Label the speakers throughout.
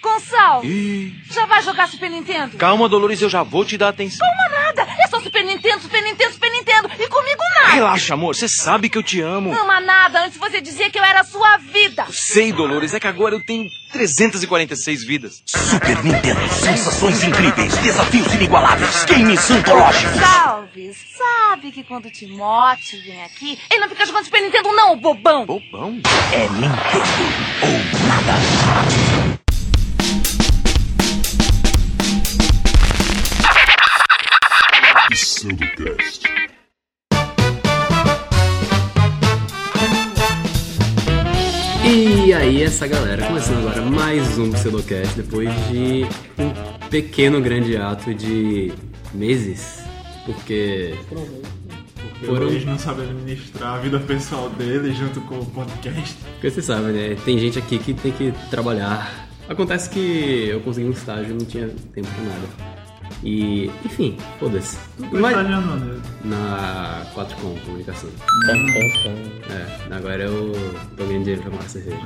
Speaker 1: Gonçal!
Speaker 2: Ih,
Speaker 1: Já vai jogar Super Nintendo?
Speaker 2: calma, Dolores, eu já vou te dar atenção.
Speaker 1: Calma nada! É só Super Nintendo, Super Nintendo, Super Nintendo! E comigo nada!
Speaker 2: Relaxa, amor, você sabe que eu te amo.
Speaker 1: Ama nada! Antes você dizia que eu era a sua vida!
Speaker 2: Sei, Dolores, é que agora eu tenho 346 vidas.
Speaker 3: Super Nintendo, sensações incríveis, desafios inigualáveis, games antológicos.
Speaker 1: Salve! Sabe que quando o Timóteo vem aqui, ele não fica jogando Super Nintendo não, ô bobão!
Speaker 2: Bobão.
Speaker 3: É Nintendo ou nada.
Speaker 4: Pseudocast.
Speaker 5: E aí, essa galera, começando agora mais um Pseudocast, depois de um pequeno grande ato de meses, porque
Speaker 6: Foram...
Speaker 5: foram...
Speaker 6: Eles não sabem administrar a vida pessoal dele junto com o podcast.
Speaker 5: Porque você sabe, né? Tem gente aqui que tem que trabalhar. Acontece que eu consegui um estágio e não tinha tempo pra nada. E, enfim, foda-se.
Speaker 6: Mas...
Speaker 5: Mas- Na 4Com Comunicação. É, agora eu tô ganhando dinheiro pra tomar cerveja.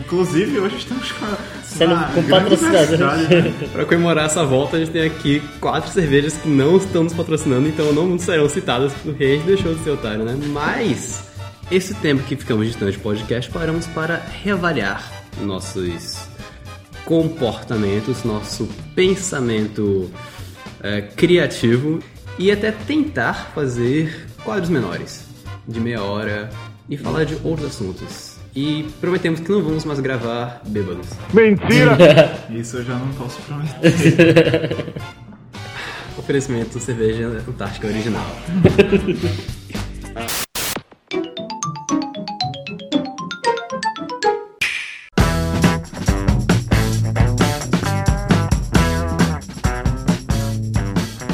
Speaker 6: Inclusive, hoje estamos com a.
Speaker 7: Sendo
Speaker 6: uma
Speaker 7: com
Speaker 6: grande
Speaker 7: patrocinador.
Speaker 6: universidade, né?
Speaker 5: Pra comemorar essa volta, a gente tem aqui quatro cervejas que não estão nos patrocinando, então não serão citadas porque o rei deixou de ser otário, né? Mas, esse tempo que ficamos distante do podcast, paramos para reavaliar nossos comportamentos, nosso pensamento é, criativo e até tentar fazer quadros menores, de meia hora, e falar de outros assuntos. E prometemos que não vamos mais gravar bêbados.
Speaker 6: Isso eu já não posso prometer.
Speaker 5: Oferecimento cerveja Antártica original.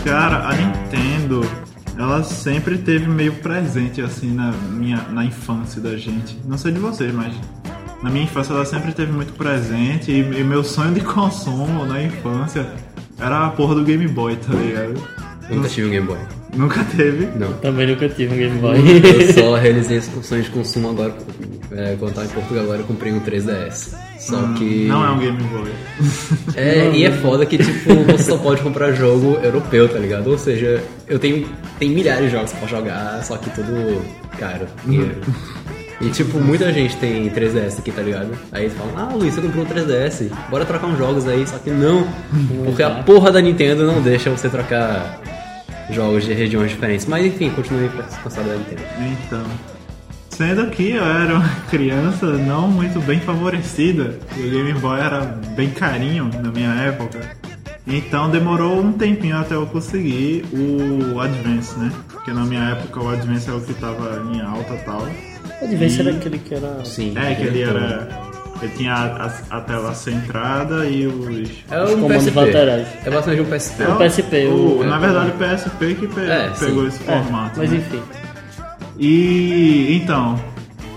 Speaker 6: Cara, a Nintendo, ela sempre teve meio presente assim na minha na infância da gente. Não sei de vocês, mas na minha infância ela sempre teve muito presente e, e meu sonho de consumo na infância era a porra do Game Boy, tá ligado?
Speaker 5: Nunca tive um Game Boy.
Speaker 6: Nunca teve.
Speaker 5: Não.
Speaker 7: Também nunca tive um Game Boy.
Speaker 5: Eu só realizei esse sonho de consumo agora, é, quando eu tava em Portugal, agora eu comprei um 3DS. Só que.
Speaker 6: Não é um Game Boy.
Speaker 5: É, e é foda que, tipo, você só pode comprar jogo europeu, tá ligado? Ou seja, eu tenho. Tem milhares de jogos pra jogar, só que tudo caro, dinheiro. E, tipo, muita gente tem 3DS aqui, tá ligado? Aí eles falam, ah, Luiz, você comprou um 3DS, bora trocar uns jogos aí, só que não, porque a porra da Nintendo não deixa você trocar jogos de regiões diferentes. Mas, enfim, continue cansado da Nintendo.
Speaker 6: Então. Sendo que eu era uma criança não muito bem favorecida, e o Game Boy era bem carinho na minha época. Então demorou um tempinho até eu conseguir o Advance, né? Porque na minha época o Advance era o que tava em alta e tal.
Speaker 7: Advance era aquele que era.
Speaker 5: Sim.
Speaker 6: É, que ele era. Ele tinha a, a- a tela centrada e os.
Speaker 5: É
Speaker 7: Os
Speaker 5: um
Speaker 7: comandos
Speaker 5: PSP.
Speaker 7: laterais.
Speaker 5: É basicamente um PSP.
Speaker 6: Não,
Speaker 7: PSP, o-
Speaker 6: na verdade o PSP que pe-
Speaker 5: É, sim.
Speaker 6: pegou esse
Speaker 7: É,
Speaker 6: formato.
Speaker 7: mas
Speaker 6: né?
Speaker 7: enfim.
Speaker 6: E então,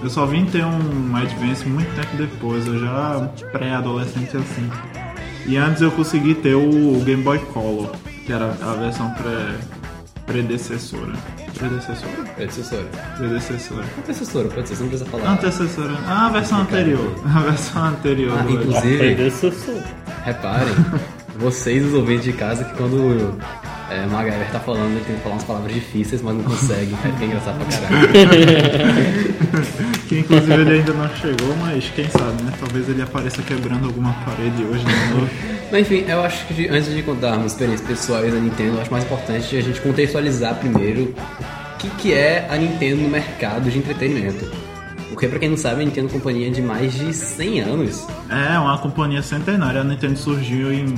Speaker 6: eu só vim ter um Advance muito tempo depois, eu já pré-adolescente assim. E antes eu consegui ter o Game Boy Color, que era a versão pré predecessora. Predecessora?
Speaker 5: Predecessora.
Speaker 6: Predecessora.
Speaker 5: Predecessora, predecessora, não precisa falar.
Speaker 6: Antecessora. Ah, a versão anterior. A versão anterior
Speaker 5: Ah,
Speaker 6: do
Speaker 5: inclusive,
Speaker 7: Perdeu seu som.
Speaker 5: Reparem, vocês os ouvintes de casa que quando é, MacGyver tá falando, ele tem que falar umas palavras difíceis, mas não consegue. É bem engraçado pra caralho.
Speaker 6: Que inclusive ele ainda não chegou, mas quem sabe, né? Talvez ele apareça quebrando alguma parede hoje né? de novo.
Speaker 5: Mas enfim, eu acho que de- antes de contarmos experiências pessoais da Nintendo, eu acho mais importante a gente contextualizar primeiro o que, que é a Nintendo no mercado de entretenimento. Porque pra quem não sabe, a Nintendo é uma companhia de mais de 100 anos.
Speaker 6: É, uma companhia centenária. A Nintendo surgiu em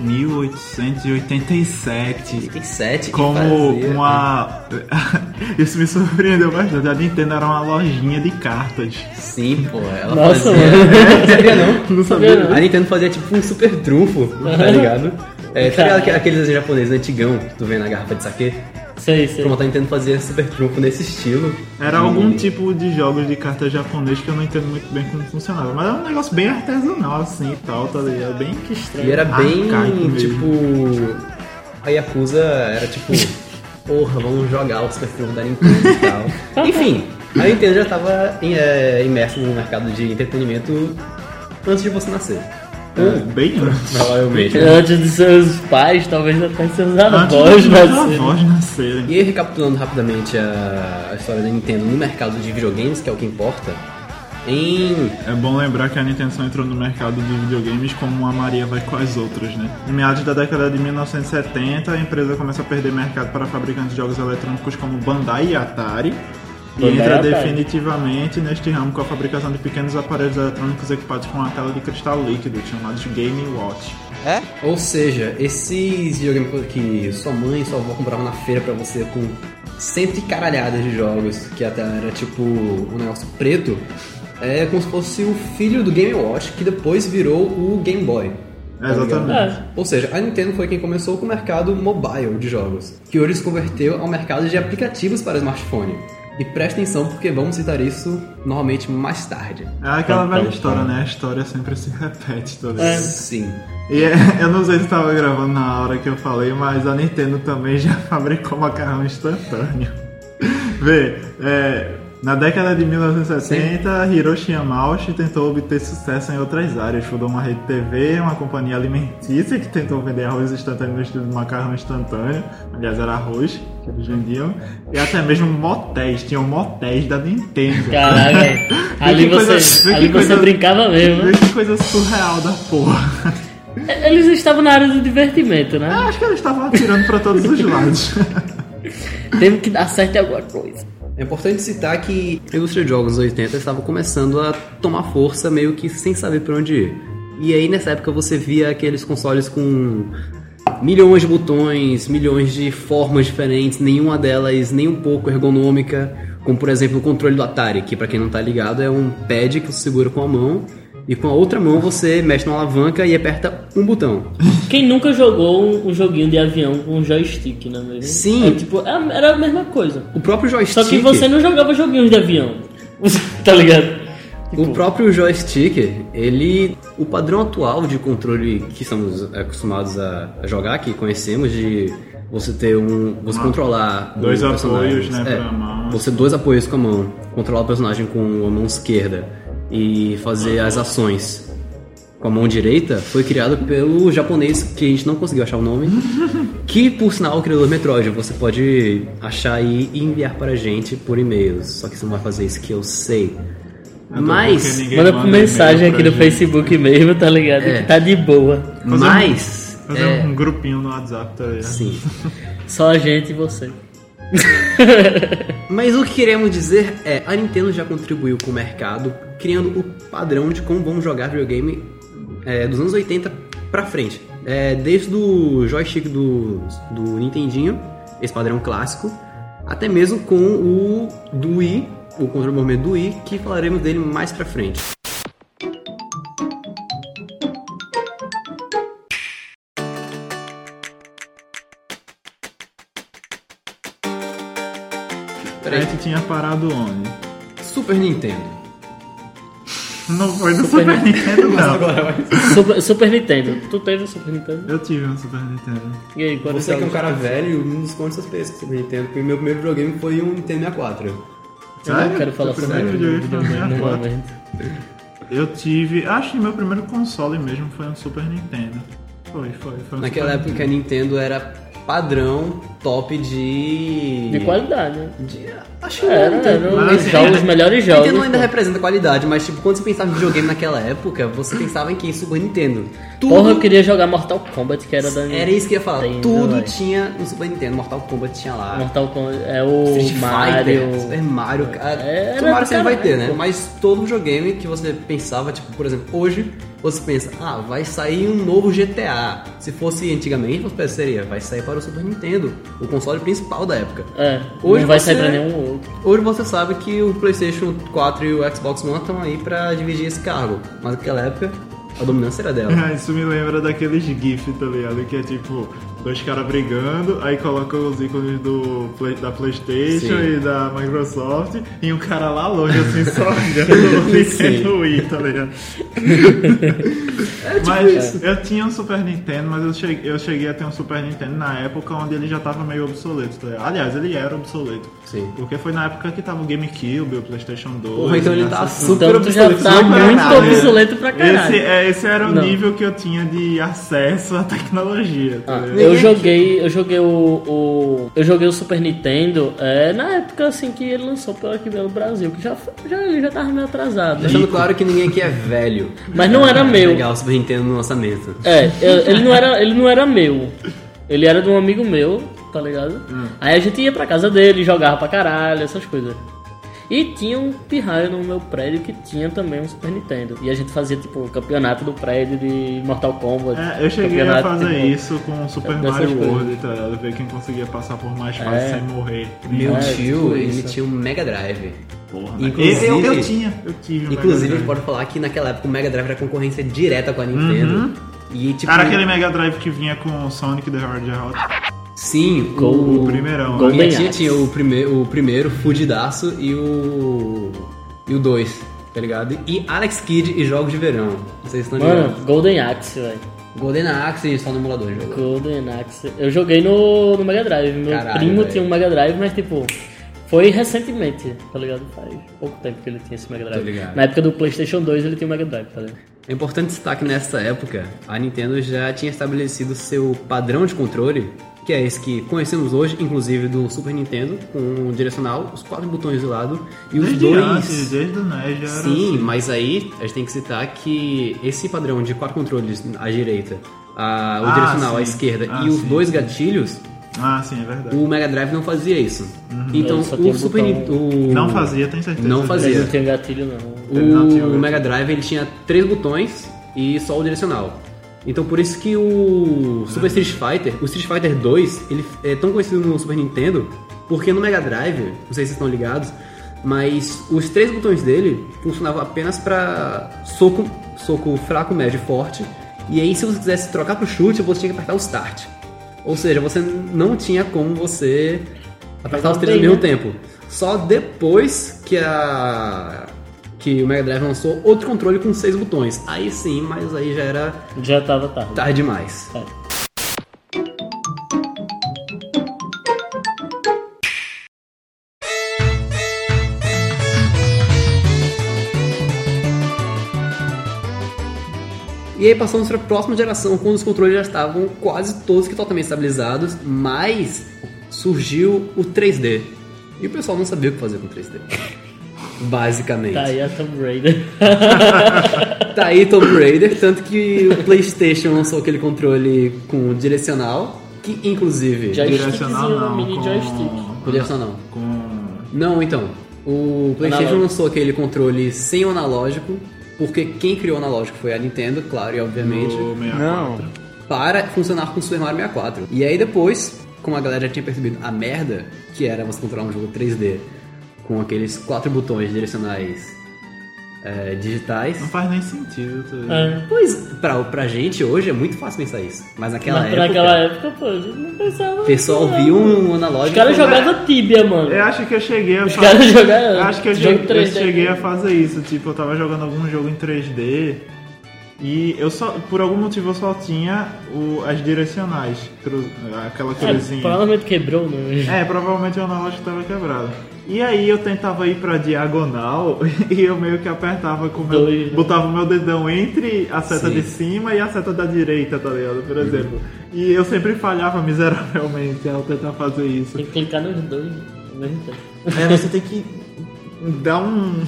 Speaker 6: 1887.
Speaker 5: Tem sete e
Speaker 6: Como
Speaker 5: fazia- né?
Speaker 6: uma. Isso me surpreendeu bastante. A Nintendo era uma lojinha de cartas.
Speaker 5: Sim, pô, ela
Speaker 7: Nossa,
Speaker 5: fazia.
Speaker 7: mano.
Speaker 5: Não sabia não. Não
Speaker 7: sabia, não.
Speaker 5: A Nintendo fazia tipo um super trunfo, tá ligado? É, tá ligado
Speaker 7: Cara.
Speaker 5: aque- aqueles japoneses antigão que tu vê na garrafa de saque?
Speaker 7: Sei, sei.
Speaker 5: Pronto, a Nintendo fazia super trunfo nesse estilo.
Speaker 6: Era
Speaker 5: E-
Speaker 6: algum tipo de jogos de cartas japonês que eu não entendo muito bem como funcionava. Mas era um negócio bem artesanal, assim e tal, tá ligado? Bem que estranho.
Speaker 5: E era bem
Speaker 6: Arcaico mesmo.
Speaker 5: tipo. A Yakuza era tipo. Porra, vamos jogar o super trunfo da Nintendo e tal. Enfim, a Nintendo já tava em- é, imersa no mercado de entretenimento antes de você nascer.
Speaker 6: É, bem antes.
Speaker 5: Provavelmente. né?
Speaker 7: Antes dos seus pais, talvez até seus avós assim.
Speaker 6: Antes dos
Speaker 7: nascerem.
Speaker 6: avós nascerem.
Speaker 5: E aí, recapitulando rapidamente a, a história da Nintendo no mercado de videogames, que é o que importa, em
Speaker 6: É bom lembrar que a Nintendo só entrou no mercado dos videogames como a Maria vai com as outras, né? Em meados da década de 1970, a empresa começa a perder mercado para fabricantes de jogos eletrônicos como Bandai e Atari. E
Speaker 7: Bandai e
Speaker 6: entra
Speaker 7: Atari.
Speaker 6: definitivamente neste ramo com a fabricação de pequenos aparelhos eletrônicos equipados com uma tela de cristal líquido, chamados Game Watch.
Speaker 5: Ou seja, esses videogames que sua mãe e sua avó compravam na feira pra você com cento e caralhadas de jogos, que até era tipo um negócio preto, é como se fosse o filho do Game Watch, que depois virou o Game Boy.
Speaker 6: É, exatamente.
Speaker 7: É.
Speaker 5: Ou seja, a Nintendo foi quem começou com o mercado mobile de jogos, que hoje se converteu ao mercado de aplicativos para smartphone. E presta atenção porque vamos citar isso normalmente mais tarde.
Speaker 6: É aquela
Speaker 7: Pam,
Speaker 6: velha
Speaker 7: pam,
Speaker 6: história,
Speaker 7: pam.
Speaker 6: né? A história sempre se repete, tá ligado?
Speaker 5: Sim.
Speaker 6: E é, eu não sei se tava gravando na hora que eu falei, mas a Nintendo também já fabricou macarrão instantâneo. Vê, é, na década de 1970, Hiroshi Yamauchi tentou obter sucesso em outras áreas. Fundou uma rede de TV, uma companhia alimentícia que tentou vender arroz instantâneo no estilo de macarrão instantâneo. Aliás, era arroz que eles vendiam. E até mesmo motéis, tinham motéis da Nintendo.
Speaker 7: Caraca, ali
Speaker 6: Que coisa- assim,
Speaker 7: você,
Speaker 6: que
Speaker 7: ali você
Speaker 6: coisa-
Speaker 7: brincava mesmo.
Speaker 6: Vê que coisa surreal da porra.
Speaker 7: Eles estavam na área do divertimento, né?
Speaker 6: Eu acho que eles estavam atirando pra todos os lados.
Speaker 7: Teve que dar certo em alguma coisa.
Speaker 5: É importante citar que a indústria de jogos nos 80 estava começando a tomar força meio que sem saber para onde ir. E aí nessa época você via aqueles consoles com milhões de botões, milhões de formas diferentes, nenhuma delas nem um pouco ergonômica, como por exemplo o controle do Atari, que para quem não tá ligado é um pad que você segura com a mão e com a outra mão você mexe na alavanca e aperta um botão.
Speaker 7: Quem nunca jogou um, um joguinho de avião com um joystick, não é mesmo?
Speaker 5: Sim.
Speaker 7: É, tipo, é a- era a mesma coisa.
Speaker 5: O próprio
Speaker 7: Só
Speaker 5: joystick
Speaker 7: que você não jogava joguinhos de avião. Tipo, tá ligado?
Speaker 5: O próprio joystick, ele. O padrão atual de controle que estamos acostumados a, a jogar, que conhecemos, de você ter um. Você controlar.
Speaker 6: dois
Speaker 5: o personagem.
Speaker 6: apoios, né,
Speaker 5: É,
Speaker 6: pra mão.
Speaker 5: Você dois apoios com a mão. Controlar o personagem com a mão esquerda e fazer as ações com a mão direita foi criado pelo japonês que a gente não conseguiu achar o nome. que, por sinal, é o criador do Metroid. Você pode achar aí e enviar para a gente por e-mails. Só que você não vai fazer isso que eu sei.
Speaker 6: Porque
Speaker 5: Mas,
Speaker 6: ninguém
Speaker 7: Manda por
Speaker 6: e-mail
Speaker 7: mensagem
Speaker 6: pra
Speaker 7: aqui no
Speaker 6: gente.
Speaker 7: Facebook mesmo, tá ligado?
Speaker 5: É.
Speaker 7: Que tá de boa.
Speaker 6: Fazer um-
Speaker 5: mas,
Speaker 6: Fazer
Speaker 5: é,
Speaker 6: um grupinho no WhatsApp, tá ligado?
Speaker 5: sim.
Speaker 7: Só a gente e você.
Speaker 5: Mas o que queremos dizer é, a Nintendo já contribuiu com o mercado, criando o padrão de como vamos jogar videogame é, dos anos 80 pra frente. É, desde o joystick do, do Nintendinho, esse padrão clássico, até mesmo com o do Wii, o controle movimento do Wii, que falaremos dele mais pra frente.
Speaker 6: A
Speaker 5: Peraí,
Speaker 6: gente tinha parado onde?
Speaker 5: Super Nintendo.
Speaker 6: Não foi do Super, Nintendo, não.
Speaker 7: Super, Super Nintendo. Tu teve um Super Nintendo?
Speaker 6: Eu tive um Super Nintendo.
Speaker 7: E aí, qual
Speaker 5: Você
Speaker 7: é o
Speaker 5: que é um
Speaker 7: seu?
Speaker 5: cara velho, não esconde suas peças, Super Nintendo, porque meu primeiro videogame foi um Nintendo 64.
Speaker 7: Eu
Speaker 6: Sério?
Speaker 7: não quero falar
Speaker 6: Seu
Speaker 7: sobre
Speaker 6: primeiro
Speaker 7: videogame
Speaker 6: videogame foi
Speaker 7: no
Speaker 6: 64.
Speaker 7: momento.
Speaker 6: Eu tive. Acho que meu primeiro console mesmo foi um Super Nintendo. Foi, foi. foi um
Speaker 5: Naquela
Speaker 6: Super
Speaker 5: época a
Speaker 6: Nintendo.
Speaker 5: Nintendo era padrão top de.
Speaker 7: De qualidade, né?
Speaker 5: De- Acho que
Speaker 7: É,
Speaker 5: era,
Speaker 7: era,
Speaker 5: Nintendo.
Speaker 7: os
Speaker 6: Mas,
Speaker 7: jogos, os
Speaker 6: é,
Speaker 7: melhores jogos.
Speaker 5: Nintendo ainda
Speaker 7: pô.
Speaker 5: representa qualidade, mas tipo, quando você pensava em videogame naquela época, você pensava em quem? Super Nintendo. Tudo
Speaker 7: Porra, eu queria jogar Mortal Kombat, que era da
Speaker 5: Era isso que eu ia falar.
Speaker 7: Nintendo,
Speaker 5: Tudo
Speaker 7: véi.
Speaker 5: tinha no Super Nintendo, Mortal Kombat tinha lá.
Speaker 7: Mortal Kombat. É o
Speaker 5: Street
Speaker 7: Mario.
Speaker 5: Fighter, Super Mario, cara.
Speaker 7: É,
Speaker 5: Super Mario sempre
Speaker 7: cara,
Speaker 5: vai ter, né?
Speaker 7: pô.
Speaker 5: Mas todo videogame que você pensava, tipo, por exemplo, hoje, você pensa, ah, vai sair um novo GTA. Se fosse antigamente, você pensaria, vai sair para o Super Nintendo, o console principal da época.
Speaker 7: É,
Speaker 5: Hoje
Speaker 7: não vai
Speaker 5: você-
Speaker 7: sair pra nenhum outro.
Speaker 5: Hoje você sabe que o PlayStation 4 e o Xbox One estão aí pra dividir esse cargo. Mas naquela época, a dominância era dela.
Speaker 6: Ah, Isso me lembra daqueles GIF, tá ligado? Que é tipo Dois caras brigando, aí coloca os ícones do, Play- da Playstation
Speaker 5: Sim.
Speaker 6: e da Microsoft e um cara lá longe, assim, só olhando o Nintendo Wii, tá ligado?
Speaker 5: É tipo
Speaker 6: mas eu tinha um Super Nintendo, mas eu cheguei, eu cheguei a ter um Super Nintendo na época onde ele já tava meio obsoleto, tá ligado? Aliás, ele era obsoleto.
Speaker 5: Sim.
Speaker 6: Porque foi na época que tava o GameCube, o Playstation 2.
Speaker 5: Porra, então ele tá
Speaker 6: essas
Speaker 5: super
Speaker 7: Então tu já
Speaker 5: obsoleto.
Speaker 7: tá
Speaker 5: super
Speaker 7: muito
Speaker 5: errado, né?
Speaker 7: obsoleto pra caralho.
Speaker 6: Esse, é, esse era o
Speaker 7: Não.
Speaker 6: nível que eu tinha de acesso à tecnologia. Tá
Speaker 7: Ah,
Speaker 6: ligado?
Speaker 7: eu joguei, eu joguei o, o- eu joguei o Super Nintendo é, na época assim que ele lançou pelo aqui no Brasil, que já foi- já ele já tava meio atrasado. né?
Speaker 5: Deixando claro que ninguém aqui é velho.
Speaker 7: Mas não era meu.
Speaker 5: Legal, Super Nintendo no lançamento.
Speaker 7: É, eu- ele não era, ele não era meu. Ele era de um amigo meu, tá ligado? Aí a gente ia pra casa dele, jogava pra caralho, essas coisas. E tinha um pirraio no meu prédio que tinha também um Super Nintendo. E a gente fazia, tipo, o campeonato do prédio de Mortal Kombat.
Speaker 6: É, eu cheguei a
Speaker 7: campeonato,
Speaker 6: fazer
Speaker 7: tipo,
Speaker 6: isso
Speaker 5: é
Speaker 6: com o Super
Speaker 7: dessas
Speaker 6: Mario
Speaker 7: coisas.
Speaker 6: World, tá ligado? Ver quem conseguia passar por mais fácil
Speaker 7: É.
Speaker 6: sem morrer.
Speaker 5: Meu
Speaker 7: É,
Speaker 5: tio,
Speaker 7: tipo
Speaker 5: ele
Speaker 7: isso.
Speaker 5: tinha um Mega Drive.
Speaker 6: Porra, né?
Speaker 5: Inclusive-
Speaker 6: eu, eu tinha, eu tive. um
Speaker 5: Inclusive, a gente
Speaker 6: Mega Drive.
Speaker 5: pode falar que naquela época o Mega Drive era concorrência direta com a Nintendo. E tipo.
Speaker 6: Era Uhum. aquele Mega Drive que vinha com o Sonic the Hedgehog.
Speaker 5: Sim,
Speaker 7: Gol-
Speaker 5: o.
Speaker 6: O primeirão.
Speaker 7: Gol-
Speaker 6: né?
Speaker 5: Minha
Speaker 7: Golden
Speaker 5: tia
Speaker 7: Axe.
Speaker 5: tinha o, prime o primeiro, Fudidaço, e o. E o 2, tá ligado? E Alex Kidd e Jogos de Verão. Vocês estão ligados?
Speaker 7: Mano, Golden Axe, velho.
Speaker 5: Golden Axe só no emulador jogou.
Speaker 7: Golden Axe. Eu joguei no, no Mega Drive. Meu
Speaker 5: Caralho,
Speaker 7: primo
Speaker 5: velho.
Speaker 7: tinha um Mega Drive, mas tipo, foi recentemente, tá ligado? Faz pouco tempo que ele tinha esse Mega Drive.
Speaker 5: ligado.
Speaker 7: Na época do PlayStation 2 ele tinha um Mega Drive, tá ligado?
Speaker 5: É importante destacar que nessa época a Nintendo já tinha estabelecido seu padrão de controle, que é esse que conhecemos hoje, inclusive do Super Nintendo, com um direcional, os quatro botões do lado e os
Speaker 6: Desde
Speaker 5: dois.
Speaker 6: antes, desde o NES já
Speaker 5: Sim,
Speaker 6: era assim.
Speaker 5: mas aí a gente tem que citar que esse padrão de quatro controles à direita, a- o
Speaker 6: Ah,
Speaker 5: direcional à
Speaker 6: sim.
Speaker 5: esquerda
Speaker 6: Ah,
Speaker 5: e os
Speaker 6: sim,
Speaker 5: dois gatilhos,
Speaker 6: Ah, sim, é verdade.
Speaker 5: o Mega Drive não fazia isso. Então
Speaker 7: Ele só tinha
Speaker 5: o Super
Speaker 7: botão-
Speaker 5: Nintendo. o-
Speaker 6: Uhum. Não fazia, tem certeza.
Speaker 5: Não fazia.
Speaker 7: Ele não tinha um gatilho, não.
Speaker 5: O,
Speaker 6: Ele não tinha o
Speaker 5: Mega Drive ele tinha três botões e só o direcional. Então por isso que o Super Street Fighter, o Street Fighter 2, ele é tão conhecido no Super Nintendo, porque no Mega Drive, não sei se vocês estão ligados, mas os três botões dele funcionavam apenas pra soco, soco fraco, médio e forte. E aí se você quisesse trocar pro chute, você tinha que apertar o start. Ou seja, você não tinha como você apertar os três ao
Speaker 7: bem,
Speaker 5: mesmo
Speaker 7: né?
Speaker 5: tempo. Só depois que a que o Mega Drive lançou outro controle com seis botões. Aí sim, mas aí já era
Speaker 7: Já tava tarde.
Speaker 5: tarde demais. E aí passamos para a próxima geração, quando os controles já estavam quase todos que totalmente estabilizados, mas surgiu o 3D. E o pessoal não sabia o que fazer com 3D. Basicamente.
Speaker 7: Tá aí a Tomb Raider.
Speaker 5: Tá aí Tomb Raider, tanto que o PlayStation lançou aquele controle com direcional, que inclusive.
Speaker 7: Já-
Speaker 6: Direcional
Speaker 7: Joystickzinho,
Speaker 6: não,
Speaker 7: mini
Speaker 6: com...
Speaker 7: joystick.
Speaker 5: Com direcional.
Speaker 6: com-
Speaker 5: Não, então. O PlayStation
Speaker 7: Analógico.
Speaker 5: lançou aquele controle sem o analógico, porque quem criou o analógico foi a Nintendo, claro e obviamente,
Speaker 6: com o 64.
Speaker 5: para funcionar com o Super Mario 64. E aí depois, como a galera já tinha percebido a merda que era você controlar um jogo 3D com aqueles quatro botões direcionais eh, digitais.
Speaker 6: Não faz nem sentido. tá ligado?
Speaker 7: É.
Speaker 5: Pois, pra, pra gente hoje é muito fácil pensar isso. Mas naquela
Speaker 7: Mas
Speaker 5: época,
Speaker 7: naquela época, pô, a gente não pensava.
Speaker 5: o pessoal
Speaker 7: nisso, não.
Speaker 5: viu um É,
Speaker 7: Os
Speaker 5: analógico.
Speaker 7: caras jogavam Tibia, mano.
Speaker 6: Eu acho que eu cheguei a
Speaker 7: Os caras jogaram.
Speaker 6: Eu acho que eu,
Speaker 7: jogo
Speaker 6: jo- eu
Speaker 7: 3D.
Speaker 6: cheguei a fazer isso. Tipo, eu tava jogando algum jogo em 3D e eu só, por algum motivo, eu só tinha o- as direcionais, cru- aquela
Speaker 7: É,
Speaker 6: cruzinha.
Speaker 7: provavelmente quebrou, né?
Speaker 6: É, provavelmente o analógico tava quebrado. E aí eu tentava ir pra diagonal e eu meio que apertava com o meu.
Speaker 7: Dois, né?
Speaker 6: Botava o meu dedão entre a seta
Speaker 5: Sim.
Speaker 6: de cima e a seta da direita, tá ligado? Por exemplo. E eu sempre falhava miseravelmente ao tentar fazer isso.
Speaker 7: Tem que clicar nos dois né? ao mesmo tempo.
Speaker 6: Aí você tem que dar um.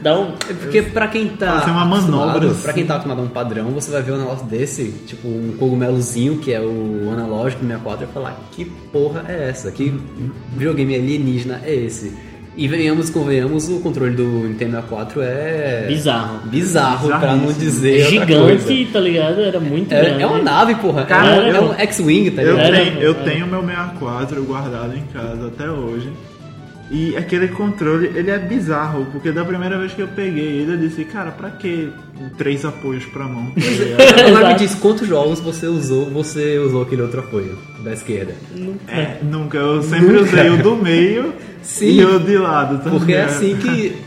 Speaker 7: Dá um.
Speaker 5: É porque pra quem tá.
Speaker 6: Fazer uma manobra,
Speaker 5: acostumado-
Speaker 6: assim.
Speaker 5: Pra quem tá acostumado a um padrão, você vai ver um negócio desse, tipo um cogumelozinho, que é o analógico do 64, e falar: que porra é essa? Que videogame alienígena é esse? E venhamos e convenhamos, o controle do Nintendo 64 é.
Speaker 7: Bizarro.
Speaker 5: Bizarro, pra não
Speaker 6: Bizarríssimo.
Speaker 5: dizer. outra coisa.
Speaker 7: Gigante, tá ligado? Era muito
Speaker 5: É,
Speaker 7: grande.
Speaker 5: é uma nave, porra.
Speaker 7: Cara,
Speaker 5: é, um-
Speaker 7: era-
Speaker 5: é um X-Wing, tá
Speaker 6: Eu,
Speaker 5: ligado?
Speaker 7: Era,
Speaker 6: tenho, eu
Speaker 7: era.
Speaker 6: tenho meu 64 guardado em casa até hoje. E aquele controle, ele é bizarro, porque da primeira vez que eu peguei ele, eu disse, cara, pra que três apoios pra mão? tá ligado?
Speaker 5: Agora me
Speaker 7: Exato.
Speaker 5: diz quantos jogos você usou, você usou aquele outro apoio da esquerda.
Speaker 6: É, nunca. Eu sempre usei o do meio
Speaker 5: Sim.
Speaker 6: e o de lado tá também.
Speaker 5: Porque é assim que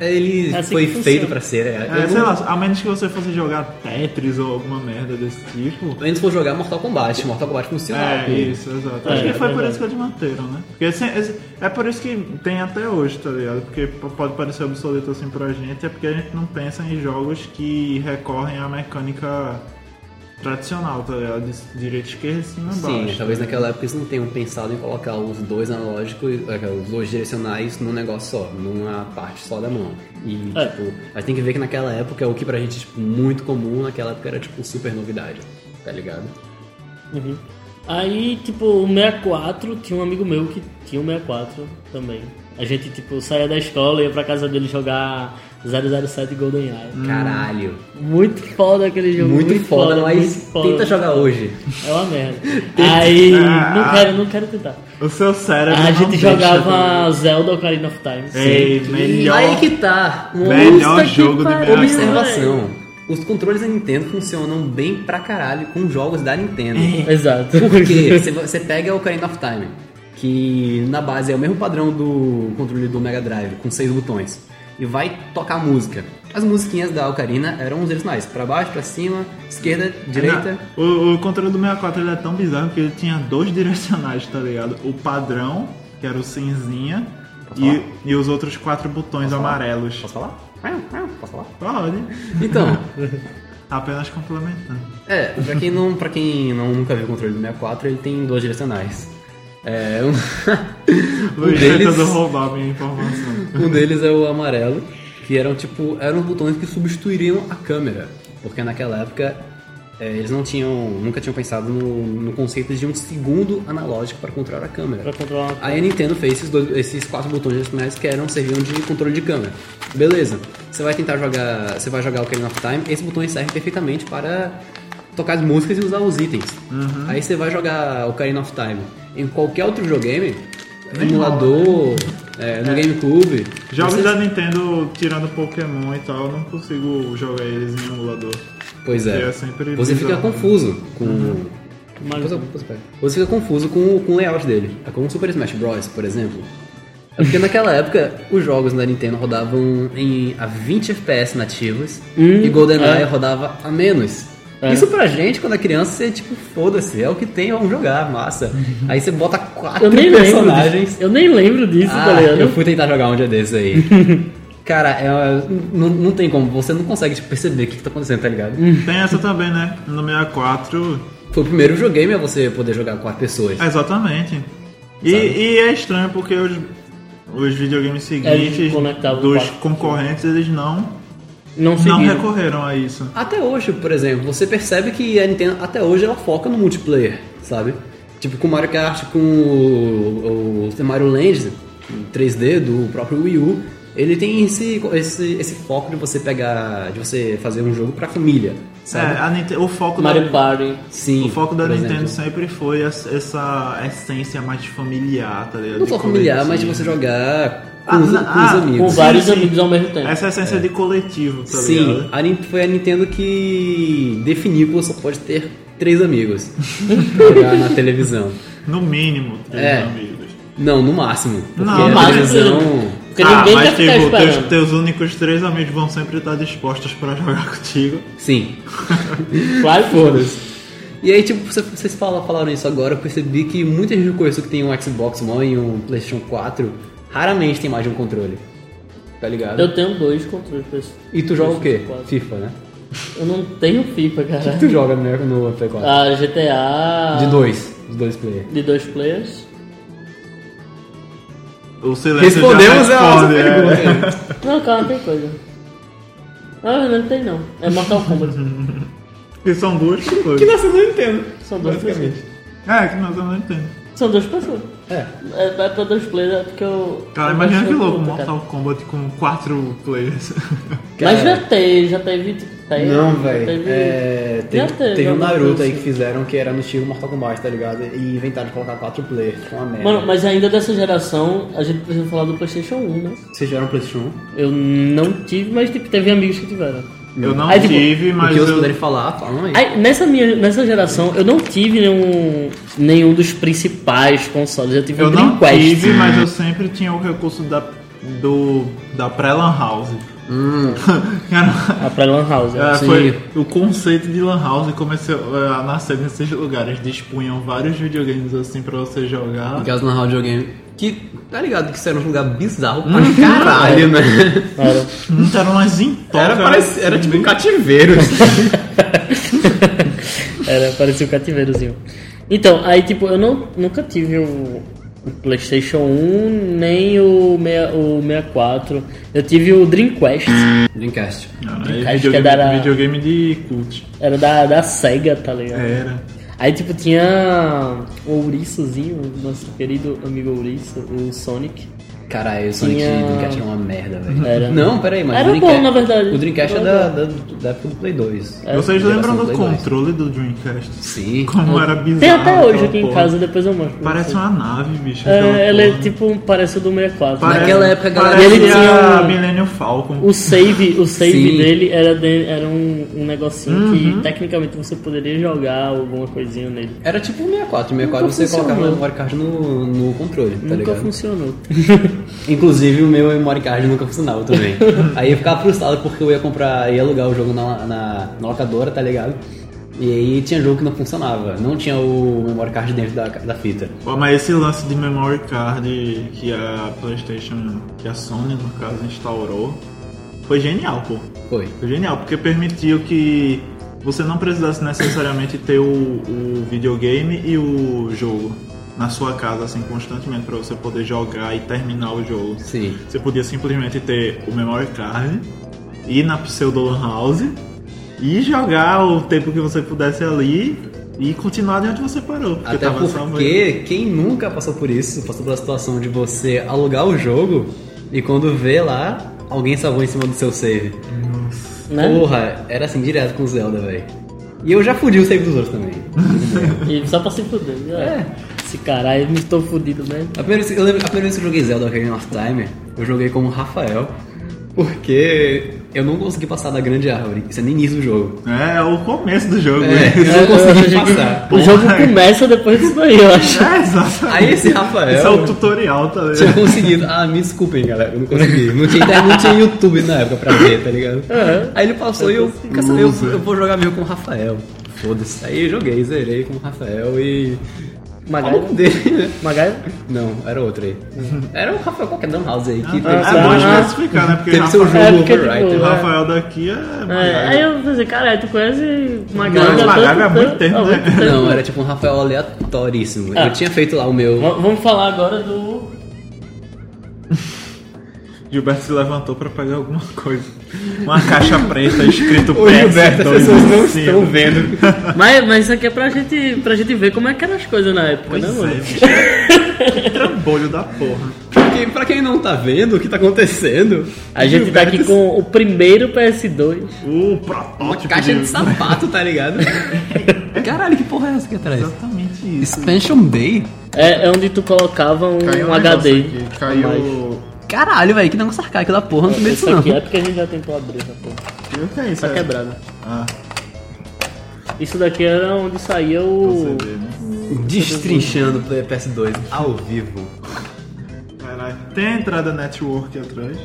Speaker 5: ele
Speaker 7: É assim
Speaker 5: foi
Speaker 7: que funciona.
Speaker 5: feito pra ser. É,
Speaker 6: É,
Speaker 5: eu
Speaker 6: sei
Speaker 5: não-
Speaker 6: lá, a menos que você fosse jogar Tetris ou alguma merda desse tipo.
Speaker 5: Antes for jogar Mortal Kombat, Mortal Kombat funcionava.
Speaker 6: É, isso, exato. Acho
Speaker 7: É,
Speaker 6: que foi por
Speaker 7: verdade.
Speaker 6: isso que eles manteram, né? Porque esse- esse- é por isso que tem até hoje, tá ligado? Porque p- pode parecer obsoleto assim pra gente, é porque a gente não pensa em jogos que recorrem à mecânica tradicional, tá ligado? De direita, esquerda, e cima,
Speaker 5: Sim,
Speaker 6: baixo.
Speaker 5: talvez naquela época eles não tenham pensado em colocar os dois analógicos, é, os dois direcionais num negócio só, numa parte só da mão. E,
Speaker 7: É.
Speaker 5: tipo, a gente tem que ver que naquela época o que pra gente tipo, muito comum naquela época era, tipo, super novidade, tá ligado?
Speaker 7: Uhum. Aí, tipo, o 64, tinha um amigo meu que tinha o 64 também. A gente, tipo, saía da escola, ia pra casa dele jogar 007
Speaker 6: Hum.
Speaker 7: GoldenEye.
Speaker 5: Caralho.
Speaker 7: Muito foda aquele jogo.
Speaker 5: Muito, foda, mas
Speaker 7: muito foda.
Speaker 5: tenta jogar hoje.
Speaker 7: É uma merda. Aí, não quero, não quero tentar.
Speaker 6: O seu cérebro.
Speaker 7: A
Speaker 6: Ah. não
Speaker 7: gente
Speaker 6: deixa, tá
Speaker 7: jogava Zelda Ocarina of Time.
Speaker 6: ligado? Ei, melhor.
Speaker 5: Aí que tá. Uma
Speaker 6: Melhor
Speaker 7: Puta que
Speaker 6: jogo de
Speaker 7: pariu,
Speaker 6: merda.
Speaker 5: observação. Os controles da Nintendo funcionam bem pra caralho com jogos da Nintendo.
Speaker 7: velho. Exato.
Speaker 5: Porque você, você pega o Ocarina of Time, que na base é o mesmo padrão do controle do Mega Drive, com seis botões, e vai tocar música. As musiquinhas da Ocarina eram os direcionais, pra baixo, pra cima, esquerda, direita.
Speaker 6: Ah, Não, o, o controle do 64 ele é tão bizarro que ele tinha dois direcionais, tá ligado? O padrão, que era o cinzinha, e, e os outros quatro botões amarelos.
Speaker 5: Posso falar? Ah, ah, Posso falar?
Speaker 6: Pode.
Speaker 5: Então,
Speaker 6: Apenas complementando.
Speaker 5: é, pra quem, não, pra quem não, nunca viu o controle do 64, ele tem dois direcionais. É, um, um
Speaker 6: Luiz
Speaker 5: deles...
Speaker 6: tentando roubar a minha informação.
Speaker 5: Um deles é o amarelo, que eram tipo, eram os botões que substituiriam a câmera, porque naquela época eh, eles não tinham, nunca tinham pensado no, no conceito de um segundo analógico para controlar a câmera.
Speaker 7: pra controlar uma...
Speaker 5: Aí a Nintendo fez esses, dois, esses quatro botões direcionais que eram serviam de controle de câmera. Beleza. Você vai tentar jogar, você vai jogar o Ocarina of Time, esses botões servem perfeitamente para tocar as músicas e usar os itens.
Speaker 6: Uhum.
Speaker 5: Aí você vai jogar o Ocarina of Time em qualquer outro videogame, emulador, eh, no GameCube.
Speaker 6: né? É. Jogos
Speaker 5: você-
Speaker 6: da Nintendo, tirando Pokémon e tal, eu não consigo jogar eles em emulador.
Speaker 5: Pois é.
Speaker 6: É sempre
Speaker 5: você fica
Speaker 6: bizarro. Uhum.
Speaker 5: confuso com.
Speaker 7: Mas-
Speaker 5: Depois eu- depois eu pego. Você fica confuso com, o- com o layout dele. É como o Super Smash Bros, por exemplo. É porque naquela época os jogos da Nintendo rodavam em, a 20 FPS nativos
Speaker 7: Hum,
Speaker 5: e GoldenEye
Speaker 7: é.
Speaker 5: rodava a menos.
Speaker 7: É.
Speaker 5: Isso pra gente, quando é criança, você tipo, foda-se, é o que tem, vamos jogar, massa. Aí você bota quatro
Speaker 7: Eu nem lembro
Speaker 5: personagens.
Speaker 7: disso. Eu nem lembro disso,
Speaker 5: Ah,
Speaker 7: tá ligado?
Speaker 5: eu fui tentar jogar um dia desses aí. Cara, é- não, não tem como, você não consegue tipo, perceber o que, que tá acontecendo, tá ligado?
Speaker 7: Hum.
Speaker 6: Tem essa também, né? No 64,
Speaker 5: Foi o primeiro videogame a você poder jogar com quatro pessoas.
Speaker 6: Exatamente. E,
Speaker 5: Sabe? É,
Speaker 6: e é estranho porque os, os videogames seguintes
Speaker 7: conectavam
Speaker 6: dos
Speaker 7: quatro.
Speaker 6: concorrentes, eles não,
Speaker 7: Não
Speaker 6: não
Speaker 7: segui.
Speaker 6: recorreram a isso.
Speaker 5: Até hoje, por exemplo, você percebe que a Nintendo até hoje ela foca no multiplayer, sabe? Tipo com Mario Kart, com o, o Super Mario Land 3D do próprio Wii U, ele tem esse, esse, esse foco de você pegar, de você fazer um jogo pra família,
Speaker 6: É,
Speaker 5: sabe?
Speaker 6: a Ninte- o foco
Speaker 7: Mario
Speaker 6: da,
Speaker 7: Party.
Speaker 5: Sim.
Speaker 6: o foco da
Speaker 5: por exemplo.
Speaker 6: Nintendo sempre foi es- essa essência mais familiar, tá ligado?
Speaker 5: Não
Speaker 6: De
Speaker 5: só familiar, mas de
Speaker 6: coletivo.
Speaker 5: você jogar com,
Speaker 6: Ah,
Speaker 5: os,
Speaker 6: na-
Speaker 5: com os
Speaker 6: ah,
Speaker 5: amigos.
Speaker 7: Com
Speaker 6: Sim,
Speaker 7: vários
Speaker 6: sim.
Speaker 7: amigos ao mesmo tempo.
Speaker 6: Essa é essência de coletivo, tá
Speaker 5: É. Sim,
Speaker 6: ligado?
Speaker 5: a Nin- foi a Nintendo que definiu que você só pode ter três amigos pra jogar na televisão.
Speaker 6: No mínimo, três
Speaker 5: É.
Speaker 6: amigos.
Speaker 5: Não, no máximo. Porque
Speaker 6: Não,
Speaker 5: a
Speaker 6: mas-
Speaker 5: televisão.
Speaker 7: Porque
Speaker 6: ah,
Speaker 7: ninguém
Speaker 6: mas
Speaker 7: quer ficar
Speaker 6: tipo, teus,
Speaker 7: esperando.
Speaker 6: teus únicos três amigos vão sempre estar dispostos pra jogar contigo.
Speaker 5: Sim.
Speaker 7: Claro que
Speaker 5: Foda-se. E aí, tipo, você- vocês falam, falaram isso agora, eu percebi que muita gente que eu conheço que tem um Xbox One e um PlayStation 4, raramente tem mais de um controle. Tá ligado?
Speaker 7: Eu tenho dois controles pra esse.
Speaker 5: E tu joga o quê?
Speaker 7: PlayStation 4.
Speaker 5: FIFA, né?
Speaker 7: Eu não tenho FIFA, cara.
Speaker 5: Tu joga né, no Play 4?
Speaker 7: A GTA.
Speaker 5: De dois. De dois player.
Speaker 7: De dois players.
Speaker 6: O silêncio já
Speaker 5: Respondemos a nossa
Speaker 6: responde, é.
Speaker 5: pergunta.
Speaker 7: Não, calma, tem coisa. Ah, não tem não. É Mortal Kombat.
Speaker 6: Que são duas coisas.
Speaker 5: Nossa, eu não entendo.
Speaker 7: São dois players.
Speaker 6: É, que nós eu não entendo.
Speaker 7: São duas pessoas.
Speaker 8: É.
Speaker 7: É, dá pra dois players, é porque eu.
Speaker 6: Cara,
Speaker 7: eu
Speaker 6: imagina que
Speaker 7: baixei
Speaker 6: louco,
Speaker 7: puta, cara.
Speaker 6: Mortal Kombat com quatro players.
Speaker 7: Mas
Speaker 8: Cara.
Speaker 7: já teve, já teve. tipo, tem-
Speaker 8: Não,
Speaker 7: já
Speaker 8: velho.
Speaker 7: teve-
Speaker 8: É,
Speaker 7: já
Speaker 8: teve, teve um
Speaker 7: alguma
Speaker 8: Naruto
Speaker 7: coisa
Speaker 8: aí que
Speaker 7: assim.
Speaker 8: fizeram que era no estilo Mortal Kombat, tá ligado? E inventaram de colocar quatro players, tipo uma merda.
Speaker 7: Mano, mas ainda dessa geração, a gente precisa falar do PlayStation 1, né?
Speaker 8: Vocês tiveram PlayStation 1?
Speaker 7: Eu não tive, mas tipo, teve amigos que tiveram.
Speaker 6: Eu não
Speaker 7: Aí, tipo,
Speaker 6: tive,
Speaker 8: o
Speaker 6: mas
Speaker 8: que eles
Speaker 6: eu...
Speaker 8: puderem falar, falam aí.
Speaker 7: Aí, nessa, minha, nessa geração, eu não tive nenhum, nenhum dos principais consoles. Eu tive
Speaker 6: Eu
Speaker 7: um
Speaker 6: não
Speaker 7: Dreamcast.
Speaker 6: tive, mas eu sempre tinha o recurso da, do, da pré-lan house.
Speaker 7: Hum.
Speaker 6: Era-
Speaker 7: Ah, pra Lan House.
Speaker 6: era-
Speaker 7: assim.
Speaker 6: É, foi o conceito de lan house começou eh, a nascer nesses lugares. Dispunham vários videogames assim pra você jogar.
Speaker 5: Gas na Hall Game. Que, tá ligado? Que isso era um lugar bizarro
Speaker 8: Hum,
Speaker 5: pra caralho, né?
Speaker 7: Era.
Speaker 6: Não eram umas intocas.
Speaker 5: Era, parece, era tipo um cativeiro.
Speaker 7: Era, parecia um cativeirozinho. Então, aí tipo, eu não, nunca tive o, o Playstation 1, nem o, meia- o 64. Eu tive o Dreamcast,
Speaker 5: Dreamcast.
Speaker 6: Não,
Speaker 7: Cara,
Speaker 6: é
Speaker 7: acho que
Speaker 6: videogame,
Speaker 7: era-
Speaker 6: videogame de cult.
Speaker 7: era da, da SEGA, tá ligado?
Speaker 6: Era.
Speaker 7: Aí tipo, tinha o Ouriçozinho, nosso querido amigo Ouriço, o Sonic.
Speaker 8: Caralho, o Sonic
Speaker 7: Tinha-
Speaker 8: Dreamcast é uma merda, velho.
Speaker 7: Era.
Speaker 8: Não, peraí, mas
Speaker 7: Era
Speaker 8: o Dreamcast,
Speaker 7: bom, na verdade.
Speaker 8: O Dreamcast é
Speaker 7: Era
Speaker 8: da, da, da época do Play 2.
Speaker 7: É,
Speaker 6: Vocês
Speaker 8: Geração
Speaker 6: lembram do
Speaker 8: Play dois.
Speaker 6: controle do Dreamcast?
Speaker 8: Sim.
Speaker 6: Como era bizarro.
Speaker 7: Tem até hoje
Speaker 6: aquela
Speaker 7: aqui em
Speaker 6: porra.
Speaker 7: casa, depois eu mostro. pra
Speaker 6: Ah, então, Parece
Speaker 7: vocês.
Speaker 6: uma nave, bicho. aquela
Speaker 7: É, ela é
Speaker 6: porra.
Speaker 7: tipo, parece o do 64.
Speaker 6: Então, Parece-
Speaker 5: Naquela época a galera-
Speaker 6: Parecia
Speaker 7: E ele tinha um-
Speaker 6: Millennium Falcon.
Speaker 7: O save, o save
Speaker 5: Sim.
Speaker 7: dele era, de- era um, um negocinho
Speaker 6: Uhum.
Speaker 7: que tecnicamente você poderia jogar alguma coisinha nele.
Speaker 5: Era tipo um 64. 64
Speaker 7: Nunca
Speaker 5: você colocava
Speaker 7: funcionou.
Speaker 5: o memory card no, no controle, tá
Speaker 7: Nunca
Speaker 5: ligado?
Speaker 7: funcionou.
Speaker 5: Inclusive o meu memory card nunca funcionava também. aí eu ficava frustrado porque eu ia comprar, ia alugar o jogo na, na, na locadora, tá ligado? E aí tinha jogo que não funcionava. Não tinha o memory card dentro da, da fita.
Speaker 6: Pô, mas esse lance de memory card que a PlayStation, que a Sony no caso instaurou, foi genial, pô.
Speaker 5: Foi.
Speaker 6: Foi genial, porque permitiu que você não precisasse necessariamente ter o, o videogame e o jogo na sua casa, assim, constantemente, pra você poder jogar e terminar o jogo.
Speaker 5: Sim.
Speaker 6: Você podia simplesmente ter o memory card, ir na pseudo lan house e jogar o tempo que você pudesse ali e continuar de onde você parou. Porque
Speaker 5: Até
Speaker 6: tava só
Speaker 5: porque quem nunca passou por isso, passou pela situação de você alugar o jogo e quando vê lá, alguém salvou em cima do seu save.
Speaker 7: Né?
Speaker 5: Porra, era assim direto com Zelda, velho. E eu já fudi o save dos outros também.
Speaker 7: E só pra se fuder. É. Esse caralho, me estou fudido né? mesmo.
Speaker 5: A primeira, vez- eu lembro, a primeira vez que eu joguei Zelda Ocarina of Time, eu joguei como Rafael, porque eu não consegui passar da grande árvore. Isso é nem início do jogo.
Speaker 6: É, é o começo do jogo.
Speaker 5: É, eu não consegui passar.
Speaker 7: O jogo começa depois disso daí, eu acho.
Speaker 6: É, exatamente.
Speaker 5: Aí esse Rafael-
Speaker 6: Esse é o tutorial, tá
Speaker 5: Tinha
Speaker 6: ligado?
Speaker 5: conseguido. Ah, me desculpem, galera. Eu não consegui. Não tinha, internet, não tinha YouTube na época pra ver, tá ligado? Aí ele passou e eu, quer saber, eu, eu vou jogar meio com o Rafael. Foda-se. Aí eu joguei, zerei com o Rafael e. Qual o
Speaker 7: Magaia?
Speaker 5: nome dele, né?
Speaker 7: Magaia?
Speaker 5: Não, era outro aí. Era o Rafael qualquer Dan House aí. Que
Speaker 6: É,
Speaker 7: Ah,
Speaker 5: teve,
Speaker 6: bom
Speaker 7: tá.
Speaker 6: especificar, né? Porque
Speaker 5: teve seu
Speaker 6: Rafa-
Speaker 5: jogo né?
Speaker 7: É, porque,
Speaker 5: overwriter.
Speaker 7: tipo,
Speaker 6: o Rafael daqui é.
Speaker 7: É,
Speaker 6: Magaga.
Speaker 7: aí eu pensei, caralho, tu conhece Magaia?
Speaker 6: Não,
Speaker 7: há tanto
Speaker 6: Magaia há muito tempo,
Speaker 7: há
Speaker 6: né?
Speaker 7: muito tempo.
Speaker 5: Não, era tipo um Rafael aleatoríssimo.
Speaker 7: Ah.
Speaker 5: Eu tinha feito lá o meu.
Speaker 7: V- Vamos falar agora do.
Speaker 6: Gilberto se levantou pra pegar alguma coisa. Uma caixa preta escrito
Speaker 5: Ô,
Speaker 7: É,
Speaker 5: Gilberto,
Speaker 6: PS2
Speaker 5: as pessoas não
Speaker 6: em cima.
Speaker 5: estão vendo.
Speaker 7: mas, mas isso aqui é pra gente, pra gente ver como é que eram as coisas na época,
Speaker 6: Pois
Speaker 7: né, mano?
Speaker 6: é, bicho. Trambolho da porra.
Speaker 5: Pra quem, pra quem não tá vendo o que tá acontecendo,
Speaker 7: A gente tá
Speaker 5: Gilberto
Speaker 7: aqui com o primeiro PS2.
Speaker 6: O
Speaker 5: Uma
Speaker 6: protótipo.
Speaker 5: caixa de sapato, tá ligado? Caralho, que porra é essa aqui atrás?
Speaker 6: Exatamente isso.
Speaker 5: Expansion Bay?
Speaker 7: É, é onde tu colocava um,
Speaker 9: um negócio
Speaker 7: HD.
Speaker 9: aqui, Caiu.
Speaker 7: a mais.
Speaker 5: Caralho, velho, que negócio arcaico da porra, não tem medo disso
Speaker 7: Isso
Speaker 5: não.
Speaker 7: aqui é porque a gente já tentou abrir essa porra.
Speaker 6: E o que é isso?
Speaker 7: Tá
Speaker 6: É-
Speaker 7: quebrado.
Speaker 6: Ah,
Speaker 7: Isso daqui era onde saía o.
Speaker 6: CD, né?
Speaker 7: é
Speaker 5: Destrinchando o PS2 ao vivo.
Speaker 6: Caralho. Tem a entrada network atrás.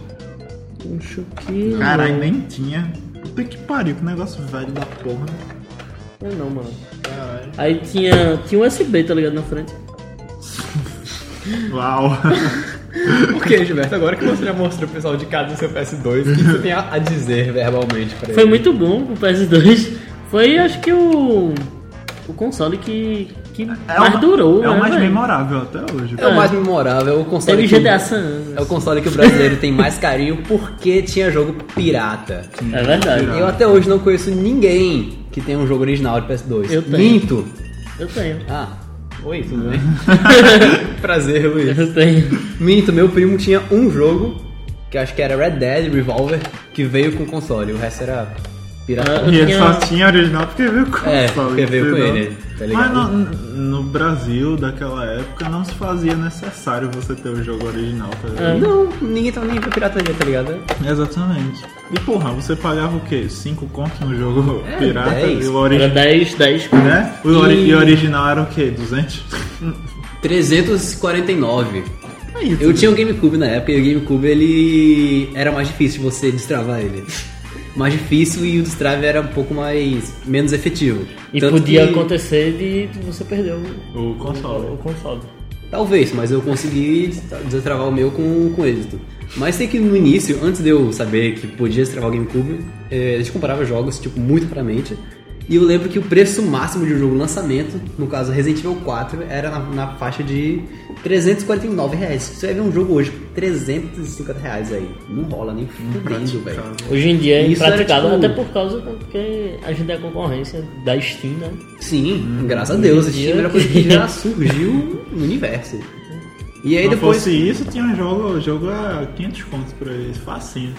Speaker 7: Um choquinho.
Speaker 6: Caralho, nem tinha. Puta que pariu, que negócio velho da porra.
Speaker 7: Não, é não, mano.
Speaker 6: Caralho.
Speaker 7: Aí tinha, tinha um USB, tá ligado, na frente.
Speaker 6: Uau.
Speaker 5: Ok, Gilberto, agora que você já mostrou o pessoal de casa do seu PS2, o que você tem a a dizer verbalmente pra ele?
Speaker 7: Foi muito bom pro PS2. Foi, acho que, o. O console que. que mais
Speaker 6: o-
Speaker 7: durou,
Speaker 6: É
Speaker 7: né,
Speaker 6: o mais
Speaker 7: velho?
Speaker 6: memorável até hoje.
Speaker 5: É o
Speaker 7: Ah.
Speaker 5: mais memorável, o console
Speaker 7: Teve
Speaker 5: que...
Speaker 7: GTA San Andreas.
Speaker 5: É o console que o brasileiro tem mais carinho porque tinha jogo pirata.
Speaker 7: É verdade.
Speaker 5: Eu até hoje não conheço ninguém que tenha um jogo original de PS2.
Speaker 7: Eu tenho.
Speaker 5: Minto.
Speaker 7: Eu tenho.
Speaker 5: Ah, Oi, tudo bem? Prazer, Luiz.
Speaker 7: Eu tenho.
Speaker 5: Minto, meu primo tinha um jogo, que acho que era Red Dead Revolver, que veio com console. O resto era pirata.
Speaker 7: Eu
Speaker 6: E
Speaker 7: tinha-
Speaker 6: só tinha original porque veio com
Speaker 5: É,
Speaker 6: o console,
Speaker 5: porque veio com
Speaker 6: entendeu?
Speaker 5: ele, tá
Speaker 6: Mas
Speaker 5: ligado?
Speaker 6: no, no Brasil, daquela época, não se fazia necessário você ter o jogo original, tá ligado?
Speaker 5: Não, ninguém tá nem pra pirataria, tá ligado?
Speaker 6: Exatamente. E porra, você pagava o quê? 5 contos no jogo pirata
Speaker 5: É, dez.
Speaker 6: e o
Speaker 7: Era
Speaker 6: original.
Speaker 7: 10, 10.
Speaker 6: Né? O ori- E o original era o quê? 200?
Speaker 5: 349.
Speaker 6: Aí,
Speaker 5: Eu tinha um GameCube na época e o GameCube ele era mais difícil de você destravar ele. Mais difícil e o destrave era um pouco mais menos efetivo.
Speaker 7: E
Speaker 5: Tanto
Speaker 7: podia
Speaker 5: que-
Speaker 7: acontecer de você perder o,
Speaker 6: O
Speaker 7: o
Speaker 6: console.
Speaker 7: console.
Speaker 5: Talvez, mas eu consegui destravar o meu com, com êxito. Mas sei que no início, antes de eu saber que podia destravar o GameCube, eh, a gente comparava jogos, tipo, muito raramente. E eu lembro que o preço máximo de um jogo lançamento, no caso Resident Evil 4, era na, na faixa de 349 reais. Você vai ver um jogo hoje por 350 reais aí. Não rola
Speaker 6: Um
Speaker 5: nem fudendo, velho.
Speaker 7: Hoje em dia é
Speaker 5: Isso era,
Speaker 7: impraticável,
Speaker 5: tipo-
Speaker 7: até por causa da- porque a gente é a concorrência da Steam, né?
Speaker 5: Sim,
Speaker 6: Hum,
Speaker 5: graças a Deus. Esse
Speaker 7: Meu
Speaker 5: time era uma coisa que já surgiu no universo. E aí
Speaker 6: Se não
Speaker 5: depois...
Speaker 6: fosse isso, tinha um jogo, o jogo a 500 contos por aí, facinho.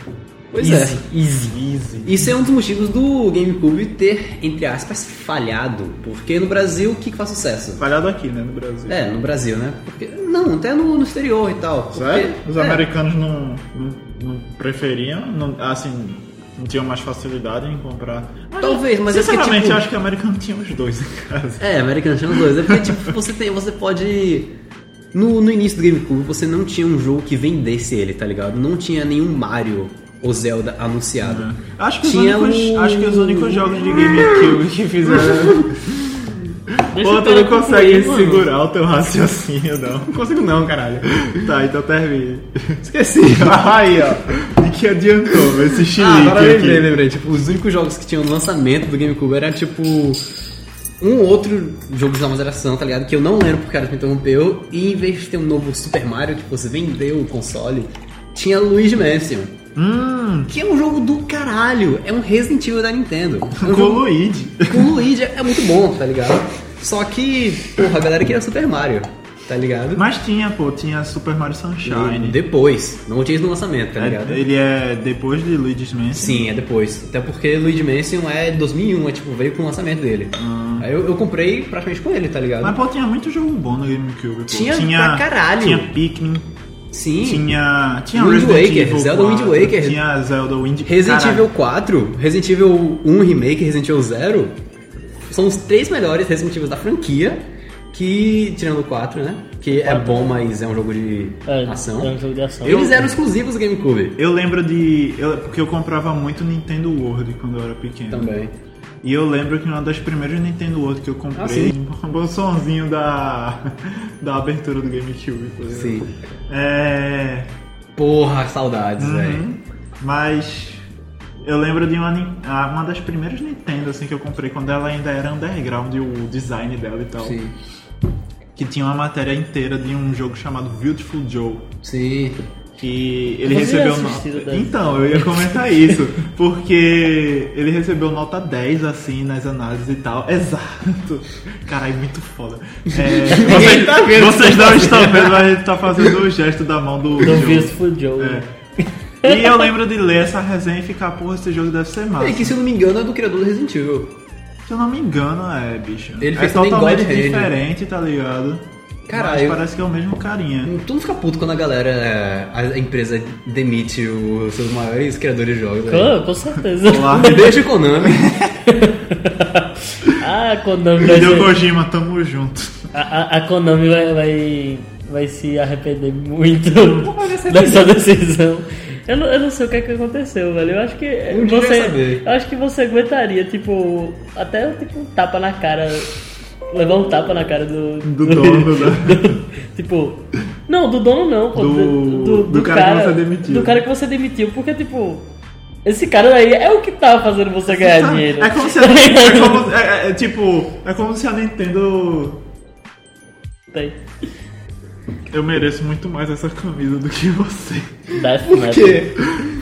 Speaker 5: Pois é.
Speaker 7: Easy.
Speaker 6: Easy.
Speaker 5: Isso é um dos motivos do GameCube ter, entre aspas, falhado. Porque no Brasil, o que, que faz sucesso?
Speaker 6: Falhado aqui, né, no Brasil.
Speaker 5: É, no Brasil, né? Porque- não, até no, no exterior e tal. Porque-
Speaker 6: Sério? Os
Speaker 5: é.
Speaker 6: americanos não, não, não preferiam, não- assim, não tinham mais facilidade em comprar. Mas,
Speaker 5: Talvez, mas é que,
Speaker 6: sinceramente,
Speaker 5: tipo-
Speaker 6: eu acho que o americano tinha os dois né, em casa.
Speaker 5: É, American Channel 2. É porque, tipo, você, tem, você pode... No, no início do GameCube, você não tinha um jogo que vendesse ele, tá ligado? Não tinha nenhum Mario ou Zelda anunciado.
Speaker 6: Acho que, os
Speaker 5: Tinha um-
Speaker 6: únicos,
Speaker 5: o-
Speaker 6: acho que os únicos jogos de GameCube que fizeram. Pô,
Speaker 5: tá
Speaker 6: tu não consegue segurar o teu raciocínio, não. Não consigo, não, caralho. Tá, então termina. Esqueci. Aí, ó. E que adiantou esse
Speaker 5: Ah,
Speaker 6: chilique
Speaker 5: agora eu lembrei,
Speaker 6: aqui.
Speaker 5: lembrei. Tipo, os únicos jogos que tinham no lançamento do GameCube era tipo. Um outro jogo de nova geração, tá ligado? Que eu não lembro porque o cara me interrompeu. E em vez de ter um novo Super Mario que você vendeu o console, tinha Luigi Mansion.
Speaker 6: Hum,
Speaker 5: Que é um jogo do caralho. É um Resident Evil da Nintendo. É um jogo
Speaker 6: Coloide.
Speaker 5: com o Luigi é muito bom, tá ligado? Só que, porra, a galera queria Super Mario, tá ligado?
Speaker 6: Mas tinha, pô, tinha Super Mario Sunshine.
Speaker 5: Depois, não tinha isso no lançamento, tá
Speaker 6: É,
Speaker 5: ligado?
Speaker 6: ele é depois de Luigi's Mansion?
Speaker 5: Sim, é depois. Até porque Luigi Mansion é 2001, é tipo, veio com o lançamento dele.
Speaker 7: Ah.
Speaker 5: Aí eu, eu comprei praticamente com ele, tá ligado?
Speaker 6: Mas, pô, tinha muito jogo bom no GameCube. Pô.
Speaker 5: Tinha pra caralho.
Speaker 6: Tinha Pikmin,
Speaker 5: Sim.
Speaker 6: tinha... Tinha
Speaker 5: Wind
Speaker 6: Resident
Speaker 5: Waker,
Speaker 6: Evil
Speaker 5: Zelda
Speaker 6: 4,
Speaker 5: Wind Waker.
Speaker 6: Tinha Zelda Wind...
Speaker 5: Resident
Speaker 6: Caralho.
Speaker 5: Evil 4, Resident Evil 1 Remake, Resident Evil 0 são os três melhores Resident Evil da franquia, que, tirando o 4, né? Que é bom, mas é um jogo de
Speaker 7: É,
Speaker 5: ação.
Speaker 7: é um jogo de ação.
Speaker 5: Eles eram exclusivos do GameCube
Speaker 6: Eu lembro de... eu- porque eu comprava muito Nintendo World quando eu era pequeno.
Speaker 5: também.
Speaker 6: E eu lembro que uma das primeiras Nintendo World que eu
Speaker 5: Ah,
Speaker 6: comprei... um bolsãozinho da... da abertura do GameCube. por
Speaker 5: Sim.
Speaker 6: exemplo. É...
Speaker 5: Porra, saudades, velho.
Speaker 6: Uhum. Mas eu lembro de uma, nin- ah, uma das primeiras Nintendo assim, que eu comprei quando ela ainda era underground e o design dela e tal.
Speaker 5: Sim.
Speaker 6: Que tinha uma matéria inteira de um jogo chamado Beautiful Joe.
Speaker 5: Sim.
Speaker 6: Que ele
Speaker 7: Eu havia
Speaker 6: recebeu
Speaker 7: assistido
Speaker 6: nota.
Speaker 7: dessa.
Speaker 6: Então, eu ia comentar isso. Porque ele recebeu nota 10 assim nas análises e tal. Exato. Caralho, muito foda. É, vocês
Speaker 5: tá
Speaker 6: vocês não estão vendo, mas a gente tá fazendo o gesto da mão do.
Speaker 7: Não
Speaker 6: Joe.
Speaker 7: vi isso foi Joe.
Speaker 6: É. E eu lembro de ler essa resenha e ficar, porra, esse jogo deve ser massa.
Speaker 5: E que, se eu não me engano, é do criador do Resident Evil.
Speaker 6: Se eu não me engano, é, bicho.
Speaker 5: Ele
Speaker 6: é
Speaker 5: fez também
Speaker 6: totalmente
Speaker 5: God Hand.
Speaker 6: diferente, tá ligado?
Speaker 5: Caralho.
Speaker 6: Mas parece que é o mesmo carinha.
Speaker 5: Tu não fica puto quando a galera, é, a empresa demite os seus maiores criadores de jogos. né?
Speaker 7: Com, com certeza.
Speaker 6: Olá.
Speaker 5: Beijo Konami.
Speaker 7: ah, Konami vai
Speaker 5: é-
Speaker 6: Hideo
Speaker 7: ser-
Speaker 6: Kojima, tamo junto.
Speaker 7: A, a- a Konami vai, vai, vai se arrepender muito
Speaker 5: vai se
Speaker 7: dessa decisão. Eu não, eu não sei o que, é que aconteceu, velho. Eu acho que
Speaker 5: Um dia vai
Speaker 7: você.
Speaker 5: saber.
Speaker 7: Eu acho que você aguentaria, tipo, até tipo, um tapa na cara. Levar um tapa na cara do.
Speaker 6: Do dono, da-
Speaker 7: tipo. Não, do dono não, pô.
Speaker 6: Do- do cara que você demitiu.
Speaker 7: Do cara que você demitiu, porque tipo. Esse cara daí é o que tá fazendo você ganhar
Speaker 6: Sabe?
Speaker 7: dinheiro. Tá
Speaker 6: É como se a, é como- é- é tipo, é como se a Nintendo.
Speaker 7: Tem.
Speaker 6: Eu mereço muito mais essa camisa do que você.
Speaker 7: Death
Speaker 5: Por
Speaker 7: Metal.
Speaker 5: quê?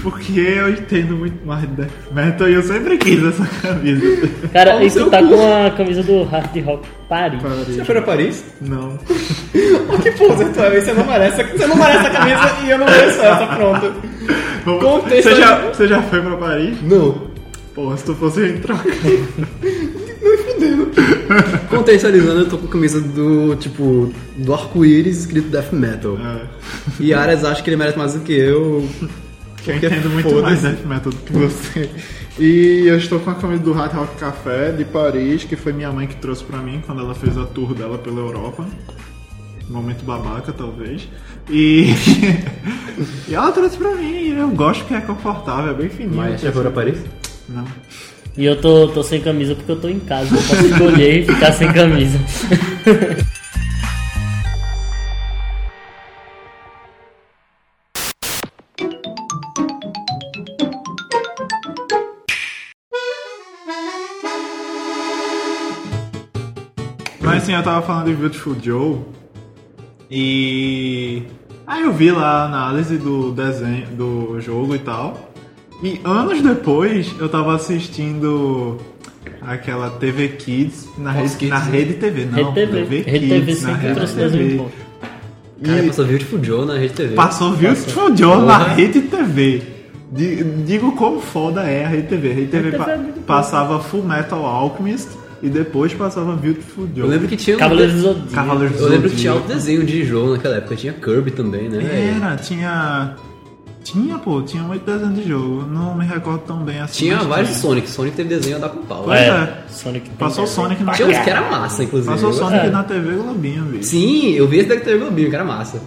Speaker 6: Porque eu entendo muito mais de death metal e eu sempre quis essa camisa.
Speaker 7: Cara,
Speaker 5: Fala no
Speaker 7: e tu
Speaker 5: seu
Speaker 7: tá
Speaker 5: cu.
Speaker 7: com a camisa do Hard Rock Paris.
Speaker 6: Parei.
Speaker 5: Você foi pra Paris?
Speaker 6: Não.
Speaker 5: Que poser tu é? Você não merece, você não merece a camisa e eu não mereço essa, pronto. Contexto-
Speaker 6: Você já, você já foi pra Paris?
Speaker 5: Não.
Speaker 6: Pô, se tu fosse trocar.
Speaker 5: Contextualizando, eu tô com a camisa do, tipo, do arco-íris escrito death metal.
Speaker 6: É.
Speaker 5: E Ares acha que ele merece mais do que eu.
Speaker 6: Que eu
Speaker 5: Porque
Speaker 6: entendo muito
Speaker 5: foda-se.
Speaker 6: mais death metal do que você. E eu estou com a camisa do Hard Rock Café de Paris, que foi minha mãe que trouxe pra mim quando ela fez a tour dela pela Europa. Momento babaca, talvez. E. e ela trouxe pra mim, e eu gosto porque é confortável, é bem fininho.
Speaker 5: Mas já foi pra Paris?
Speaker 6: Não.
Speaker 7: E eu tô, tô sem camisa porque eu tô em casa. Eu posso escolher e ficar sem camisa.
Speaker 6: Mas assim, eu tava falando de Beautiful Joe e aí eu vi lá a análise do desenho do jogo e tal. E anos depois eu tava assistindo aquela TV Kids na rede,
Speaker 5: Kids,
Speaker 6: na
Speaker 5: né?
Speaker 6: rede TV, não,
Speaker 7: Rede TV.
Speaker 6: TV
Speaker 7: Rede TV
Speaker 6: Kids, na
Speaker 7: sempre
Speaker 6: rede
Speaker 7: trouxe
Speaker 6: TV.
Speaker 7: desenho bom.
Speaker 5: Cara, passou Beautiful Joe na rede TV.
Speaker 6: Passou Beautiful Joe na rede TV. Di- Digo como foda é a rede TV. A rede TV
Speaker 7: TV
Speaker 6: pa-
Speaker 7: é muito boa.
Speaker 6: passava Full Metal Alchemist e depois passava Beautiful Joe.
Speaker 5: Eu lembro que tinha um...
Speaker 7: Cavaleiros do Zodíaco.
Speaker 6: Cavaleiros
Speaker 5: Eu lembro que
Speaker 6: do
Speaker 5: tinha
Speaker 6: Zodíaco.
Speaker 5: alto desenho de Joe naquela época. Tinha Kirby também, né?
Speaker 6: Era, tinha. Tinha, pô, tinha muito desenho de jogo. Não me recordo tão bem assim.
Speaker 5: Tinha
Speaker 6: mas
Speaker 5: vários Sonic. Sonic teve desenho a dar com pau.
Speaker 6: Pois
Speaker 7: É,
Speaker 6: é.
Speaker 7: Sonic tem
Speaker 6: Passou o
Speaker 7: desenho.
Speaker 6: Sonic na
Speaker 5: Tinha uns
Speaker 6: TV.
Speaker 5: que era massa, inclusive.
Speaker 6: Passou o
Speaker 5: Eu-
Speaker 6: Sonic
Speaker 7: É.
Speaker 6: na TV Globinho, bicho.
Speaker 5: Sim, eu vi esse da TV Globinho, que era massa.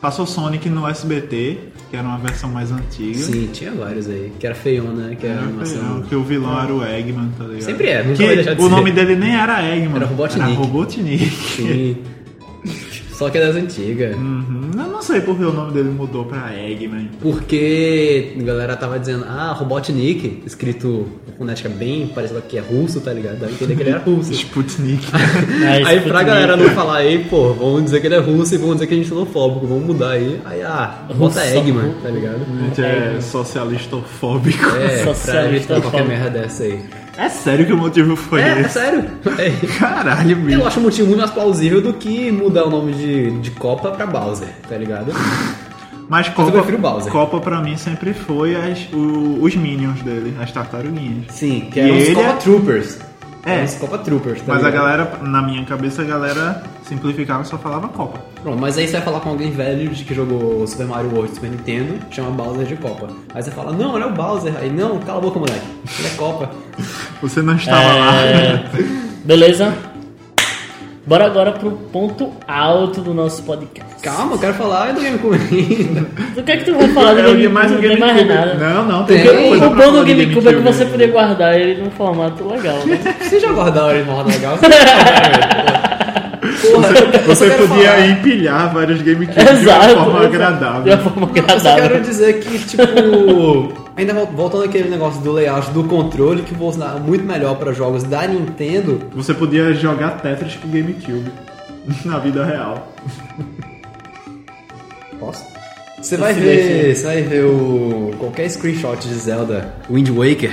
Speaker 6: Passou o Sonic no SBT, que era uma versão mais antiga.
Speaker 5: Sim, tinha vários aí. Que era feiona, né? Que era
Speaker 6: Era
Speaker 5: animação.
Speaker 6: feirão, É, que o vilão era o Eggman, tá ligado?
Speaker 5: Sempre é, nunca
Speaker 6: Que
Speaker 5: vai deixar de
Speaker 6: o
Speaker 5: ser.
Speaker 6: nome dele nem era Eggman.
Speaker 5: Era Robotnik.
Speaker 6: Era Robotnik.
Speaker 5: Sim. Só que é das antigas.
Speaker 6: Uhum. Eu não sei por que o nome dele mudou pra Eggman.
Speaker 5: Porque a galera tava dizendo, ah, Robotnik, escrito com fonética bem parecida que é russo, tá ligado? Dá pra entender que ele era russo.
Speaker 6: Sputnik.
Speaker 7: Mas
Speaker 5: aí pra
Speaker 7: Sputnik.
Speaker 5: galera não falar aí, pô, vão dizer que ele é russo e vão dizer que a gente é xenofóbico, vamos mudar aí. Aí, ah, bota
Speaker 7: Russo.
Speaker 5: Eggman, tá ligado?
Speaker 6: Gente, é socialistofóbico.
Speaker 5: É, pra
Speaker 7: Socialista
Speaker 5: evitar qualquer
Speaker 7: fóbico.
Speaker 5: merda dessa aí.
Speaker 6: É sério que o motivo foi
Speaker 5: É, é
Speaker 6: esse?
Speaker 5: sério. É.
Speaker 6: Caralho, bicho.
Speaker 5: Eu acho um motivo muito mais plausível do que mudar o nome de, de Copa pra Bowser, tá ligado?
Speaker 6: Mas Copa,
Speaker 5: prefiro o Bowser.
Speaker 6: Copa pra mim sempre foi as- o- os minions dele, as tartaruguinhas.
Speaker 5: Sim, que
Speaker 6: E
Speaker 5: eram os
Speaker 6: ele é-
Speaker 5: Copa Troopers.
Speaker 6: É.
Speaker 5: Eram os Copa Troopers, tá
Speaker 6: Mas a
Speaker 5: ligado?
Speaker 6: galera, na minha cabeça, a galera simplificava e só falava Copa.
Speaker 5: Pronto, mas aí você vai falar com alguém velho de que jogou Super Mario World Super Nintendo, chama Bowser de Copa. Aí você fala, não, ele é o Bowser. Aí, não, cala a boca, moleque. Ele é Copa.
Speaker 6: Você não estava lá.
Speaker 7: É. Beleza? Bora agora pro ponto alto do nosso podcast.
Speaker 5: Calma, eu quero falar do GameCube ainda.
Speaker 7: Do que é que tu vai falar do
Speaker 6: É o
Speaker 7: GameCube?
Speaker 6: que mais o
Speaker 7: não tem mais
Speaker 6: GameCube.
Speaker 7: nada.
Speaker 6: Não, não, tem
Speaker 7: Porque
Speaker 5: Tem.
Speaker 6: coisa
Speaker 7: o
Speaker 6: pra
Speaker 7: bom
Speaker 6: falar
Speaker 7: do
Speaker 6: de
Speaker 7: GameCube é que você podia guardar ele num formato legal. né?
Speaker 5: Você já guardou ele no legal?
Speaker 6: Você podia empilhar vários GameCube
Speaker 7: Exato.
Speaker 6: de uma forma
Speaker 7: De
Speaker 6: agradável.
Speaker 7: uma forma
Speaker 5: Eu só quero
Speaker 7: agradável.
Speaker 5: dizer que, tipo, ainda vol- voltando aquele negócio do layout do controle, que funcionava muito melhor pra jogos da Nintendo,
Speaker 6: Você podia jogar Tetris com GameCube na vida real.
Speaker 5: Posso? Você vai ver, você vai ver o qualquer screenshot de Zelda Wind Waker.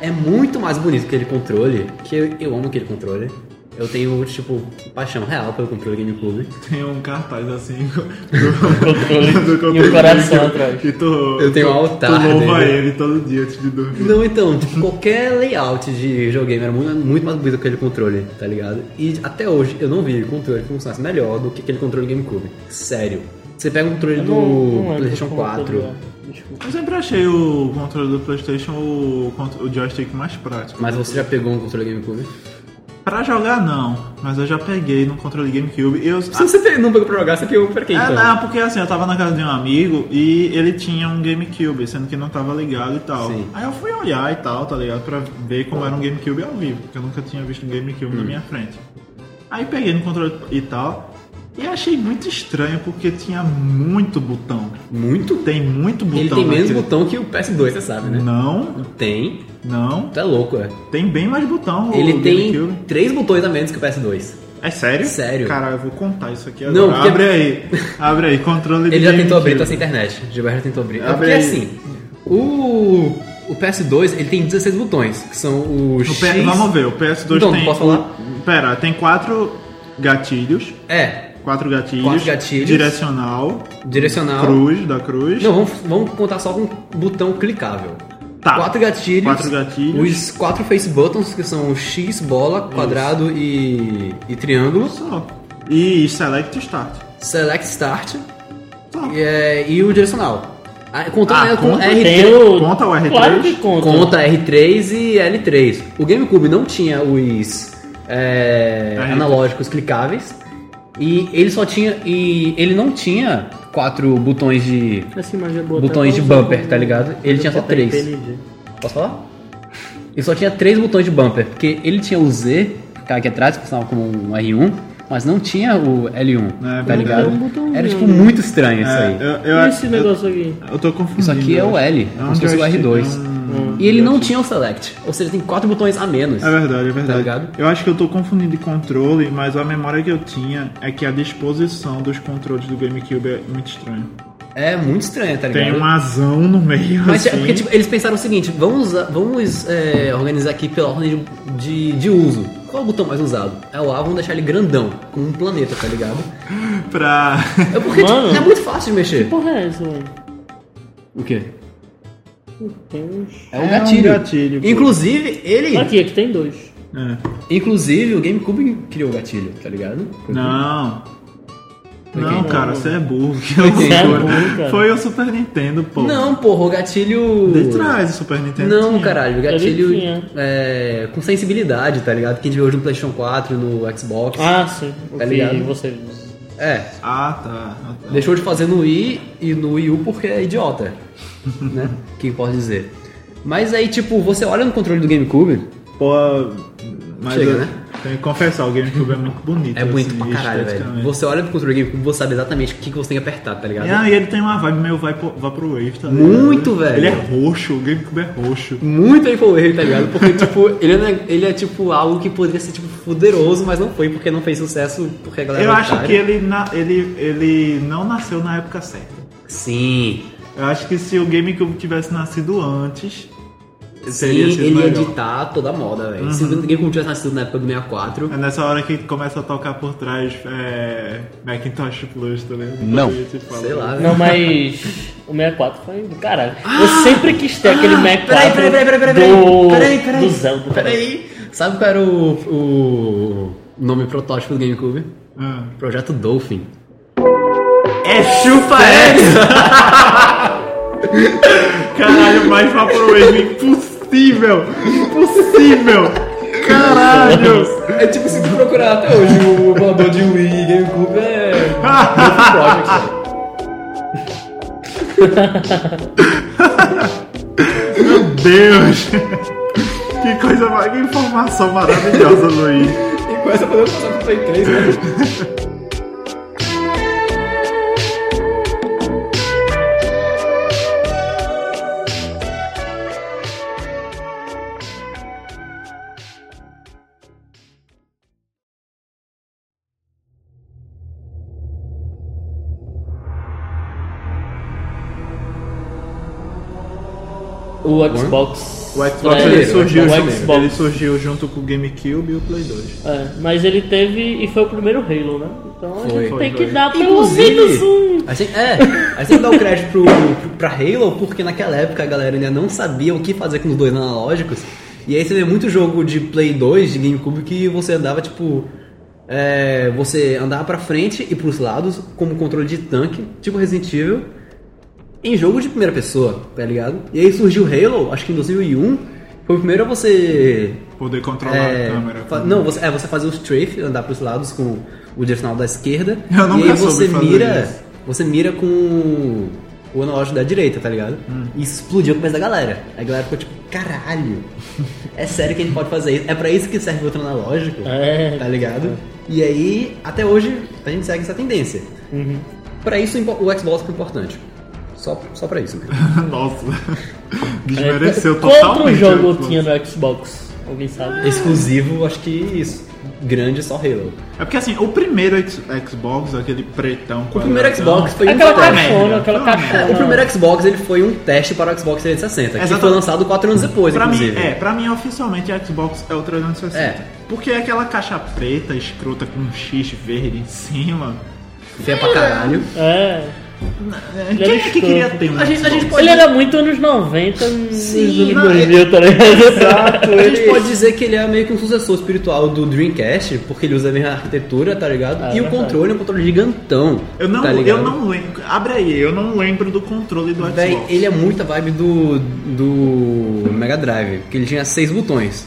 Speaker 5: É muito mais bonito que aquele controle, que eu, eu amo aquele controle. Eu tenho tipo paixão real pelo controle GameCube.
Speaker 6: Tem um cartaz assim do, do
Speaker 7: E o coração
Speaker 6: GameCube
Speaker 7: atrás.
Speaker 6: que tu,
Speaker 5: Eu tenho um
Speaker 6: tu
Speaker 5: altar
Speaker 6: louva
Speaker 5: dele.
Speaker 6: ele todo dia antes de dormir.
Speaker 5: Não, então, tipo, qualquer layout de videogame era muito, muito mais bonito que aquele controle, tá ligado? E até hoje eu não vi controle que funcionasse melhor do que aquele controle GameCube. Sério. Você pega o controle
Speaker 7: Eu
Speaker 5: do
Speaker 7: lembro
Speaker 5: PlayStation
Speaker 7: como é
Speaker 5: 4.
Speaker 7: poderia. Desculpa.
Speaker 6: Eu sempre achei o controle do PlayStation o, contro- o joystick mais prático.
Speaker 5: Mas você já pegou um controle GameCube?
Speaker 6: Pra jogar, não. Mas eu já peguei no controle GameCube. Eu,
Speaker 5: Se você pe- não pegou pra jogar, você pegou pra quê,
Speaker 6: ah,
Speaker 5: então?
Speaker 6: não, porque assim, eu tava na casa de um amigo e ele tinha um GameCube, sendo que não tava ligado e tal.
Speaker 5: Sim.
Speaker 6: Aí eu fui olhar e tal, tá ligado? Pra ver como era um GameCube ao vivo, porque eu nunca tinha visto um GameCube
Speaker 5: Hum.
Speaker 6: na minha frente. Aí peguei no controle e tal. E achei muito estranho porque tinha muito botão.
Speaker 5: Muito?
Speaker 6: Tem muito botão.
Speaker 5: Ele tem menos
Speaker 6: naquele-
Speaker 5: botão que o PS2, você sabe, né?
Speaker 6: Não,
Speaker 5: Tem.
Speaker 6: não.
Speaker 5: Tu é louco, é.
Speaker 6: Tem bem mais botão
Speaker 5: Ele
Speaker 6: o
Speaker 5: tem
Speaker 6: GameCube.
Speaker 5: três botões a menos que o PS2.
Speaker 6: É sério?
Speaker 5: Sério.
Speaker 6: Cara, eu vou contar isso aqui agora.
Speaker 5: Não, porque-
Speaker 6: Abre aí. Abre aí, controle de
Speaker 5: Ele já tentou tá
Speaker 6: GameCube.
Speaker 5: abrir essa internet. Gilberto já tentou abrir. É
Speaker 6: Abre
Speaker 5: porque
Speaker 6: aí.
Speaker 5: assim, O, o PS2, ele tem 16 botões, que são os
Speaker 6: O
Speaker 5: X...
Speaker 6: P- Vamos ver, o PS2
Speaker 5: Então,
Speaker 6: tem.
Speaker 5: posso
Speaker 6: o-
Speaker 5: falar?
Speaker 6: Pera, tem quatro gatilhos.
Speaker 5: É,
Speaker 6: Quatro gatilhos.
Speaker 5: Quatro gatilhos.
Speaker 6: Direcional,
Speaker 5: direcional...
Speaker 6: cruz, da cruz.
Speaker 5: Não, vamos, vamos contar só com um botão clicável.
Speaker 6: Tá.
Speaker 5: Quatro gatilhos.
Speaker 6: Quatro gatilhos.
Speaker 5: Os quatro face buttons, que são X, bola, quadrado e, e triângulo.
Speaker 6: Só. E select start.
Speaker 5: Select Start.
Speaker 6: Só.
Speaker 5: E, é, e o direcional. Ah, Contando
Speaker 6: Ah,
Speaker 5: né, com
Speaker 6: conta,
Speaker 5: R3.
Speaker 7: Tem o...
Speaker 6: Conta o R3?
Speaker 7: Claro que conta.
Speaker 5: Conta R3 e L3. O GameCube não tinha os é,
Speaker 6: R3.
Speaker 5: analógicos clicáveis. E ele só tinha. E ele não tinha quatro botões de.
Speaker 7: Essa imagem é boa,
Speaker 5: Botões
Speaker 7: tá?
Speaker 5: de bumper, tá ligado? Ele tinha só
Speaker 7: Botão
Speaker 5: três.
Speaker 7: inteligente.
Speaker 5: Posso falar? Ele só tinha três botões de bumper, porque ele tinha o Z, que tá aqui atrás, que funcionava como um R1, mas não tinha o L1,
Speaker 6: É,
Speaker 5: tá
Speaker 6: verdade.
Speaker 5: ligado?
Speaker 7: Era um botãozinho,
Speaker 5: Era tipo
Speaker 7: né?
Speaker 5: muito estranho isso
Speaker 6: É,
Speaker 5: aí.
Speaker 6: eu, eu,
Speaker 7: E
Speaker 6: acho-
Speaker 7: esse
Speaker 6: eu-
Speaker 7: negócio aqui?
Speaker 6: Eu tô confundindo.
Speaker 5: Isso aqui é o L,
Speaker 6: É
Speaker 5: como se fosse o
Speaker 6: joystick,
Speaker 5: R2.
Speaker 6: é um-
Speaker 5: E ele não tinha o Select, ou seja, tem quatro botões a menos.
Speaker 6: É verdade, é verdade.
Speaker 5: Tá ligado?
Speaker 6: eu acho que eu tô confundindo de controle, mas a memória que eu tinha é que a disposição dos controles do GameCube é muito estranha.
Speaker 5: É muito estranho, tá ligado?
Speaker 6: Tem um azão no meio,
Speaker 5: Mas é
Speaker 6: assim.
Speaker 5: porque tipo, eles pensaram o seguinte, vamos, usar- vamos é, organizar aqui pela ordem de, de, de uso. Qual o botão mais usado? É o A, vamos deixar ele grandão, como um planeta, tá ligado?
Speaker 6: Pra...
Speaker 5: É porque tipo,
Speaker 7: Mano.
Speaker 5: é muito fácil de mexer.
Speaker 7: Que porra é essa, mano?
Speaker 5: O quê?
Speaker 7: Tem uns...
Speaker 5: É um
Speaker 6: É um
Speaker 5: gatilho.
Speaker 6: gatilho, pô.
Speaker 5: Inclusive, ele.
Speaker 7: Aqui, aqui tem dois.
Speaker 6: É.
Speaker 5: Inclusive, o GameCube criou o gatilho, tá ligado?
Speaker 6: Não.
Speaker 5: Foi
Speaker 6: Não,
Speaker 5: quem? né?
Speaker 6: cara, você é burro. Que
Speaker 7: Você é
Speaker 6: loucura.
Speaker 7: burro, cara.
Speaker 6: Foi o Super Nintendo, pô. né?
Speaker 5: Não, porra, o gatilho.
Speaker 6: De trás, o Super Nintendo.
Speaker 5: Não,
Speaker 6: tinha.
Speaker 5: caralho, o gatilho
Speaker 7: Ele tinha.
Speaker 5: é, com sensibilidade, tá ligado? Que a gente vê hoje no PlayStation 4, no Xbox.
Speaker 7: Ah, sim. Eu
Speaker 5: Tá
Speaker 7: vi
Speaker 5: ligado?
Speaker 7: você.
Speaker 5: É,
Speaker 6: Ah, tá. Ah, tá.
Speaker 5: deixou de fazer no Wii e no Wii U porque é idiota, né? Quem pode dizer. Mas aí, tipo, você olha no controle do GameCube,
Speaker 6: Pô, mas
Speaker 5: Chega,
Speaker 6: eu
Speaker 5: né?
Speaker 6: tenho que confessar, o GameCube é muito bonito.
Speaker 5: é bonito
Speaker 6: assim,
Speaker 5: pra caralho, velho.
Speaker 6: esteticamente.
Speaker 5: Você olha pro controle do GameCube, você sabe exatamente o que que você tem que apertar, tá ligado?
Speaker 6: E aí ele tem uma vibe meio vipo- Vaporwave, tá ligado?
Speaker 5: Muito, velho.
Speaker 6: Ele é roxo, o GameCube é roxo.
Speaker 5: muito Vaporwave, tá ligado? Porque, tipo, ele, não é, ele é, tipo, algo que poderia ser, tipo, poderoso, mas não foi, porque não fez sucesso, porque a galera
Speaker 6: Eu
Speaker 5: é
Speaker 6: acho
Speaker 5: otária.
Speaker 6: que ele, na- ele, ele não nasceu na época certa.
Speaker 5: Sim,
Speaker 6: Eu acho que se o GameCube tivesse nascido antes,
Speaker 5: sim,
Speaker 6: teria sido
Speaker 5: ele ia
Speaker 6: melhor. Uhum.
Speaker 5: editar toda a moda, velho. Se ninguém como tivesse nascido na época do 64...
Speaker 6: É nessa hora que começa a tocar por trás é, Macintosh Plus, tá ligado?
Speaker 3: Não.
Speaker 5: Sei lá, velho.
Speaker 7: Não, mas... O 64 foi do caralho. eu sempre quis ter aquele
Speaker 5: Ah!
Speaker 7: 64
Speaker 5: Peraí, peraí, peraí, peraí, peraí, peraí,
Speaker 7: do...
Speaker 5: peraí, peraí,
Speaker 7: do Zelda.
Speaker 5: Peraí, sabe qual era o, o nome protótipo do GameCube?
Speaker 6: Ah.
Speaker 5: Projeto Dolphin.
Speaker 6: É
Speaker 7: Ah,
Speaker 6: chupa é! Caralho, mais Vaporwave impossível! Impossível! Caralho!
Speaker 5: É tipo se tu procurar até hoje o emulador de Wii e GameCube é... Dolphin Project, velho.
Speaker 6: Meu Deus! Que coisa, ma- que informação maravilhosa, Luiz.
Speaker 5: E com essa podemos passar pro Play 3, né?
Speaker 7: O Xbox...
Speaker 6: O Xbox
Speaker 7: É,
Speaker 6: ele surgiu,
Speaker 5: assim
Speaker 7: o
Speaker 6: junto-
Speaker 7: Xbox.
Speaker 6: ele surgiu junto com o GameCube e o Play 2.
Speaker 7: É, mas ele teve... E foi o primeiro Halo, né? Então a
Speaker 5: Foi.
Speaker 7: gente
Speaker 5: Foi,
Speaker 7: tem
Speaker 6: foi.
Speaker 7: que dar pelo menos um...
Speaker 5: a gente, é, a gente dá o crédito pro, pro, pra Halo, porque naquela época a galera ainda não sabia o que fazer com os dois analógicos. E aí você vê muito jogo de Play 2, de GameCube, que você andava tipo. é, você andava pra frente e pros lados, como controle de tanque, tipo Resident Evil, em jogo de primeira pessoa, tá ligado? E aí surgiu Halo, acho que em 2001, foi o primeiro a você
Speaker 6: Poder controlar
Speaker 5: É,
Speaker 6: a câmera.
Speaker 5: fa- não, você, é você fazer os strafe, andar pros lados com o direcional da esquerda.
Speaker 6: Eu nunca
Speaker 5: e aí
Speaker 6: soube
Speaker 5: você
Speaker 6: fazer
Speaker 5: mira.
Speaker 6: isso.
Speaker 5: Você mira com o analógico da direita, tá ligado?
Speaker 6: Hum.
Speaker 5: E isso explodiu com o começo da galera. Aí A galera ficou tipo, caralho, é sério que a gente pode fazer isso. É pra isso que serve o outro analógico,
Speaker 7: É.
Speaker 5: tá ligado? E aí, até hoje, a gente segue essa tendência.
Speaker 6: Uhum.
Speaker 5: Pra isso, o Xbox é importante. Só, só pra isso né? mesmo.
Speaker 6: Nossa. Desmereceu
Speaker 7: Quanto
Speaker 6: totalmente.
Speaker 7: É, jogo
Speaker 6: o Xbox.
Speaker 7: tinha no Xbox? Alguém sabe?
Speaker 5: Exclusivo, acho que isso. Grande só Halo.
Speaker 6: É porque assim, o primeiro X- Xbox, aquele pretão.
Speaker 5: O primeiro Xbox
Speaker 6: então.
Speaker 5: foi um
Speaker 7: É Aquela
Speaker 5: fracasso.
Speaker 7: caixona, aquela
Speaker 6: Não, merda.
Speaker 7: caixona.
Speaker 5: é O primeiro Xbox ele foi um teste para o Xbox 360, que foi
Speaker 6: Exatamente.
Speaker 5: lançado 4 anos depois,
Speaker 6: Pra mim,
Speaker 5: inclusive.
Speaker 6: é, pra mim, oficialmente, a Xbox é o 360.
Speaker 5: É.
Speaker 6: Porque é aquela caixa preta, escrota, com um X verde em cima.
Speaker 5: Feia pra caralho.
Speaker 7: É.
Speaker 6: Quem
Speaker 7: era
Speaker 6: é que
Speaker 7: escroto.
Speaker 6: queria ter um
Speaker 5: A gente- a
Speaker 6: Xbox?
Speaker 5: gente
Speaker 7: Ele era muito anos 90,
Speaker 5: Sim,
Speaker 7: Sim,
Speaker 5: não,
Speaker 7: anos 2000, tá ligado?
Speaker 5: A gente pode dizer que ele é meio que um sucessor espiritual do Dreamcast, porque ele usa a mesma arquitetura, tá ligado?
Speaker 7: É
Speaker 5: e o
Speaker 7: verdade.
Speaker 5: controle é um controle gigantão.
Speaker 6: Eu não,
Speaker 5: tá ligado?
Speaker 6: eu não lembro. Abre aí, eu não lembro do controle do
Speaker 5: Véi,
Speaker 6: Xbox.
Speaker 5: ele é muita vibe do, do Mega Drive, porque ele tinha seis botões,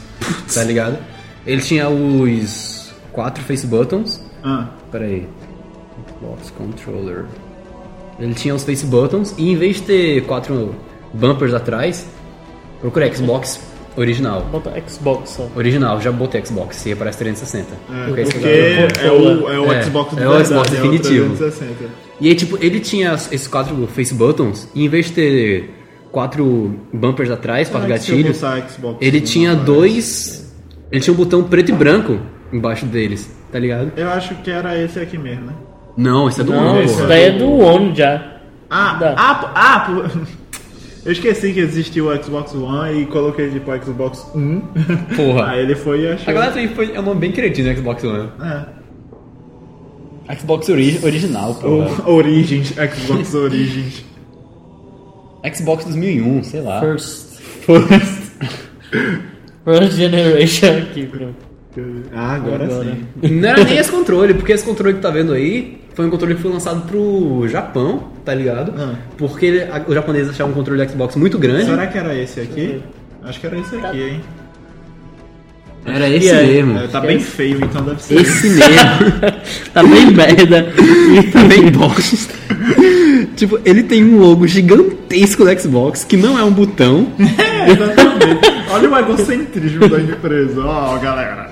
Speaker 5: tá ligado? Ele tinha os quatro face buttons.
Speaker 6: Ah,
Speaker 5: Pera aí. Xbox Controller. Ele tinha os face buttons e em vez de ter quatro bumpers atrás, procura Xbox original.
Speaker 7: Bota Xbox só.
Speaker 5: Original, já botei Xbox, e aparece 360. Porque esse
Speaker 6: porque
Speaker 5: cara-
Speaker 6: é o, é o
Speaker 5: É,
Speaker 6: Xbox do
Speaker 5: é o Xbox
Speaker 6: verdade,
Speaker 5: definitivo.
Speaker 6: É o 360.
Speaker 5: E aí, tipo, ele tinha esses quatro face buttons, e em vez de ter quatro bumpers atrás, quatro
Speaker 6: Como é que se eu
Speaker 5: gatilhos,
Speaker 6: botar Xbox
Speaker 5: ele
Speaker 6: no
Speaker 5: tinha
Speaker 6: aparelho?
Speaker 5: dois. Ele tinha um botão preto e branco embaixo deles, tá ligado?
Speaker 6: Eu acho que era esse aqui mesmo, né?
Speaker 5: Não, esse é do
Speaker 7: Não,
Speaker 5: One,
Speaker 7: isso
Speaker 5: porra.
Speaker 7: daí é do One já.
Speaker 6: Ah,
Speaker 7: Dá.
Speaker 6: ah, pô- ah, pô. Eu esqueci que existia o Xbox One e coloquei tipo Xbox 1.
Speaker 5: Porra.
Speaker 6: é Aí ele foi e achou.
Speaker 5: A galera também foi, é um nome bem criativo no Xbox One.
Speaker 6: É.
Speaker 5: Xbox ori- original, porra.
Speaker 6: O Origins, Xbox Origins.
Speaker 5: Xbox 2001, sei lá.
Speaker 7: First. First. First Generation aqui, bro.
Speaker 6: Ah, agora,
Speaker 7: Agora.
Speaker 6: sim.
Speaker 5: Não era nem esse controle, porque esse controle que tá vendo aí foi um controle que foi lançado pro Japão, tá ligado?
Speaker 6: Ah.
Speaker 5: Porque ele- a- os japoneses acharam um controle do Xbox muito grande.
Speaker 6: Será que era esse aqui? Acho que era esse aqui, hein?
Speaker 5: Era esse
Speaker 7: E aí?
Speaker 5: mesmo.
Speaker 6: É, tá bem feio, então deve ser.
Speaker 5: Esse mesmo.
Speaker 7: Tá bem merda.
Speaker 5: tá bem bosta. tipo, ele tem um logo gigantesco do Xbox, que não é um botão.
Speaker 6: É, exatamente. Olha o egocentrismo da empresa. Ó, galera.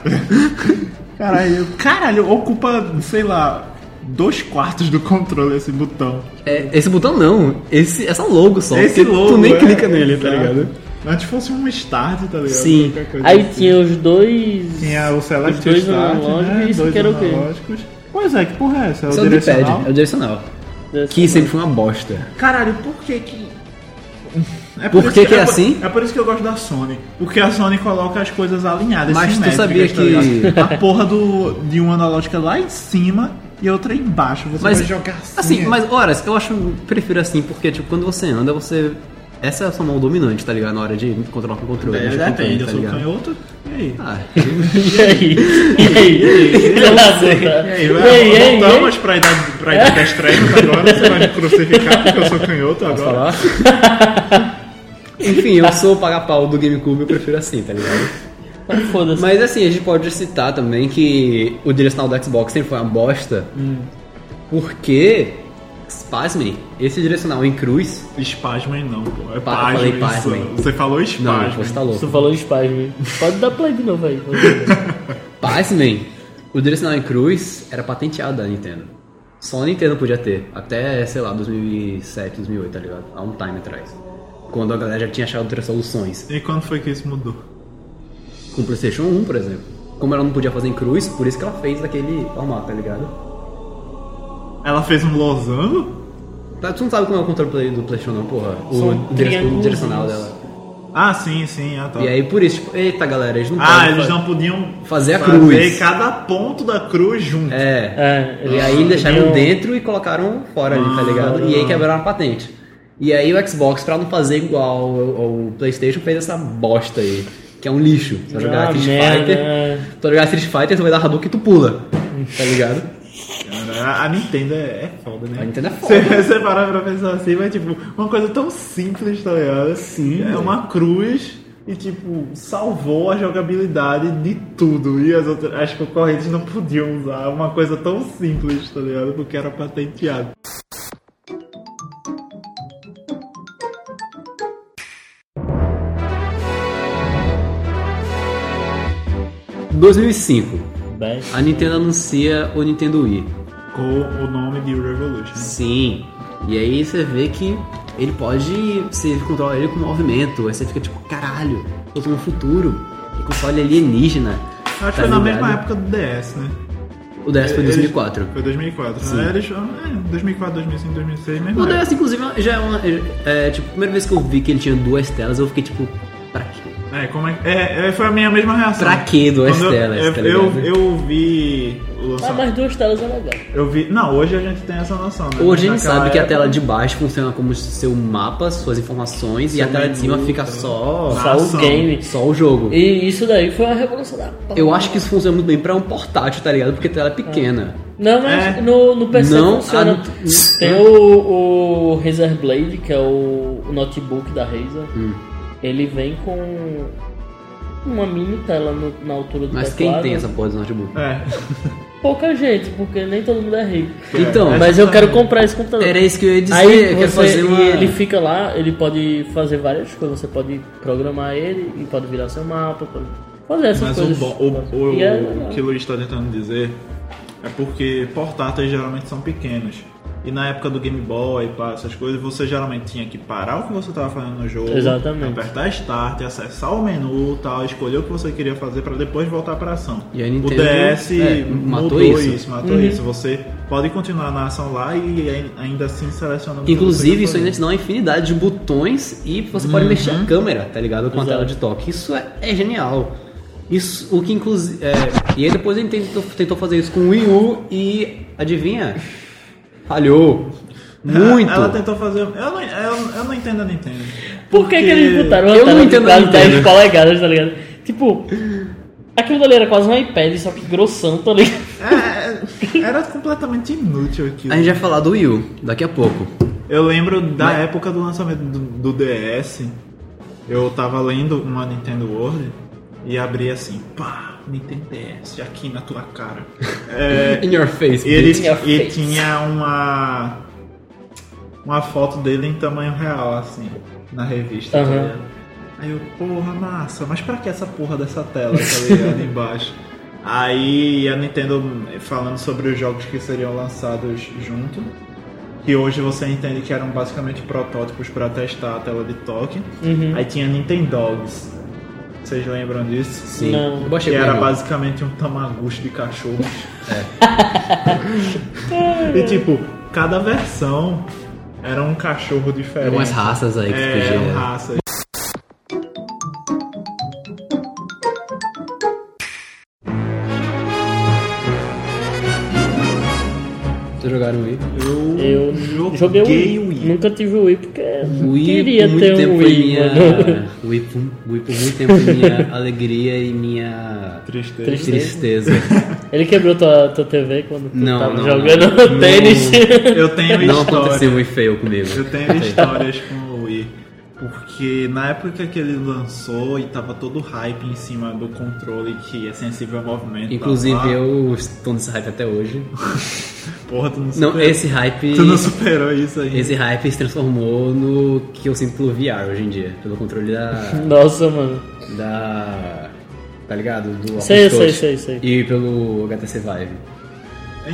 Speaker 6: Caralho, caralho, ocupa, sei lá, dois quartos do controle esse botão.
Speaker 5: É, esse botão não. Esse, essa logo só.
Speaker 6: Esse
Speaker 5: porque
Speaker 6: logo.
Speaker 5: Tu nem
Speaker 6: é,
Speaker 5: clica nele, tá
Speaker 6: exato.
Speaker 5: ligado?
Speaker 6: Antes fosse um start, tá ligado?
Speaker 5: Sim.
Speaker 6: Qualquer coisa
Speaker 7: Aí
Speaker 6: assim.
Speaker 7: tinha os dois.
Speaker 6: Tinha o Select
Speaker 7: Os dois
Speaker 6: Start,
Speaker 7: analógicos
Speaker 6: né?
Speaker 7: e isso
Speaker 6: dois
Speaker 7: que era o quê?
Speaker 6: analógicos. Pois é, que porra é essa? É o
Speaker 5: Esse é o D-pad,
Speaker 6: direcional?
Speaker 5: é o direcional.
Speaker 7: dessa-
Speaker 5: Que sempre foi uma bosta.
Speaker 6: Caralho, por que que... É
Speaker 5: Por
Speaker 6: isso
Speaker 5: que que é
Speaker 6: por-
Speaker 5: assim?
Speaker 6: É por isso que eu gosto da Sony. Porque a Sony coloca as coisas alinhadas,
Speaker 5: Mas tu
Speaker 6: simétricas,
Speaker 5: sabia
Speaker 6: tá
Speaker 5: que-
Speaker 6: ligado? A porra do, de uma analógica lá em cima e outra embaixo. Você
Speaker 5: Mas,
Speaker 6: vai jogar assim.
Speaker 5: assim,
Speaker 6: é.
Speaker 5: mas horas, eu acho, prefiro assim, porque, tipo, quando você anda, você. Essa é a sua mão dominante, tá ligado? Na hora de controlar com o controle.
Speaker 6: É,
Speaker 5: mexer com o controle,
Speaker 6: depende, eu sou
Speaker 5: tá ligado?
Speaker 6: canhoto. E aí?
Speaker 5: Ah,
Speaker 7: E aí? E aí?
Speaker 6: E
Speaker 7: E
Speaker 6: aí,
Speaker 7: aí? E aí?
Speaker 6: vai, voltamos pra idade, pra idade das trevas agora, você vai me crucificar porque eu sou canhoto agora.
Speaker 5: falar? Enfim, eu sou o paga-pau do GameCube, eu prefiro assim, tá ligado?
Speaker 7: Foda-se.
Speaker 5: Mas assim, a gente pode citar também que o direcional do Xbox sempre foi uma bosta. Porque, pasmem, esse direcional em cruz.
Speaker 6: Espasmem não, pô.
Speaker 5: Pá,
Speaker 6: É
Speaker 5: eu
Speaker 6: pasmem.
Speaker 5: falei
Speaker 6: isso.
Speaker 5: pasmem.
Speaker 6: Você falou
Speaker 5: Não,
Speaker 6: espasmem.
Speaker 5: você tá louco.
Speaker 7: Tu falou espasmo. hein? Pode dar play de novo aí.
Speaker 5: Pasmem, o direcional em cruz era patenteado da Nintendo. Só a Nintendo podia ter, até, sei lá, 2007, 2008, tá ligado? Há um time atrás. Quando a galera já tinha achado outras soluções.
Speaker 6: E quando foi que isso mudou?
Speaker 5: Com o PlayStation 1, por exemplo. Como ela não podia fazer em cruz, por isso que ela fez daquele formato, tá ligado?
Speaker 6: Ela fez um losango?
Speaker 5: Tá, tu não sabe como é o controle play- do PlayStation, não, porra?
Speaker 7: São
Speaker 5: O, dire- o
Speaker 7: triângulos.
Speaker 5: direcional dela.
Speaker 6: Ah, sim, sim, ah tá.
Speaker 5: E aí, por isso, tipo, eita galera, eles não
Speaker 6: ah,
Speaker 5: podem
Speaker 6: eles
Speaker 5: fa-
Speaker 6: não podiam
Speaker 5: fazer a cruz.
Speaker 6: cada ponto da cruz junto.
Speaker 5: É.
Speaker 7: É,
Speaker 5: E
Speaker 7: eles
Speaker 5: aí deixaram
Speaker 7: podiam-
Speaker 5: dentro e colocaram fora ali, tá ligado? E aí quebraram a patente. E aí o Xbox, pra não fazer igual ao, ao PlayStation, fez essa bosta aí. Que é um lixo. Tu vai jogar
Speaker 7: Ah,
Speaker 5: Street
Speaker 7: merda.
Speaker 5: Fighter. Tu vai jogar Street Fighter, tu vai dar Hadouken e tu pula. Tá ligado?
Speaker 6: Cara, a- a Nintendo é, é foda, né?
Speaker 5: A Nintendo é foda.
Speaker 6: Você, você parar pra pensar assim, mas tipo, uma coisa tão simples, tá ligado? Sim. É uma cruz e tipo, salvou a jogabilidade de tudo. E as outras as concorrentes não podiam usar uma coisa tão simples, tá ligado? Porque era patenteado.
Speaker 5: Em 2005,
Speaker 7: Bem,
Speaker 5: a Nintendo anuncia o Nintendo Wii.
Speaker 6: Com o nome de Revolution.
Speaker 5: Sim. E aí você vê que ele pode. Você controla ele com movimento. Aí você fica tipo, caralho, eu tô no futuro. E com console alienígena.
Speaker 6: Acho que
Speaker 5: tá
Speaker 6: foi na
Speaker 5: ligado?
Speaker 6: mesma época do DS, né?
Speaker 5: O DS foi em
Speaker 6: Eles-
Speaker 5: 2004.
Speaker 6: Foi 2004.
Speaker 5: Sim.
Speaker 6: né? Eles, é, 2004, 2005, 2006, mesmo.
Speaker 5: O DS, inclusive, já é uma. É, tipo, a primeira vez que eu vi que ele tinha duas telas, eu fiquei tipo, pra quê?
Speaker 6: É, como é, que- é, é, foi a minha mesma reação.
Speaker 5: Pra quê duas
Speaker 6: Ah, Quando eu-
Speaker 5: telas,
Speaker 6: Eu,
Speaker 5: tá
Speaker 6: eu,
Speaker 5: ligado?
Speaker 6: eu vi o
Speaker 7: Ah,
Speaker 6: lançamento.
Speaker 7: mas duas telas é legal.
Speaker 6: Eu vi. Não, hoje a gente tem essa noção, né?
Speaker 5: Hoje a gente
Speaker 6: Naquela
Speaker 5: sabe que é a
Speaker 6: época-
Speaker 5: tela de baixo funciona como seu mapa, suas informações, e a tela de cima fica só,
Speaker 7: Ah, Só o
Speaker 6: Ação.
Speaker 7: game.
Speaker 5: só o jogo.
Speaker 7: E isso daí foi uma revolução da porra.
Speaker 5: Eu acho que isso funciona muito bem pra um portátil, tá ligado? Porque a tela é pequena.
Speaker 7: Não, mas
Speaker 6: É.
Speaker 7: no, no PC
Speaker 5: Não,
Speaker 7: funciona. Hum,
Speaker 5: a- não-
Speaker 7: Tem o, o Razer Blade, que é o, o notebook da Razer. Ele vem com uma mini tela no- na altura do
Speaker 5: Mas quem
Speaker 7: teclado.
Speaker 5: tem essa porra do notebook?
Speaker 6: É.
Speaker 7: Pouca gente, porque nem todo mundo é rico.
Speaker 5: Então,
Speaker 6: É.
Speaker 7: Mas eu quero comprar esse computador.
Speaker 5: era isso que eu ia dizer.
Speaker 7: Aí
Speaker 5: eu quero
Speaker 7: você-
Speaker 5: fazer uma...
Speaker 7: e ele fica lá, ele pode fazer várias coisas. Você pode programar ele e pode virar seu mapa, pode fazer essas
Speaker 6: Mas o,
Speaker 7: coisas.
Speaker 6: bo- o, o,
Speaker 7: E é
Speaker 6: o
Speaker 7: legal.
Speaker 6: que o Luiz está tentando dizer é porque portáteis geralmente são pequenos. E na época do Game Boy, pá, essas coisas, você geralmente tinha que parar o que você estava fazendo no jogo,
Speaker 7: Exatamente.
Speaker 6: apertar Start, acessar o menu e tal, escolher o que você queria fazer para depois voltar para ação.
Speaker 5: E a
Speaker 6: o
Speaker 5: Nintendo,
Speaker 6: DS
Speaker 5: é, matou
Speaker 6: mudou
Speaker 5: isso. Uhum.
Speaker 6: isso, matou isso. Você pode continuar na ação lá e ai- ainda assim selecionando. o que
Speaker 5: Inclusive, isso
Speaker 6: você quer
Speaker 5: ainda
Speaker 6: fazer.
Speaker 5: te dá uma é infinidade de botões e você pode mexer
Speaker 6: Uhum.
Speaker 5: a câmera, tá ligado? Com a
Speaker 7: Exato.
Speaker 5: tela de toque. Isso é, é genial. Isso, o que inclusive. e aí depois a gente tentou, tentou fazer isso com o Wii U e. Adivinha? Falhou. Muito!
Speaker 6: Ela tá- tentou fazer. um- Eu não, eu, eu não entendo a Nintendo.
Speaker 7: Por que, que eles botaram uma
Speaker 5: Eu não
Speaker 7: tela de
Speaker 5: entendo,
Speaker 7: quase
Speaker 5: não
Speaker 7: 10
Speaker 5: entendo.
Speaker 7: polegadas, tá ligado? Tipo, aquilo dali era quase um iPad, só que grossão, tá ligado?
Speaker 6: É, era completamente inútil aquilo.
Speaker 5: A gente vai falar do Wii U daqui a pouco.
Speaker 6: Eu lembro da época do lançamento do, do DS. Eu tava lendo uma Nintendo World e abri assim, pá, Nintendo DS, aqui na tua cara. É,
Speaker 5: In your face.
Speaker 6: e ele,
Speaker 7: In your
Speaker 6: e
Speaker 7: face.
Speaker 6: tinha uma uma foto dele em tamanho real, assim, na revista. tá
Speaker 7: Aham.
Speaker 6: ligado? Aí eu, porra, massa, mas pra que essa porra dessa tela, tá ligado, embaixo? Aí a Nintendo eh, falando sobre os jogos que seriam lançados junto, que hoje você entende que eram basicamente protótipos pra testar a tela de toque.
Speaker 5: Hum.
Speaker 7: Uhum.
Speaker 6: Aí tinha Nintendogs. Vocês lembram disso?
Speaker 5: Sim.
Speaker 7: Não.
Speaker 5: Eu baixei
Speaker 6: que
Speaker 5: com
Speaker 6: era
Speaker 5: ele.
Speaker 6: basicamente um tamaguchi de cachorros.
Speaker 5: É.
Speaker 6: e tipo, cada versão era um cachorro diferente.
Speaker 5: Algumas raças aí É que
Speaker 6: É,
Speaker 5: fugiram.
Speaker 6: eram raças.
Speaker 5: Vocês jogaram o Wii?
Speaker 7: Eu
Speaker 6: Eu
Speaker 7: joguei o
Speaker 6: joguei
Speaker 7: Wii.
Speaker 6: o Wii.
Speaker 7: Nunca tive o Wii porque
Speaker 5: O
Speaker 7: não
Speaker 5: Wii
Speaker 7: queria
Speaker 5: por muito
Speaker 7: ter
Speaker 5: tempo
Speaker 7: um
Speaker 5: foi
Speaker 7: Wii,
Speaker 5: minha.
Speaker 7: mano.
Speaker 5: O Wii, por, o Wii por muito tempo foi minha alegria e minha
Speaker 6: Tristeza.
Speaker 7: Tristeza.
Speaker 5: tristeza.
Speaker 7: Ele quebrou tua, tua TV quando tu
Speaker 5: Não,
Speaker 7: tava
Speaker 5: não,
Speaker 7: jogando
Speaker 5: não.
Speaker 7: tênis.
Speaker 6: Eu tenho
Speaker 5: Não
Speaker 6: história.
Speaker 5: aconteceu muito feio comigo.
Speaker 6: Eu tenho histórias com o Wii. Porque na época que ele lançou e tava todo hype em cima do controle que é sensível ao movimento. blá,
Speaker 5: Inclusive,
Speaker 6: blá.
Speaker 5: eu estou nesse hype até hoje.
Speaker 6: Porra, tu não superou.
Speaker 5: Não, esse hype.
Speaker 6: Tu não superou isso aí.
Speaker 5: Esse hype se transformou no que eu sinto pelo VR hoje em dia. Pelo controle da.
Speaker 7: Nossa, mano.
Speaker 5: da. Tá ligado? Do Oculus
Speaker 7: Sei,
Speaker 5: Touch.
Speaker 7: sei, sei, sei.
Speaker 5: E pelo HTC Vive.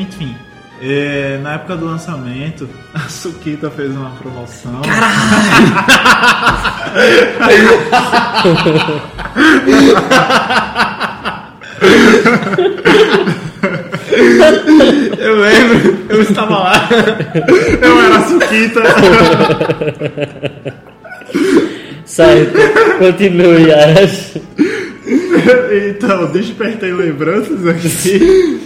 Speaker 6: Enfim, é, na época do lançamento, a Sukita fez uma promoção. Eu lembro, eu estava lá. Eu era a Sukita.
Speaker 7: Sai, continue, Arash.
Speaker 6: Então, despertei lembranças aqui.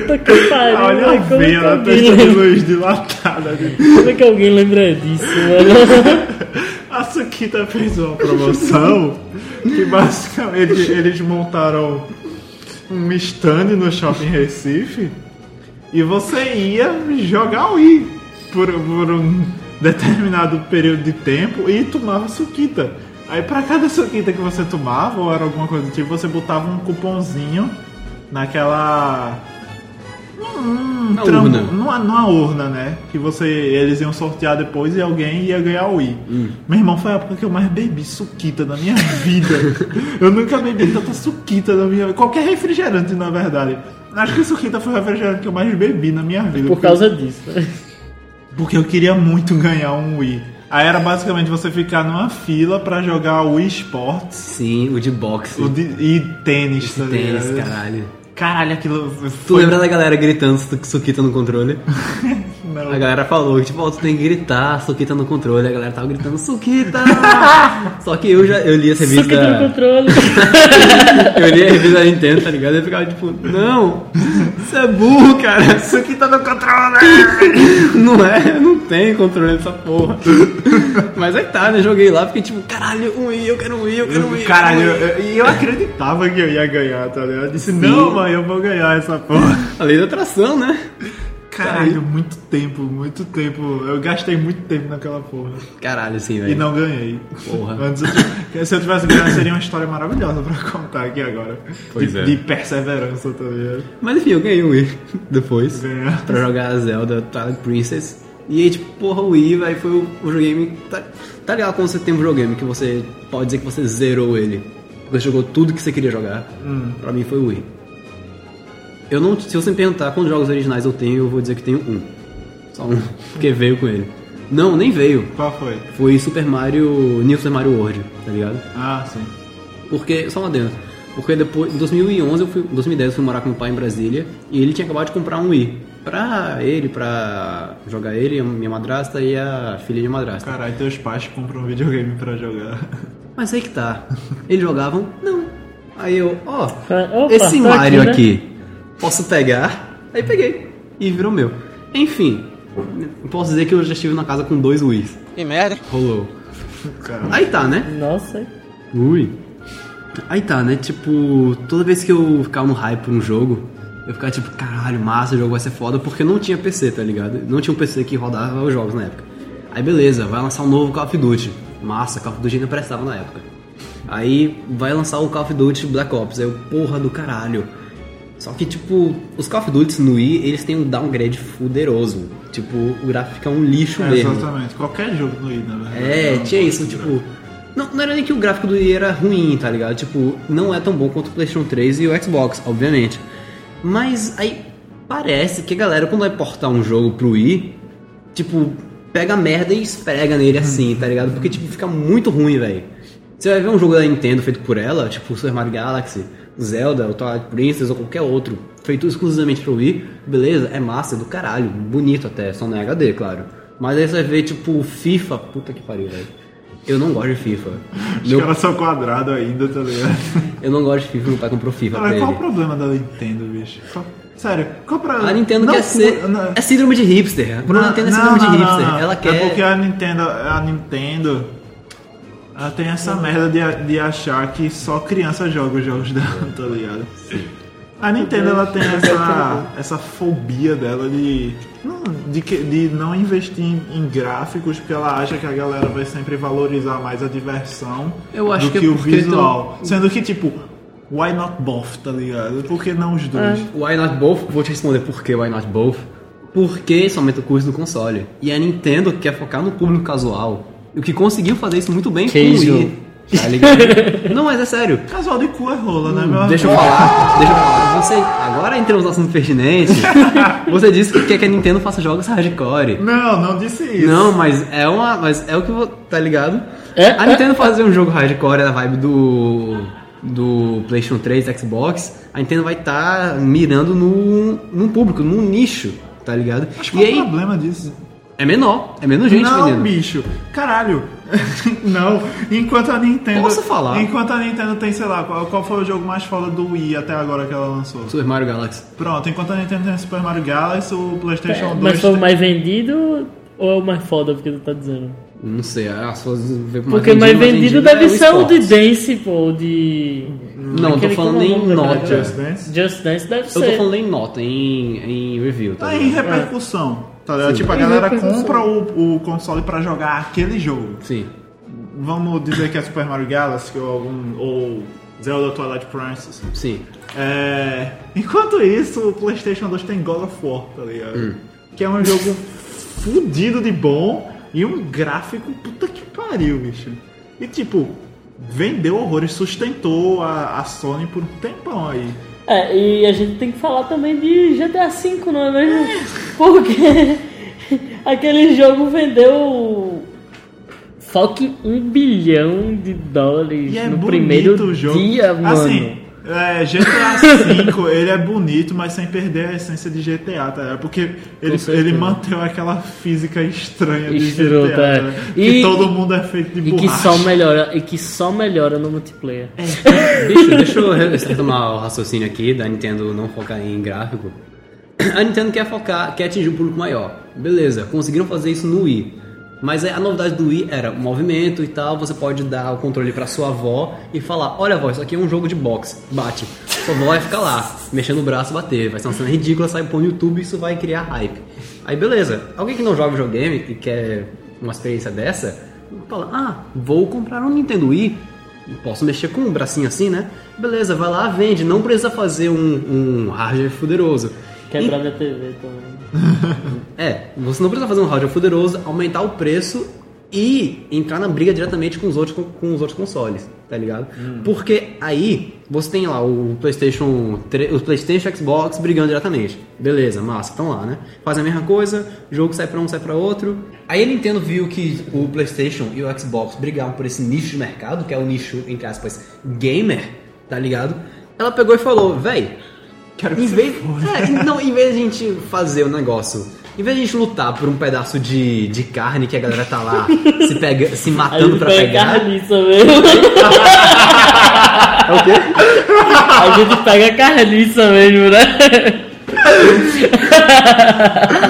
Speaker 7: Puta que pariu,
Speaker 6: Olha a
Speaker 7: mano. Como é que
Speaker 6: veia da
Speaker 7: alguém
Speaker 6: testa de
Speaker 7: lembra-
Speaker 6: luz dilatada.
Speaker 7: Como é que alguém lembra disso, mano?
Speaker 6: A Sukita fez uma promoção que basicamente eles- eles montaram um stand no shopping Recife e você ia jogar o I por, por um determinado período de tempo e tomava Sukita. Aí pra cada Sukita que você tomava, ou era alguma coisa do tipo, você botava um cupomzinho naquela. Hum,
Speaker 5: Na urna.
Speaker 6: Numa, numa urna, né? Que você, eles iam sortear depois e alguém ia ganhar o I.
Speaker 5: Hum.
Speaker 6: Meu irmão foi a época que eu mais bebi suquita da minha vida. eu nunca bebi tanta suquita da minha vida. Qualquer refrigerante, na verdade. Acho que suquita foi o refrigerante que eu mais bebi na minha vida.
Speaker 5: É.
Speaker 7: Por causa disso, né?
Speaker 6: Porque eu queria muito ganhar um Wii. Aí era basicamente você ficar numa fila pra jogar o esportes
Speaker 5: Sim, o de boxe.
Speaker 6: o de- e tênis, tá
Speaker 5: Tênis,
Speaker 6: ligado?
Speaker 5: caralho.
Speaker 6: Caralho, aquilo
Speaker 5: Tu
Speaker 6: foi...
Speaker 5: lembra da galera gritando su- suquita no controle?
Speaker 6: Não.
Speaker 5: A galera falou, tipo, ó, tu tem que gritar, suquita no controle. A galera tava gritando, suquita! Só que eu já eu li essa
Speaker 7: Só que tem um
Speaker 5: revista.
Speaker 7: controle.
Speaker 5: Eu li a revista da Nintendo, tá ligado? E eu ficava tipo, não! Isso é burro, cara! Suquita no controle! Não é, não tem controle dessa porra. Mas aí tá, né? Joguei lá, fiquei tipo, caralho, um Wii, eu quero um Wii, eu quero um Wii. eu quero
Speaker 6: Caralho,
Speaker 5: um Wii.
Speaker 6: eu- e eu, acreditava que eu ia ganhar, tá ligado? Eu disse, não, mãe, eu vou ganhar essa porra.
Speaker 5: A lei da atração, né?
Speaker 6: Caralho, muito tempo, muito tempo. Eu gastei muito tempo naquela porra.
Speaker 5: Caralho, sim,
Speaker 6: E
Speaker 5: velho.
Speaker 6: não ganhei.
Speaker 5: Porra.
Speaker 6: Antes eu t- se eu tivesse ganhado, seria uma história maravilhosa pra contar aqui agora.
Speaker 5: Pois
Speaker 6: de,
Speaker 5: é.
Speaker 6: de perseverança, tá ligado?
Speaker 5: Mas enfim, eu ganhei o Wii depois.
Speaker 6: Ganhar.
Speaker 5: pra jogar a Zelda Twilight Princess. E aí, tipo, porra, o Wii, velho, foi o, o videogame. Tá, tá ligado quando você tem um videogame que você pode dizer que você zerou ele? Porque você jogou tudo que você queria jogar. Pra mim foi o Wii. Eu não, se você me perguntar quantos jogos originais eu tenho, eu vou dizer que tenho um. Só um, porque veio com ele. Não, nem veio.
Speaker 6: Qual foi?
Speaker 5: Foi Super Mario, New Super Mario World, tá ligado?
Speaker 6: Ah, sim.
Speaker 5: Porque, só uma adendo. Porque depois, em 2011, eu fui, em 2010 eu fui morar com meu pai em Brasília e ele tinha acabado de comprar um Wii. Pra ele, pra jogar ele, a minha madrasta e a filha de madrasta.
Speaker 6: Caralho, teus pais compram um videogame pra jogar.
Speaker 5: Mas aí que tá. Eles jogavam, não. Aí eu, ó,
Speaker 7: Fa- opa,
Speaker 5: esse
Speaker 7: tá aqui,
Speaker 5: Mario
Speaker 7: né?
Speaker 5: aqui, posso pegar? Aí peguei. E virou meu. Enfim, posso dizer que eu já estive na casa com dois Wii's. Que merda. Rolou.
Speaker 6: Caralho.
Speaker 5: Aí tá, né?
Speaker 7: Nossa.
Speaker 5: Ui. Aí tá, né? Tipo, toda vez que eu ficava no hype por um jogo, eu ficava tipo, caralho, massa, o jogo vai ser foda, porque não tinha PC, tá ligado? Não tinha um PC que rodava os jogos na época. Aí beleza, vai lançar um novo Call of Duty. Massa, Call of Duty ainda prestava na época. Aí vai lançar o Call of Duty Black Ops. Aí eu, porra do caralho. Só que, tipo, os Call of Duty no Wii, eles têm um downgrade fuderoso. Tipo, o gráfico é um lixo
Speaker 6: É,
Speaker 5: mesmo.
Speaker 6: exatamente. Qualquer jogo no Wii, na verdade.
Speaker 5: É,
Speaker 6: Não,
Speaker 5: tinha
Speaker 6: não
Speaker 5: isso,
Speaker 6: posso
Speaker 5: tipo. Não, não era nem que o gráfico do Wii era ruim, tá ligado? Tipo, não é tão bom quanto o PlayStation 3 e o Xbox, obviamente. Mas aí parece que a galera, quando vai portar um jogo pro Wii, tipo, pega a merda e esfrega nele assim, tá ligado? Porque, tipo, fica muito ruim, velho. Você vai ver um jogo da Nintendo feito por ela, tipo Super Mario Galaxy, Zelda, o Twilight Princess ou qualquer outro, feito exclusivamente pro Wii, beleza, é massa, é do caralho, bonito até, só não é HD, claro. Mas aí você vai ver, tipo, FIFA, puta que pariu, velho. Eu não gosto de FIFA.
Speaker 6: Os
Speaker 5: Meu,
Speaker 6: caras são quadrados ainda, tá ligado?
Speaker 5: eu não gosto de FIFA, meu pai comprou FIFA pra
Speaker 6: Cara, qual o
Speaker 5: ele. Ah,
Speaker 6: problema da Nintendo, bicho? Qual- Sério, qual o problema?
Speaker 5: A Nintendo
Speaker 6: Não
Speaker 5: quer
Speaker 6: cu-
Speaker 5: ser.
Speaker 6: não-
Speaker 5: É síndrome de hipster. A
Speaker 6: não,
Speaker 5: Nintendo é
Speaker 6: não,
Speaker 5: síndrome
Speaker 6: não,
Speaker 5: de
Speaker 6: não,
Speaker 5: hipster.
Speaker 6: não.
Speaker 5: Ela
Speaker 6: É
Speaker 5: quer.
Speaker 6: porque a Nintendo, a Nintendo, ela tem essa merda de, de achar que só criança joga os jogos dela, tá ligado? A Nintendo ela tem essa, essa fobia dela de, não, de, que- de não investir em, em gráficos porque ela acha que a galera vai sempre valorizar mais a diversão
Speaker 5: Eu acho
Speaker 6: do
Speaker 5: que
Speaker 6: que,
Speaker 5: é
Speaker 6: o
Speaker 5: porque tão-
Speaker 6: visual. Sendo que, tipo, why not both, tá ligado? Por que não os dois?
Speaker 5: Why not both? Vou te responder por que why not both. Porque só aumenta o custo do console. E a Nintendo quer focar no público casual. O que conseguiu fazer isso muito bem com o
Speaker 7: Casual.
Speaker 5: Wii. Tá ligado? Não, mas é sério.
Speaker 6: Casual de cu é rola, né, meu
Speaker 5: Hum, Deixa eu falar. Deixa eu falar. Você, agora entramos no assunto pertinente. Você disse que quer que a Nintendo faça jogos hardcore.
Speaker 6: Não, não disse isso.
Speaker 5: Não, mas é uma. Mas é o que eu vou. Tá ligado?
Speaker 7: É,
Speaker 5: a Nintendo fazer um jogo hardcore da vibe do. do PlayStation 3, Xbox, a Nintendo vai estar mirando num, num público, num nicho, tá ligado?
Speaker 6: Mas
Speaker 5: E
Speaker 6: qual o
Speaker 5: aí,
Speaker 6: Tipo, problema disso?
Speaker 5: é menor, é menos gente
Speaker 6: não,
Speaker 5: vendendo.
Speaker 6: bicho. Caralho. não. Enquanto a Nintendo.
Speaker 5: Posso falar?
Speaker 6: Enquanto a Nintendo tem, sei lá, qual, qual foi o jogo mais foda do Wii até agora que ela lançou?
Speaker 5: Super Mario Galaxy.
Speaker 6: Pronto, enquanto a Nintendo tem Super Mario Galaxy, o
Speaker 5: É,
Speaker 6: PlayStation 2.
Speaker 7: Mas foi o
Speaker 6: tem-
Speaker 7: mais vendido ou é o mais foda, porque tu tá dizendo?
Speaker 5: Não sei, as pessoas vê mais
Speaker 7: Porque o mais vendido
Speaker 5: é
Speaker 7: deve ser o de
Speaker 5: esportes.
Speaker 7: Dance, pô, o de.
Speaker 5: Não, eu tô
Speaker 7: Aquele
Speaker 5: falando
Speaker 7: como é o
Speaker 5: em
Speaker 7: nome daquele
Speaker 5: nota.
Speaker 6: Just Dance.
Speaker 7: Just Dance deve
Speaker 5: Eu tô
Speaker 7: ser.
Speaker 5: falando em nota, em, em review, tá
Speaker 6: Tá em
Speaker 5: ligado?
Speaker 6: repercussão. Tá ligado? Tipo, a galera compra o, o console pra jogar aquele jogo.
Speaker 5: Sim.
Speaker 6: Vamos dizer que é Super Mario Galaxy ou algum. ou Zelda Twilight Princess.
Speaker 5: Sim.
Speaker 6: É... Enquanto isso, o PlayStation 2 tem God of War, tá ligado? Que é um jogo fudido de bom e um gráfico puta que pariu, bicho. E tipo, vendeu horrores, sustentou a, a Sony por um tempão aí.
Speaker 7: É, e a gente tem que falar também de GTA V, não é mesmo? Porque aquele jogo vendeu fucking um bilhão de dólares
Speaker 6: E é
Speaker 7: no
Speaker 6: bonito
Speaker 7: primeiro
Speaker 6: o jogo.
Speaker 7: dia, mano.
Speaker 6: Assim, é, GTA V, ele é bonito, mas sem perder a essência de GTA, tá? ligado? Porque ele,
Speaker 7: certeza.
Speaker 6: ele manteve aquela física estranha de
Speaker 7: Escrota,
Speaker 6: GTA,
Speaker 7: é.
Speaker 6: né?
Speaker 7: E-
Speaker 6: que todo mundo é feito de
Speaker 7: e que
Speaker 6: borracha. É.
Speaker 7: só melhora, e que só melhora no multiplayer.
Speaker 5: Bicho, deixa eu re- retomar o raciocínio aqui da Nintendo não focar em gráfico. A Nintendo quer focar, quer atingir um público maior. Beleza, conseguiram fazer isso no Wii. Mas é, a novidade do Wii era o movimento e tal, você pode dar o controle pra sua avó e falar, olha avó, isso aqui é um jogo de boxe, bate. Sua avó vai ficar lá, mexendo o braço, bater, vai ser uma cena ridícula, sai pôr no YouTube e isso vai criar hype. Aí beleza, alguém que não joga videogame e quer uma experiência dessa, fala, ah, vou comprar um Nintendo Wii, Posso mexer com um bracinho assim, né? Beleza, vai lá, vende. Não precisa fazer um, um hardware fuderoso.
Speaker 7: Quebrar minha TV também.
Speaker 5: É, você não precisa fazer um hardware fuderoso, aumentar o preço e entrar na briga diretamente com os outros, com, com os outros consoles, tá ligado? Porque aí você tem lá o PlayStation, 3, o PlayStation e o Xbox brigando diretamente. Beleza, massa, estão lá, né? Fazem a mesma coisa, o jogo sai pra um, sai pra outro. Aí a Nintendo viu que o PlayStation e o Xbox brigavam por esse nicho de mercado, que é o nicho, entre aspas, gamer, tá ligado? Ela pegou e falou, véi, em vez, é, não, em vez de a gente fazer o negócio, em vez de a gente lutar por um pedaço de, de carne que a galera tá lá se, pega, se
Speaker 7: Aí
Speaker 5: matando
Speaker 7: ele
Speaker 5: pra
Speaker 7: pega
Speaker 5: pegar.
Speaker 7: carniça, velho. A gente pega carniça mesmo, né?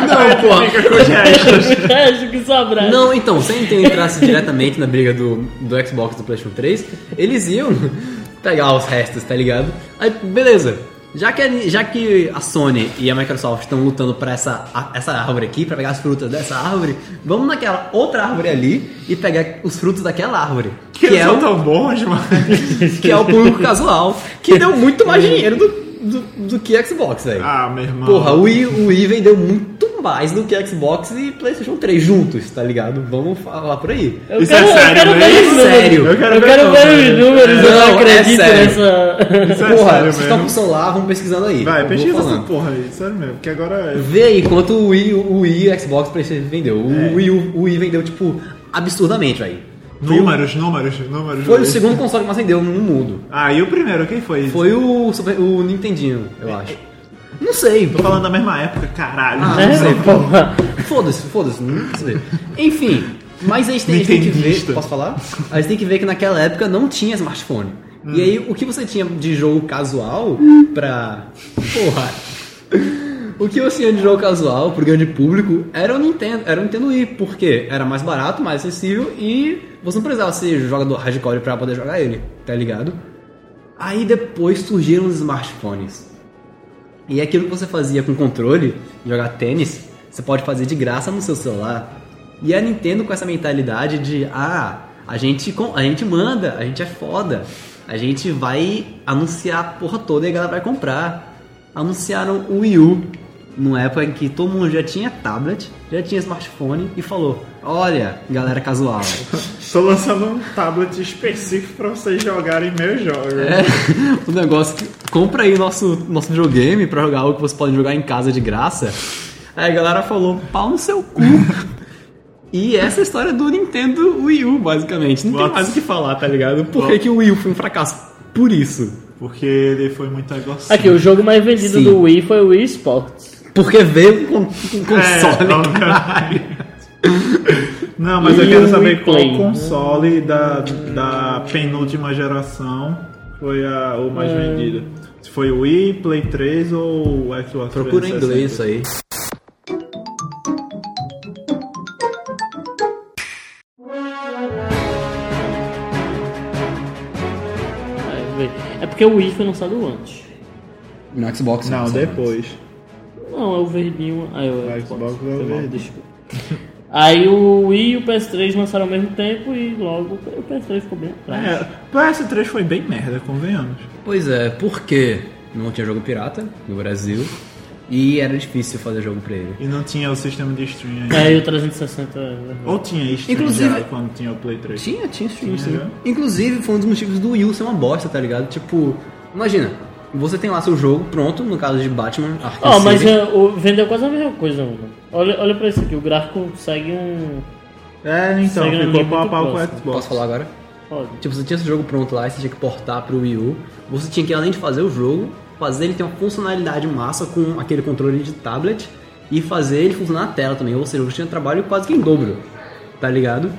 Speaker 5: Não, porra.
Speaker 6: Fica com gestos.
Speaker 7: Acho que sobrar.
Speaker 5: Não, então, se a Nintendo entrasse diretamente na briga do, do Xbox e do PlayStation 3, eles iam pegar os restos, tá ligado? Aí, beleza. Já que, a, Ni- já que a Sony e a Microsoft estão lutando pra essa, a- essa árvore aqui, pra pegar as frutas dessa árvore, vamos naquela outra árvore ali e pegar os frutos daquela árvore.
Speaker 6: Que eles
Speaker 5: é
Speaker 6: são
Speaker 5: o
Speaker 6: tão bons, mano.
Speaker 5: que é o público casual, que deu muito mais dinheiro do, do, do que Xbox, velho.
Speaker 6: É. Ah, meu irmão.
Speaker 5: Porra, o Wii, o Wii vendeu muito mais do que Xbox e PlayStation 3 juntos, tá ligado? Vamos falar por aí.
Speaker 7: Eu
Speaker 6: Isso
Speaker 7: quero,
Speaker 6: é sério,
Speaker 7: eu quero
Speaker 6: né?
Speaker 7: ver os números.
Speaker 5: Sério.
Speaker 6: Eu quero
Speaker 7: Eu
Speaker 6: ver
Speaker 7: quero
Speaker 6: como,
Speaker 7: ver
Speaker 6: né?
Speaker 7: os números, eu
Speaker 5: Não,
Speaker 7: não
Speaker 5: é
Speaker 7: acredito
Speaker 5: sério.
Speaker 7: nessa.
Speaker 6: Isso é
Speaker 5: Porra,
Speaker 6: sério
Speaker 5: vocês estão com o
Speaker 6: mesmo.
Speaker 5: celular, vão pesquisando aí. Eu
Speaker 6: Vai,
Speaker 5: vou
Speaker 6: pesquisa essa
Speaker 5: falando.
Speaker 6: porra aí, sério mesmo, porque agora é.
Speaker 5: Vê aí quanto o Wii, o Wii, o Xbox, o PlayStation vendeu. O, Wii, o Wii vendeu, tipo, absurdamente, velho.
Speaker 6: Números, números, números.
Speaker 5: Foi o
Speaker 6: números.
Speaker 5: segundo console que mais vendeu no mundo.
Speaker 6: Ah, e o primeiro, quem foi?
Speaker 5: Foi o, Super- o Nintendinho, eu acho. Não sei,
Speaker 6: É, Tô falando da mesma época, caralho.
Speaker 5: Ah,
Speaker 7: É,
Speaker 5: não sei,
Speaker 7: porra.
Speaker 5: Foda-se, foda-se, não quis ver. Enfim, mas a gente, tem, a gente tem que
Speaker 6: Nintendista.
Speaker 5: ver. Posso falar? A gente tem que ver que naquela época não tinha smartphone. E aí, o que você tinha de jogo casual pra. Porra! O que você tinha de jogo casual pro grande público era o Nintendo, era o Nintendo Wii, porque era mais barato, mais acessível e você não precisava ser jogador hardcore pra poder jogar ele, tá ligado? Aí depois surgiram os smartphones. E é aquilo que você fazia com controle, jogar tênis, você pode fazer de graça no seu celular. E a Nintendo com essa mentalidade de, ah, a gente, com- a gente manda, a gente é foda, a gente vai anunciar a porra toda e a galera vai comprar. Anunciaram o Wii U, numa época em que todo mundo já tinha tablet, já tinha smartphone e falou, olha, galera casual,
Speaker 6: Tô lançando um tablet específico pra vocês jogarem meus jogos.
Speaker 5: É, o negócio é que compra aí nosso nosso videogame pra jogar algo que você pode jogar em casa de graça. Aí a galera falou, pau no seu cu. E essa é a história do Nintendo Wii U, basicamente. Não tem
Speaker 6: What?
Speaker 5: mais o que falar, tá ligado? Por que, que o Wii U foi um fracasso? Por isso.
Speaker 6: Porque ele foi muito egocêntrico.
Speaker 7: Aqui, o jogo mais vendido
Speaker 5: Sim.
Speaker 7: do Wii foi o Wii Sports.
Speaker 5: Porque veio com, com
Speaker 6: É,
Speaker 5: console.
Speaker 6: obviamente. Não, mas eu
Speaker 7: E
Speaker 6: quero
Speaker 7: o né?
Speaker 6: saber qual
Speaker 7: Play.
Speaker 6: console da, da penúltima geração foi a, o
Speaker 7: É.
Speaker 6: mais vendido. Se foi o Wii, Play 3 ou o Xbox
Speaker 5: Procura em
Speaker 6: 360.
Speaker 5: inglês isso aí.
Speaker 7: Vai ver. É porque o Wii foi lançado antes.
Speaker 5: No Xbox.
Speaker 6: Não,
Speaker 5: funciona.
Speaker 6: depois.
Speaker 7: Não, é o verdinho. Aí o
Speaker 6: O
Speaker 7: Xbox.
Speaker 6: Xbox é o
Speaker 7: Foi mal,
Speaker 6: verde.
Speaker 7: desculpa. Aí o Wii e o PS3 lançaram ao mesmo tempo e logo o PS3 ficou bem atrás.
Speaker 6: É, PS3 foi bem merda, convenhamos.
Speaker 5: Pois é, porque não tinha jogo pirata no Brasil e era difícil fazer jogo pra ele.
Speaker 6: E não tinha o sistema de stream ainda.
Speaker 7: Aí o 360 é verdade.
Speaker 6: Ou tinha stream
Speaker 5: É. Inclusive-
Speaker 6: já quando tinha o Play 3.
Speaker 5: Tinha, tinha stream,
Speaker 6: Tinha,
Speaker 5: sim.
Speaker 6: né?
Speaker 5: Inclusive, foi um dos motivos do Wii U ser uma bosta, tá ligado? Tipo, imagina, você tem lá seu jogo pronto, no caso de Batman, Arkham
Speaker 7: Ó, Ah, mas
Speaker 5: City.
Speaker 7: é, o- vendeu quase a mesma coisa, mano. Olha, olha pra isso aqui, o gráfico segue um,
Speaker 6: É, então,
Speaker 7: Sega
Speaker 6: ficou
Speaker 7: é
Speaker 6: pau a
Speaker 7: muito
Speaker 6: pau com o
Speaker 7: próximo.
Speaker 6: Xbox.
Speaker 5: Posso falar agora?
Speaker 7: Pode.
Speaker 5: Tipo, você tinha esse jogo pronto lá e você tinha que portar pro Wii U. Você tinha que, além de fazer o jogo, fazer ele ter uma funcionalidade massa com aquele controle de tablet e fazer ele funcionar na tela também. Ou seja, você tinha trabalho quase que em dobro, tá ligado?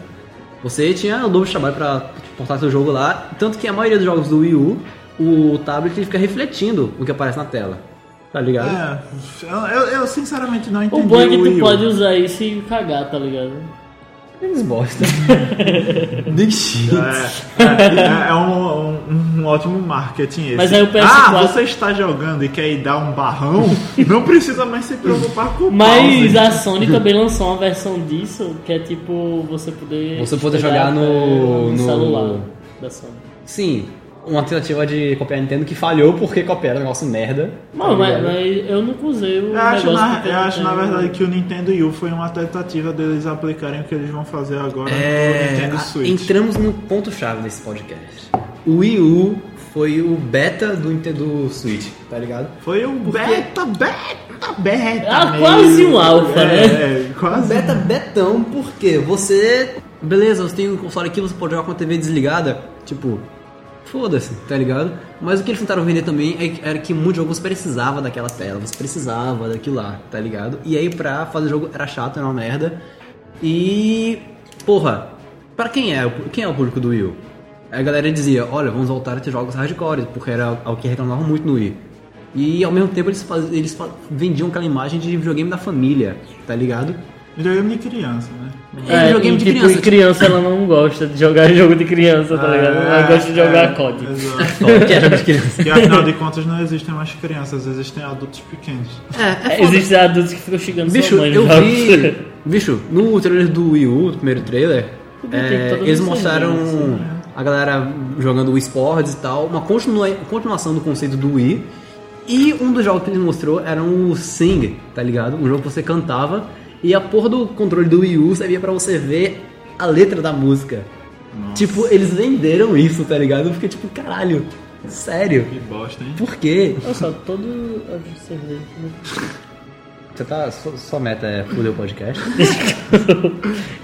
Speaker 5: Você tinha o dobro de trabalho pra tipo, portar seu jogo lá. Tanto que a maioria dos jogos do Wii U, o tablet ele fica refletindo o que aparece na tela, tá ligado?
Speaker 6: É, eu, eu, eu sinceramente não
Speaker 7: O
Speaker 6: entendi.
Speaker 7: bug
Speaker 6: Wii
Speaker 7: tu
Speaker 6: U.
Speaker 7: pode usar isso e cagar, tá ligado?
Speaker 5: Eles bosta. Big shit.
Speaker 6: É, é, é um, um- um ótimo marketing esse.
Speaker 7: Mas aí o PS4
Speaker 6: Ah, você está jogando e quer ir dar um barrão? não precisa mais se preocupar com o
Speaker 7: Mas
Speaker 6: mouse.
Speaker 7: a Sony também lançou uma versão disso que é tipo você poder.
Speaker 5: Você poder
Speaker 7: pegar
Speaker 5: jogar no-
Speaker 7: no
Speaker 5: no-
Speaker 7: celular da Sony.
Speaker 5: Sim, uma tentativa de copiar a Nintendo que falhou porque copiaram um negócio merda.
Speaker 7: Mano,
Speaker 5: tá
Speaker 7: mas,
Speaker 5: ligado?
Speaker 7: mas eu nunca usei o
Speaker 6: Eu acho,
Speaker 7: é um negócio
Speaker 6: na,
Speaker 7: porque
Speaker 6: eu
Speaker 7: não
Speaker 6: acho, na
Speaker 7: tenho-
Speaker 6: verdade, que o Nintendo Wii U foi uma tentativa deles aplicarem o que eles vão fazer agora no
Speaker 5: É,
Speaker 6: né? Nintendo
Speaker 5: a-
Speaker 6: Switch.
Speaker 5: entramos no ponto-chave desse podcast. O Wii U foi o beta do Nintendo Switch, tá ligado?
Speaker 6: Foi um beta, beta, beta.
Speaker 7: Ah,
Speaker 6: meio-
Speaker 7: quase um alfa,
Speaker 6: É,
Speaker 7: né?
Speaker 6: é,
Speaker 5: Um
Speaker 6: quase.
Speaker 5: Beta betão, porque você. Beleza, você tem um console aqui, você pode jogar com a TV desligada. Tipo, foda-se, tá ligado? Mas o que eles tentaram vender também é que- era que muito jogo você precisava daquela tela, você precisava daquilo lá, tá ligado? E aí pra fazer jogo era chato, era uma merda. E. Porra, pra quem é? o- Quem é o público do Wii? U? Aí a galera dizia, olha, vamos voltar a ter jogos hardcore, porque era algo que reclamavam muito no Wii. E ao mesmo tempo eles, faz- eles fa- vendiam aquela imagem de videogame da família, tá ligado?
Speaker 6: Videogame de criança, né?
Speaker 5: É, videogame
Speaker 7: e,
Speaker 5: de
Speaker 7: tipo,
Speaker 5: criança.
Speaker 7: e criança ela não gosta de jogar jogo de criança, tá ligado? Ela gosta de jogar
Speaker 6: é,
Speaker 7: COD.
Speaker 6: Exato.
Speaker 5: Que era tipo, de criança.
Speaker 6: Porque afinal de contas não existem mais crianças, existem adultos pequenos.
Speaker 5: É, é
Speaker 7: É,
Speaker 5: foda.
Speaker 7: Existem adultos que ficam xingando
Speaker 5: Bicho,
Speaker 7: sua mãe.
Speaker 5: eu
Speaker 7: nos jogos.
Speaker 5: vi. Bicho, no trailer do Wii U, do primeiro trailer,
Speaker 7: Tudo
Speaker 5: é,
Speaker 7: tem que todo
Speaker 5: eles
Speaker 7: mundo
Speaker 5: mostraram
Speaker 7: ser jovem, assim,
Speaker 5: a galera jogando Wii Sports e tal, uma continua- continuação do conceito do Wii. E um dos jogos que eles mostrou era o Sing, tá ligado? Um jogo que você cantava e a porra do controle do Wii U servia pra você ver a letra da música. Tipo, eles venderam isso, tá ligado? Eu fiquei tipo, caralho, sério.
Speaker 6: Que bosta, hein?
Speaker 5: Por quê?
Speaker 7: Olha só, todo. Você vê, né?
Speaker 5: Você tá. Sua, sua meta é foder o podcast?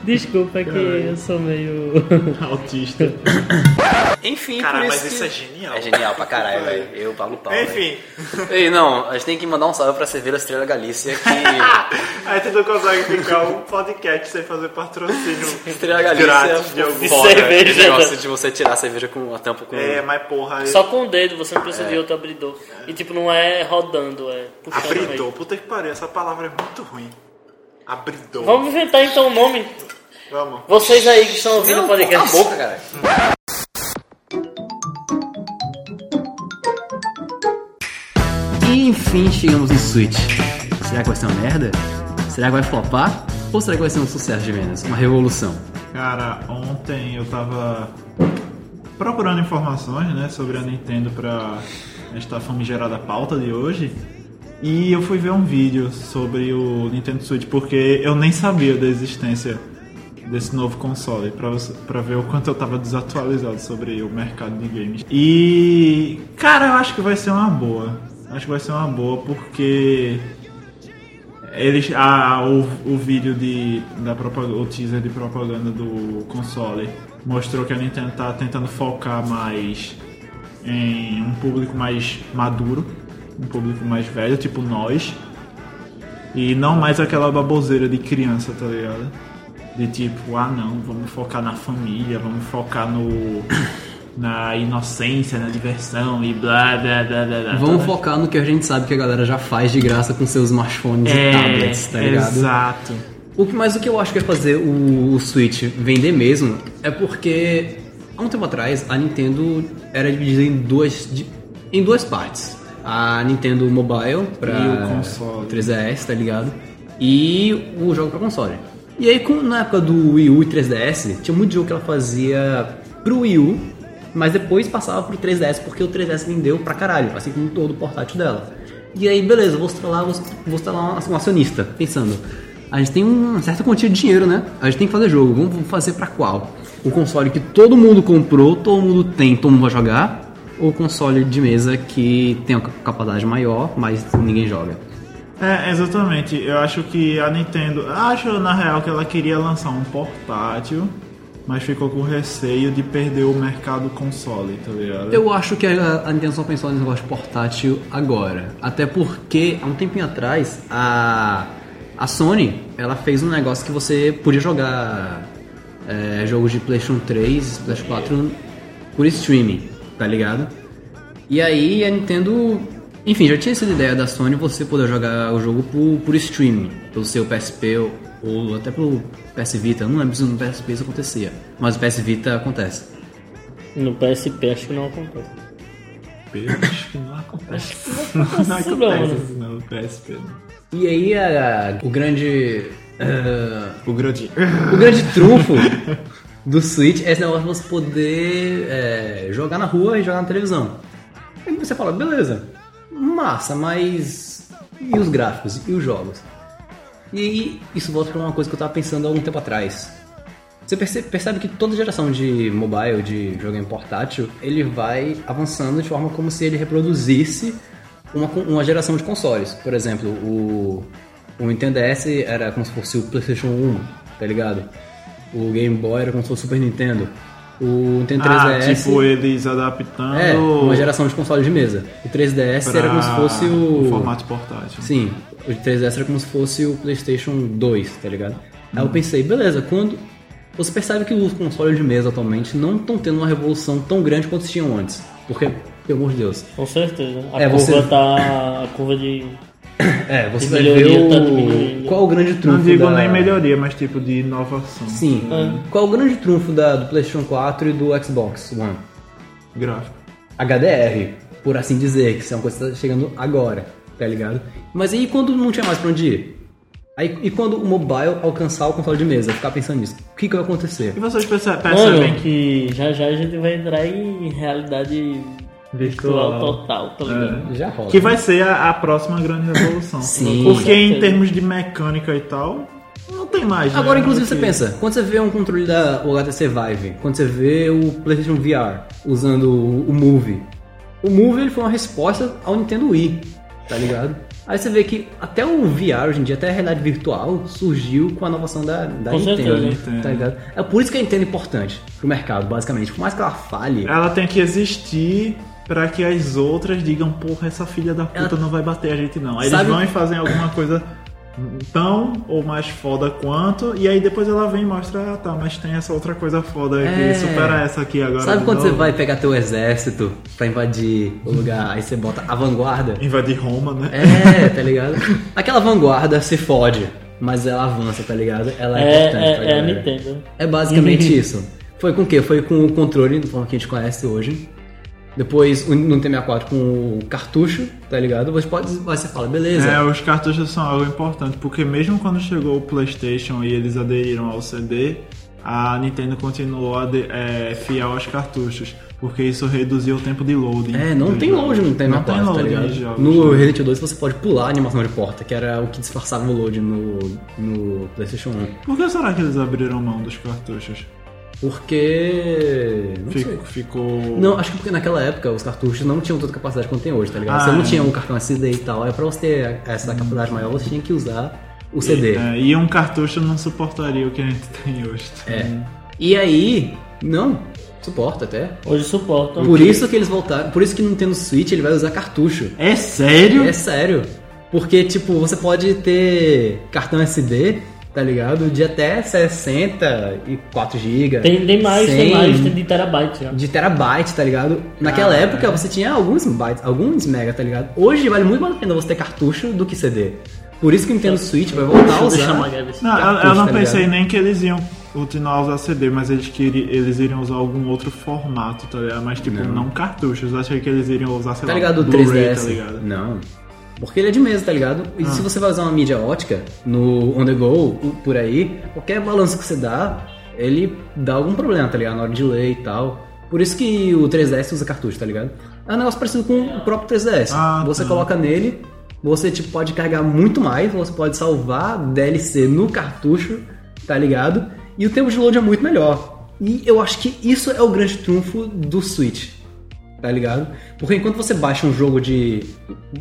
Speaker 7: Desculpa, é que eu sou meio.
Speaker 6: Autista.
Speaker 5: Enfim,
Speaker 3: Cara,
Speaker 5: por
Speaker 3: mas
Speaker 5: que-
Speaker 3: isso é genial.
Speaker 5: É genial pra caralho, velho. Eu pago pau.
Speaker 6: Enfim,
Speaker 5: velho. Ei, não, a gente tem que mandar um salve pra Cerveira Estrela Galícia, que.
Speaker 6: aí tu não consegue ficar um podcast sem fazer patrocínio.
Speaker 5: Estrela Galícia
Speaker 6: Grátis de
Speaker 5: foi
Speaker 6: algum
Speaker 5: foda.
Speaker 7: Cerveja.
Speaker 5: Esse negócio de você tirar a cerveja com a tampa com.
Speaker 6: É, mas porra, aí-
Speaker 7: Só com o dedo, você não precisa de outro abridor. E tipo, não é rodando, é puxando
Speaker 6: abridor.
Speaker 7: mesmo.
Speaker 6: Puta que pariu, essa palavra é muito ruim. Abridor.
Speaker 7: Vamos inventar então o nome.
Speaker 6: Vamos.
Speaker 7: Vocês aí que estão ouvindo o
Speaker 5: Cala a
Speaker 7: podcast.
Speaker 5: boca, cara. E enfim chegamos no Switch. Será que vai ser uma merda? Será que vai flopar? Ou será que vai ser um sucesso de vendas? Uma revolução?
Speaker 6: Cara, ontem eu tava procurando informações, né, sobre a Nintendo pra esta famigerada pauta de hoje. E eu fui ver um vídeo sobre o Nintendo Switch, porque eu nem sabia da existência desse novo console, pra, você- pra ver o quanto eu tava desatualizado sobre o mercado de games. E, cara, eu acho que vai ser uma boa. Acho que vai ser uma boa, porque eles, a, o, o vídeo de, da propag- o teaser de propaganda do console mostrou que a Nintendo tá tentando focar mais em um público mais maduro, um público mais velho, tipo nós. E não mais aquela baboseira de criança, tá ligado? De tipo, ah não, vamos focar na família, vamos focar no. na inocência, na diversão e blá blá blá blá blá.
Speaker 5: Vamos
Speaker 6: Tá-
Speaker 5: focar no que a gente sabe que a galera já faz de graça com seus smartphones e
Speaker 6: é,
Speaker 5: tablets, tá ligado?
Speaker 6: Exato.
Speaker 5: O que, mas o que eu acho que vai fazer o, o Switch vender mesmo é porque há um tempo atrás a Nintendo era dividida em duas, di- em duas partes. A Nintendo Mobile
Speaker 6: E o
Speaker 5: pra
Speaker 6: console.
Speaker 5: 3DS, tá ligado? E o jogo pra console. E aí com- na época do Wii U e 3DS, tinha muito jogo que ela fazia pro Wii U, mas depois passava pro 3DS porque o 3DS vendeu pra caralho, assim como todo o portátil dela. E aí, beleza, vou instalar, vou, vou instalar um acionista, pensando. A gente tem uma certa quantia de dinheiro, né? A gente tem que fazer jogo. Vamos vamos fazer pra qual? O console que todo mundo comprou, todo mundo tem, todo mundo vai jogar? Ou o console de mesa que tem uma capacidade maior, mas ninguém joga?
Speaker 6: É, exatamente. Eu acho que a Nintendo. Acho na real que ela queria lançar um portátil, mas ficou com receio de perder o mercado console, tá ligado?
Speaker 5: Eu acho que a, a Nintendo só pensou nesse negócio de portátil agora. Até porque, há um tempinho atrás, a, a Sony ela fez um negócio que você podia jogar é, jogos de PlayStation 3, PlayStation 4 por streaming, tá ligado? E aí a Nintendo. Enfim, já tinha essa ideia da Sony você poder jogar o jogo por, por streaming, pelo seu PSP ou, ou até pelo PS Vita. Eu não lembro se no PSP isso acontecia, mas o PS Vita acontece.
Speaker 7: No PSP acho que não acontece.
Speaker 6: Acho que não acontece.
Speaker 5: é
Speaker 6: Não
Speaker 7: Isso não,
Speaker 6: acontece
Speaker 7: mano.
Speaker 6: isso não, PSP. não.
Speaker 5: E aí a- o grande. eh,
Speaker 6: O grande.
Speaker 5: o grande trunfo do Switch é esse negócio de você poder eh, jogar na rua e jogar na televisão. Aí você fala, beleza, massa, mas. E os gráficos? E os jogos? E aí isso volta pra uma coisa que eu tava pensando há algum tempo atrás. Você perce- percebe que toda geração de mobile, de jogo em portátil, ele vai avançando de forma como se ele reproduzisse uma, con- uma geração de consoles. Por exemplo, o, o Nintendo DS era como se fosse o PlayStation 1, tá ligado? O Game Boy era como se fosse o Super Nintendo. O Nintendo 3DS.
Speaker 6: Ah, tipo eles adaptando.
Speaker 5: É, uma geração de consoles de mesa. O 3DS
Speaker 6: pra
Speaker 5: era como se fosse
Speaker 6: o
Speaker 5: o.
Speaker 6: formato portátil.
Speaker 5: Sim, o 3DS era como se fosse o PlayStation 2, tá ligado? Aí eu pensei, beleza, quando. Você percebe que os consoles de mesa atualmente não estão tendo uma revolução tão grande quanto tinham antes. Porque, pelo amor de Deus.
Speaker 7: Com certeza. A
Speaker 5: É,
Speaker 7: curva
Speaker 5: você-
Speaker 7: tá. A curva de.
Speaker 5: É, você
Speaker 7: E
Speaker 5: vai
Speaker 7: melhoria
Speaker 5: ver
Speaker 7: tá
Speaker 5: o...
Speaker 7: diminuindo.
Speaker 5: qual o grande trunfo
Speaker 6: Não digo
Speaker 5: da-
Speaker 6: nem melhoria, mas tipo de inovação.
Speaker 5: Sim. Qual o grande trunfo da, do PlayStation 4 e do Xbox One?
Speaker 6: Gráfico.
Speaker 5: HDR, por assim dizer, que isso é uma coisa que tá chegando agora, tá ligado? Mas aí quando não tinha mais pra onde ir? Aí, e quando o mobile alcançar o console de mesa, ficar pensando nisso, o que, que vai acontecer?
Speaker 6: E vocês perce- percebem
Speaker 7: Mano,
Speaker 6: que.
Speaker 7: que já já a gente vai entrar em realidade virtual total, tá
Speaker 5: É.
Speaker 7: ligado?
Speaker 5: Já rola.
Speaker 6: Que vai ser a, a próxima grande revolução.
Speaker 5: Sim.
Speaker 6: Porque em
Speaker 7: Certeza.
Speaker 6: termos de mecânica e tal, não tem mais. né?
Speaker 5: Agora, inclusive, você
Speaker 6: Que-
Speaker 5: pensa, quando você vê um controle da HTC Vive, quando você vê o PlayStation VR usando o, o Move, o Move ele foi uma resposta ao Nintendo Wii, tá ligado? Aí você vê que até o VR hoje em dia, até a realidade virtual, surgiu com a inovação da, da
Speaker 7: Com
Speaker 5: Nintendo,
Speaker 7: certeza.
Speaker 5: tá ligado? É por isso que a Nintendo é importante pro mercado, basicamente. Por mais que ela falhe,
Speaker 6: Ela tem que existir pra que as outras digam, porra, essa filha da puta
Speaker 5: Ela-
Speaker 6: não vai bater a gente não. Aí
Speaker 5: Sabe-
Speaker 6: eles vão e fazem alguma coisa tão ou mais foda quanto, e aí depois ela vem e mostra, ah tá, mas tem essa outra coisa foda
Speaker 5: É.
Speaker 6: que supera essa aqui agora.
Speaker 5: sabe
Speaker 6: de
Speaker 5: quando você
Speaker 6: novo?
Speaker 5: vai pegar teu exército pra invadir o lugar, aí você bota a vanguarda?
Speaker 6: Invadir Roma, né?
Speaker 5: É, tá ligado? Aquela vanguarda se fode, mas ela avança, tá ligado? Ela
Speaker 7: É,
Speaker 5: é, importante. pra
Speaker 7: é, é, a
Speaker 5: galera.
Speaker 7: Nintendo.
Speaker 5: É basicamente isso. Foi com o quê? Foi com o controle, da forma que a gente conhece hoje. Depois o Nintendo 64 com o cartucho, tá ligado? Você pode. Você fala, beleza.
Speaker 6: É, os cartuchos são algo importante, porque mesmo quando chegou o PlayStation e eles aderiram ao CD, a Nintendo continuou ade- é, fiel aos cartuchos, porque isso reduziu o tempo de loading.
Speaker 5: É, não
Speaker 6: dos
Speaker 5: tem
Speaker 6: jogos.
Speaker 5: load no Time
Speaker 6: tá Não tem
Speaker 5: tá
Speaker 6: loading
Speaker 5: ligado?
Speaker 6: nos jogos.
Speaker 5: no
Speaker 6: né?
Speaker 5: Resident Evil 2 você pode pular a animação de porta, que era o que disfarçava o load no, no PlayStation 1.
Speaker 6: Por que será que eles abriram mão dos cartuchos?
Speaker 5: Porque. Não sei.
Speaker 6: Fico- ficou.
Speaker 5: Não, acho que porque naquela época os cartuchos não tinham tanta capacidade quanto tem hoje, tá ligado?
Speaker 6: Ah,
Speaker 5: você não
Speaker 6: é.
Speaker 5: tinha um cartão SD e tal. Aí pra você ter essa capacidade maior, você tinha que usar o CD.
Speaker 6: É, e um cartucho não suportaria o que a gente tem hoje.
Speaker 5: É. E aí, não, suporta até.
Speaker 7: Hoje suporta.
Speaker 5: Por isso que eles voltaram, por isso que Nintendo Switch ele vai usar cartucho.
Speaker 6: É sério?
Speaker 5: É sério. Porque, tipo, você pode ter cartão SD, tá ligado? De até 64 GB.
Speaker 7: Tem, tem mais, tem mais, tem de terabyte já.
Speaker 5: de terabyte, tá ligado? Naquela
Speaker 7: Ah.
Speaker 5: época você tinha alguns bytes, alguns mega, tá ligado? Hoje vale muito mais a pena você ter cartucho do que CD. Por isso que o Nintendo Switch vai voltar a
Speaker 7: Deixa eu
Speaker 5: usar.
Speaker 7: chamar a Gabi.
Speaker 6: Não, eu- eu,
Speaker 5: cartucho,
Speaker 6: não
Speaker 5: tá
Speaker 6: pensei
Speaker 5: ligado?
Speaker 6: nem que eles iam continuar a usar CD, mas eles, queri- eles iriam usar algum outro formato, tá ligado? Mas tipo, não, cartuchos. Eu achei que eles iriam usar, sei
Speaker 5: Tá
Speaker 6: lá,
Speaker 5: ligado? O
Speaker 6: Blu-ray,
Speaker 5: 3DS.
Speaker 6: tá ligado? Ah.
Speaker 5: Não. Porque ele é de mesa, tá ligado? E se você vai usar uma mídia ótica no on the go, o- por aí, qualquer balanço que você dá, ele dá algum problema, tá ligado? Na hora de ler e tal. Por isso que o 3DS usa cartucho, tá ligado? É um negócio parecido com o próprio 3DS.
Speaker 6: Ah,
Speaker 5: você
Speaker 6: tá.
Speaker 5: coloca nele, você tipo, pode carregar muito mais, você pode salvar DLC no cartucho, tá ligado? E o tempo de load é muito melhor. E eu acho que isso é o grande trunfo do Switch. tá ligado? Porque enquanto você baixa um jogo de.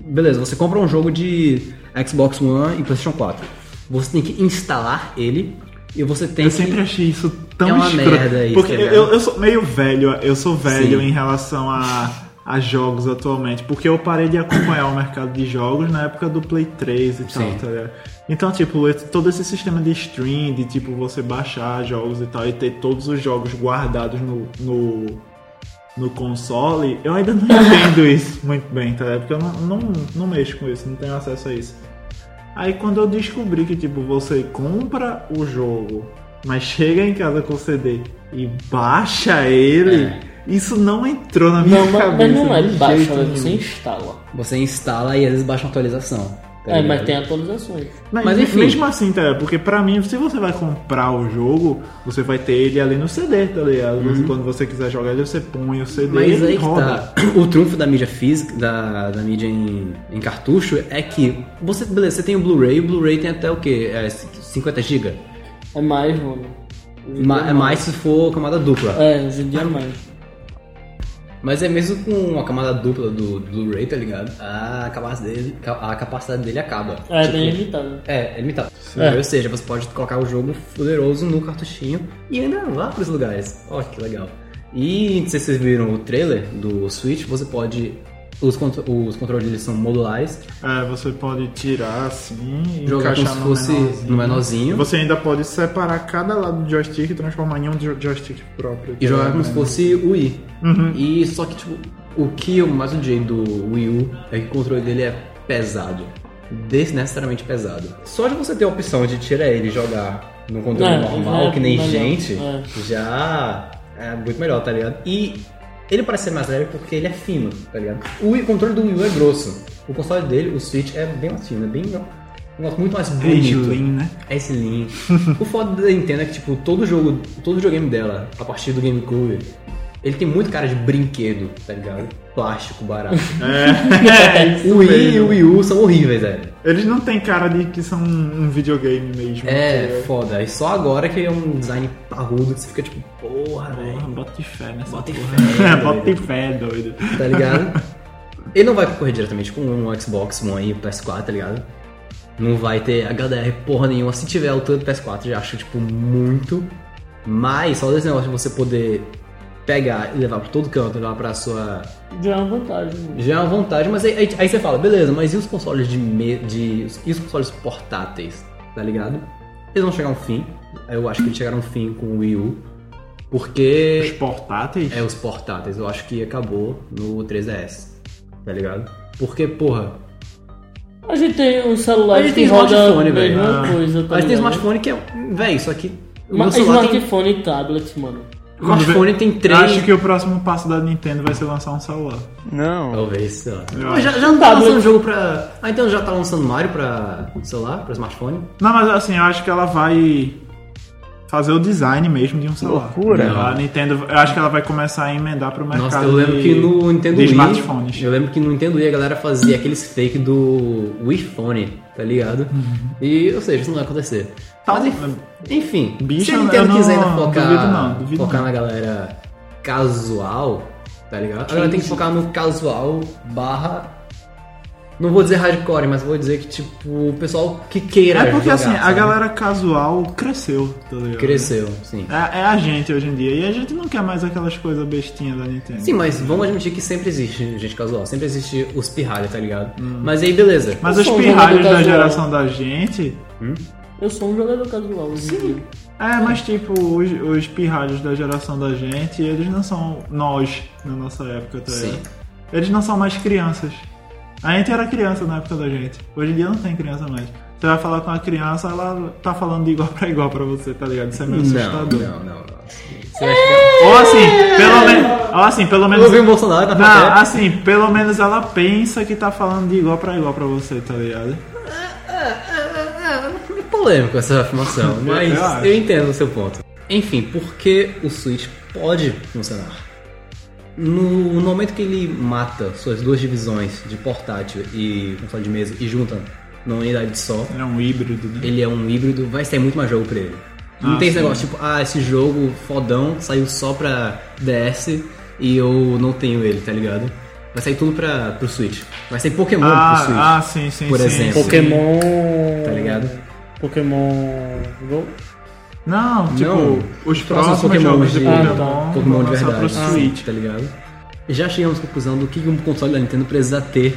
Speaker 5: Beleza, você compra um jogo de Xbox One e PlayStation 4. Você tem que instalar ele e você tem
Speaker 6: Eu
Speaker 5: que.
Speaker 6: sempre achei isso tão
Speaker 5: É uma
Speaker 6: escroto.
Speaker 5: merda isso,
Speaker 6: porque
Speaker 5: tá
Speaker 6: eu,
Speaker 5: ligado?
Speaker 6: eu sou meio velho, eu sou velho
Speaker 5: Sim.
Speaker 6: em relação a, a jogos atualmente, porque eu parei de acompanhar o mercado de jogos na época do Play 3 e tal,
Speaker 5: Sim.
Speaker 6: tá ligado? Então, tipo, esse- todo esse sistema de stream, de tipo, você baixar jogos e tal, e ter todos os jogos guardados no. no no console, eu ainda não entendo isso muito bem, tá? ligado? Porque eu não, não, não mexo com isso, não tenho acesso a isso. Aí quando eu descobri que tipo você compra o jogo, mas chega em casa com o CD e baixa ele, isso não entrou na minha
Speaker 7: Não, mas,
Speaker 6: cabeça.
Speaker 7: mas não é
Speaker 6: de
Speaker 7: ele baixa,
Speaker 6: jeito
Speaker 7: né?
Speaker 6: nenhum.
Speaker 7: você instala.
Speaker 5: Você instala e às vezes baixa uma atualização. tá
Speaker 7: é,
Speaker 5: ligado?
Speaker 7: mas tem atualizações.
Speaker 6: Mas,
Speaker 5: Mas, enfim.
Speaker 6: mesmo assim, tá ligado? Porque pra mim, se você vai comprar o jogo, você vai ter ele ali no CD, tá ligado? Você- Quando você quiser jogar ele, você põe o CD
Speaker 5: Mas
Speaker 6: e
Speaker 5: aí que
Speaker 6: roda.
Speaker 5: tá. O trunfo da mídia física, da, da mídia em, em cartucho, é que você, beleza, você tem o Blu-ray, o Blu-ray tem até o quê? É, 50 GB?
Speaker 7: É mais, mano.
Speaker 5: Ma- É mais se for camada dupla.
Speaker 7: É, hoje em dia é mais.
Speaker 5: Mas é mesmo com a camada dupla do do Blu-ray, tá ligado? A capacidade dele, ca- a capacidade dele acaba.
Speaker 7: É,
Speaker 5: Tipo,
Speaker 7: bem limitado.
Speaker 5: É, é limitado.
Speaker 7: É.
Speaker 5: Ou seja, você pode colocar o jogo poderoso no cartuchinho e ainda lá pros lugares. Ó, que legal. E não sei se vocês viram o trailer do Switch, você pode. Os, contro- os controles eles são modulares,
Speaker 6: É, você pode tirar assim e
Speaker 5: jogar como
Speaker 6: encaixar
Speaker 5: se
Speaker 6: no
Speaker 5: fosse
Speaker 6: menorzinho.
Speaker 5: no menorzinho.
Speaker 6: Você ainda pode separar cada lado do joystick e transformar em um jo- joystick próprio.
Speaker 5: E
Speaker 6: tá
Speaker 5: jogar como
Speaker 7: É.
Speaker 6: ligado?
Speaker 5: se fosse o Wii.
Speaker 6: Uhum.
Speaker 5: E só que, tipo, o que eu mais odiei do Wii U é que o controle dele é pesado. Desnecessariamente pesado. Só de você ter a opção de tirar ele e jogar num controle
Speaker 7: É,
Speaker 5: normal,
Speaker 7: já é
Speaker 5: que nem
Speaker 7: melhor.
Speaker 5: gente,
Speaker 7: É.
Speaker 5: já é muito melhor, tá ligado? E ele parece ser mais leve porque ele é fino, tá ligado? O Wii- o controle do Wii U é grosso. O console dele, o Switch, é bem mais fino, é bem. Um negócio muito mais
Speaker 6: É
Speaker 5: bonito.
Speaker 6: slim, né?
Speaker 5: É esse link. o foda da Nintendo é que, tipo, todo jogo, todo videogame dela, a partir do GameCube, ele tem muito cara de brinquedo, tá ligado? Plástico, barato. É
Speaker 7: É,
Speaker 6: É
Speaker 5: o Wii e o Wii U são horríveis, velho.
Speaker 6: Eles não têm cara de que são um um videogame mesmo.
Speaker 5: É,
Speaker 6: entendeu?
Speaker 5: foda. E só agora que é um design parrudo que você fica tipo, porra,
Speaker 6: Porra,
Speaker 5: velho.
Speaker 6: bota de fé nessa
Speaker 5: Bota de
Speaker 6: porra.
Speaker 5: fé,
Speaker 6: É,
Speaker 5: doido.
Speaker 6: bota de fé, doido.
Speaker 5: Tá ligado? ele não vai concorrer diretamente com um Xbox One e PS4, tá ligado? Não vai ter HDR porra nenhuma. Se tiver a altura do PS4, já acho, tipo, muito. Mas só desse negócio de você poder pegar e levar pra todo canto, levar pra sua.
Speaker 7: Já é uma vantagem. mano.
Speaker 5: Já é uma vontade, mas aí, aí, aí você fala, beleza, mas e os consoles de, me... de. E os consoles portáteis, tá ligado? Eles vão chegar a um fim. Eu acho que eles chegaram a um fim com o Wii U.
Speaker 6: Os
Speaker 5: Porque.
Speaker 6: portáteis?
Speaker 5: É, os portáteis. Eu acho que acabou no 3DS, tá ligado? Porque, porra,
Speaker 7: A gente tem um celular
Speaker 5: A gente
Speaker 7: que
Speaker 5: tem
Speaker 7: roda
Speaker 5: smartphone,
Speaker 7: a
Speaker 5: velho.
Speaker 7: mesma
Speaker 6: Ah.
Speaker 7: coisa tá
Speaker 5: a gente tem
Speaker 7: ligado?
Speaker 5: smartphone que é. Véi, isso aqui. O meu
Speaker 7: Mas
Speaker 5: celular tem.
Speaker 7: smartphone e tablet, mano.
Speaker 6: Quando vê-
Speaker 5: smartphone tem três.
Speaker 6: Acho que o próximo passo da Nintendo vai ser lançar um celular.
Speaker 5: Talvez, sei lá.
Speaker 6: Eu
Speaker 5: Mas já, já não tá lançando jogo pra. Ah, então já tá lançando Mario pra celular, pra smartphone?
Speaker 6: Não, mas assim, eu acho que ela vai fazer o design mesmo de um celular. Loucura. A Nintendo, eu acho que ela vai começar a emendar pro mercado
Speaker 5: Nossa, eu lembro
Speaker 6: de,
Speaker 5: que no Nintendo
Speaker 6: de
Speaker 5: Wii.
Speaker 6: smartphones.
Speaker 5: Eu lembro que no Nintendo Wii a galera fazia aqueles fake do Wii Phone, tá ligado? E, ou seja, isso não vai acontecer.
Speaker 6: Uhum. Tá,
Speaker 5: Mas, enf- enfim,
Speaker 6: Bicho,
Speaker 5: se a
Speaker 6: eu
Speaker 5: Nintendo
Speaker 6: não-
Speaker 5: quiser ainda
Speaker 6: não
Speaker 5: focar,
Speaker 6: duvido não, duvido
Speaker 5: focar
Speaker 6: não.
Speaker 5: na galera casual, tá ligado? Agora tem que focar no casual barra. Não vou dizer hardcore, mas vou dizer que, tipo, o pessoal que queira.
Speaker 6: É porque
Speaker 5: jogar,
Speaker 6: assim, a
Speaker 5: sabe?
Speaker 6: galera casual cresceu, tá ligado?
Speaker 5: Cresceu, sim.
Speaker 6: É, é a gente hoje em dia. E a gente não quer mais aquelas coisas bestinhas da Nintendo.
Speaker 5: Sim, mas vamos admitir que sempre existe gente casual, sempre existe os pirralha, tá ligado?
Speaker 6: Hum.
Speaker 5: Mas aí, beleza.
Speaker 6: Mas
Speaker 7: Eu
Speaker 6: os
Speaker 7: sou um
Speaker 6: pirralhos
Speaker 7: jogador
Speaker 6: da
Speaker 7: casual.
Speaker 6: geração da gente.
Speaker 7: Eu sou um jogador casual. hoje em dia.
Speaker 6: É, mas tipo, os, os pirralhos da geração da gente, eles não são nós na nossa época, tá
Speaker 5: Sim.
Speaker 6: ligado? Eles não são mais crianças. A gente era criança na época da gente. Hoje em dia não tem criança mais. Você vai falar com a criança, ela tá falando de igual pra igual pra você, tá ligado? Isso é meio
Speaker 5: Não,
Speaker 6: assustador.
Speaker 5: não, não, não. Você acha que
Speaker 6: Ou assim, pelo menos. Ou assim, pelo
Speaker 5: eu
Speaker 6: menos.
Speaker 5: ouvi o Bolsonaro tá na
Speaker 6: Não,
Speaker 5: plateia?
Speaker 6: assim, pelo menos ela pensa que tá falando de igual pra igual pra você, tá ligado?
Speaker 5: É polêmico essa afirmação, mas
Speaker 6: eu acho.
Speaker 5: eu, entendo o seu ponto. Enfim, por que o Switch pode funcionar? No, no momento que ele mata suas duas divisões de portátil e console de mesa e junta numa unidade só,
Speaker 6: Ele é um híbrido, né?
Speaker 5: ele é um híbrido, vai sair muito mais jogo pra ele. Não
Speaker 6: Ah,
Speaker 5: tem esse
Speaker 6: sim.
Speaker 5: negócio tipo, ah, esse jogo fodão saiu só pra DS e eu não tenho ele, tá ligado? Vai sair tudo pra, pro Switch. Vai sair Pokémon pro Switch.
Speaker 6: Ah, ah, sim, sim,
Speaker 5: por
Speaker 6: sim,
Speaker 5: exemplo.
Speaker 6: sim.
Speaker 7: Pokémon.
Speaker 5: Tá ligado?
Speaker 7: Pokémon. Go?
Speaker 6: Não, tipo,
Speaker 5: Não,
Speaker 6: os
Speaker 5: próximos
Speaker 6: próximos jogos de
Speaker 5: de-
Speaker 6: Pokémon,
Speaker 5: Pokémon
Speaker 6: vão
Speaker 5: de
Speaker 6: lançar
Speaker 5: verdade.
Speaker 6: pro Switch.
Speaker 5: Tá ligado? Já chegamos à conclusão do que um console da Nintendo precisa ter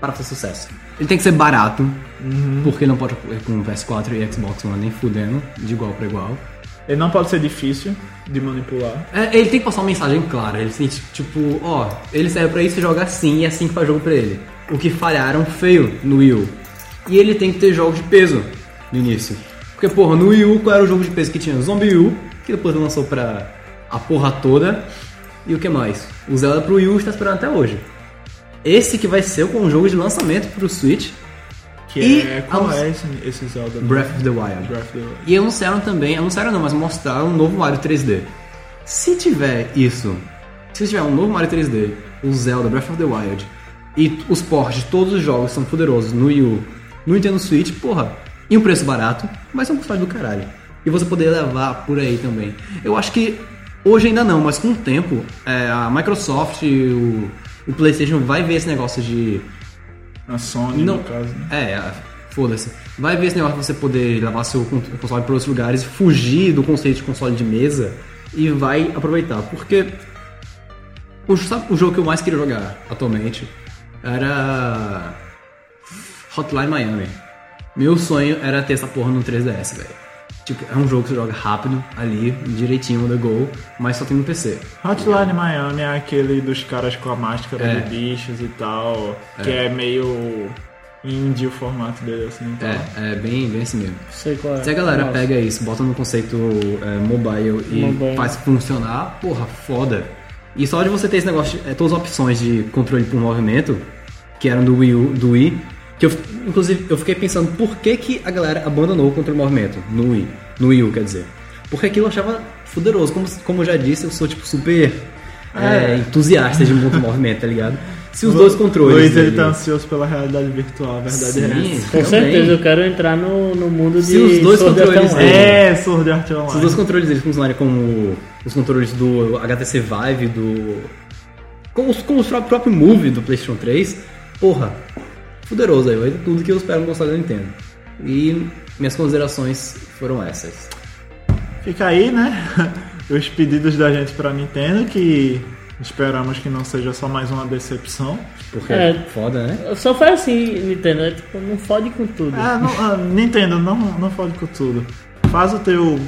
Speaker 5: para ter sucesso. Ele tem que ser barato,
Speaker 6: Uhum.
Speaker 5: porque não pode ir com PS4 e Xbox One nem fudendo, de igual para igual.
Speaker 6: Ele não pode ser difícil de manipular.
Speaker 5: É, ele tem que passar uma mensagem clara. Ele sente, tipo, ó, ele serve pra isso você joga assim e é assim que faz jogo pra ele. O que falharam feio no Wii U. E ele tem que ter jogos de peso no início. Porque, porra, no Wii U, qual era o jogo de peso que tinha? Zombie U, que depois lançou pra a porra toda. E o que mais? O Zelda pro Wii U está esperando até hoje. Esse que vai ser o jogo de lançamento pro Switch,
Speaker 6: Que
Speaker 5: E
Speaker 6: é. Qual
Speaker 5: aos-
Speaker 6: é esse, esse Zelda?
Speaker 5: Breath of the Wild.
Speaker 6: Breath of the Wild.
Speaker 5: E anunciaram também, anunciaram não, mas mostraram um novo Mario 3D. Se tiver isso, se tiver um novo Mario 3D, o Zelda Breath of the Wild e os ports de todos os jogos são poderosos no Wii U, no Nintendo Switch, porra, e um preço barato, mas é um console do caralho. E você poder levar por aí também. Eu acho que hoje ainda não, mas com o tempo, é, a Microsoft e o, o PlayStation vai ver esse negócio de
Speaker 6: A Sony,
Speaker 5: não.
Speaker 6: no caso, né?
Speaker 5: É, foda-se. Vai ver esse negócio de você poder levar seu con- console para outros lugares, fugir do conceito de console de mesa e vai aproveitar. Porque o, sabe o jogo que eu mais queria jogar atualmente era Hotline Miami. Meu sonho era ter essa porra no 3DS, velho. Tipo, é um jogo que você joga rápido, ali, direitinho, on the go, mas só tem no PC.
Speaker 6: Hotline Miami é aquele dos caras com a máscara
Speaker 5: É.
Speaker 6: de bichos e tal, que é meio indie o formato dele, assim, então.
Speaker 5: É, é bem, bem assim mesmo.
Speaker 7: Sei qual é.
Speaker 5: Se a galera
Speaker 7: Nossa.
Speaker 5: pega isso, bota no conceito é, mobile e
Speaker 7: Mobile.
Speaker 5: faz funcionar, porra, foda. E só de você ter esse negócio, de- é, todas as opções de controle por movimento, que eram do Wii, U- do Wii que eu, f- inclusive, eu fiquei pensando por que, que a galera abandonou o controle por movimento no Wii, no Wii U, quer dizer. Porque aquilo eu achava fuderoso. Como, como eu já disse, eu sou, tipo, super é, entusiasta de um controle por movimento, tá ligado? Se os
Speaker 6: Lu-
Speaker 5: dois controles...
Speaker 6: Luiz, ele
Speaker 5: dele-
Speaker 6: tá ansioso pela realidade virtual, a verdade
Speaker 5: Sim,
Speaker 6: é essa.
Speaker 7: Com
Speaker 5: também.
Speaker 7: certeza, eu quero entrar no, no mundo de.
Speaker 5: Se os dois
Speaker 7: Sword Art
Speaker 5: controles-
Speaker 7: Online.
Speaker 6: É, Sword Art
Speaker 5: Se os dois
Speaker 6: Online.
Speaker 5: controles deles funcionarem como os controles do HTC Vive, do. Como, os- como o próprio próprio Move do PlayStation 3, porra, fuderoso aí, é tudo que eu espero no console da Nintendo. E minhas considerações foram essas.
Speaker 6: Fica aí, né? Os pedidos da gente pra Nintendo, que esperamos que não seja só mais uma decepção.
Speaker 5: Porque
Speaker 7: É.
Speaker 5: foda, né?
Speaker 7: Só faz assim, Nintendo. é tipo, não fode com tudo.
Speaker 6: Ah, não, ah, Nintendo, não, não fode com tudo. Faz o teu,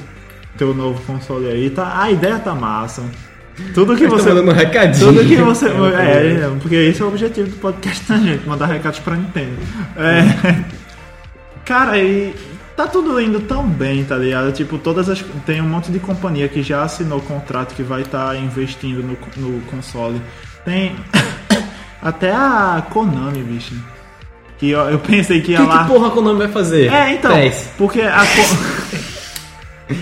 Speaker 6: teu novo console aí, tá? A ideia tá massa. Tudo que
Speaker 5: Eu tô
Speaker 6: você.
Speaker 5: mandando um recadinho.
Speaker 6: Tudo que você. É, é, porque esse é o objetivo do podcast da gente, mandar recados pra Nintendo. É. Cara, e tá tudo indo tão bem, tá ligado? Tipo, todas as. Tem um monte de companhia que já assinou contrato que vai estar investindo no, no console. Tem. Até a Konami, bicho. Que eu, eu pensei que ia
Speaker 5: O que,
Speaker 6: lá.
Speaker 5: que porra a Konami vai fazer?
Speaker 6: É, então.
Speaker 5: Pés.
Speaker 6: Porque a. Co...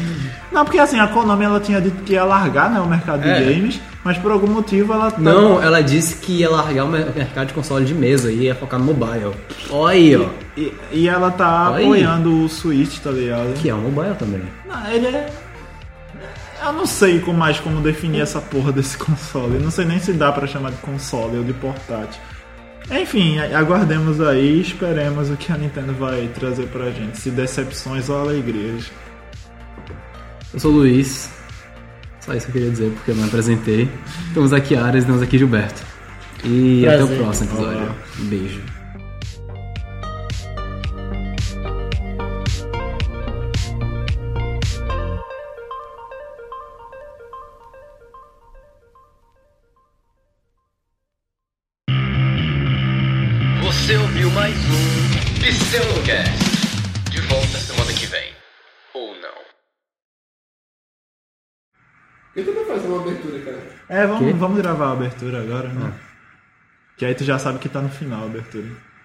Speaker 6: Não, porque assim, a Konami ela tinha dito que ia largar né, o mercado de
Speaker 5: É.
Speaker 6: games, mas por algum motivo ela tá.
Speaker 5: Não, ela disse que ia largar o mer- mercado de console de mesa e ia focar no mobile. Olha aí, ó.
Speaker 6: E, e ela tá
Speaker 5: Olha aí.
Speaker 6: apoiando o Switch, tá ligado?
Speaker 5: Que é um mobile também.
Speaker 6: Não, ele é. Eu não sei como mais como definir essa porra desse console. Eu não sei nem se dá pra chamar de console ou de portátil. Enfim, a- aguardemos aí e esperemos o que a Nintendo vai trazer pra gente. Se decepções ou alegrias.
Speaker 5: Eu sou o Luiz. Só isso que eu queria dizer, porque eu não apresentei. Estamos aqui, Ares, estamos aqui, Gilberto. E
Speaker 7: Prazer.
Speaker 5: até o próximo episódio.
Speaker 6: Olá.
Speaker 5: Um beijo.
Speaker 3: Você ouviu mais um Pseudocast. De volta semana que vem. Ou não.
Speaker 6: É, vamos, vamos gravar a abertura agora, né? Que aí tu já sabe que tá no final a abertura.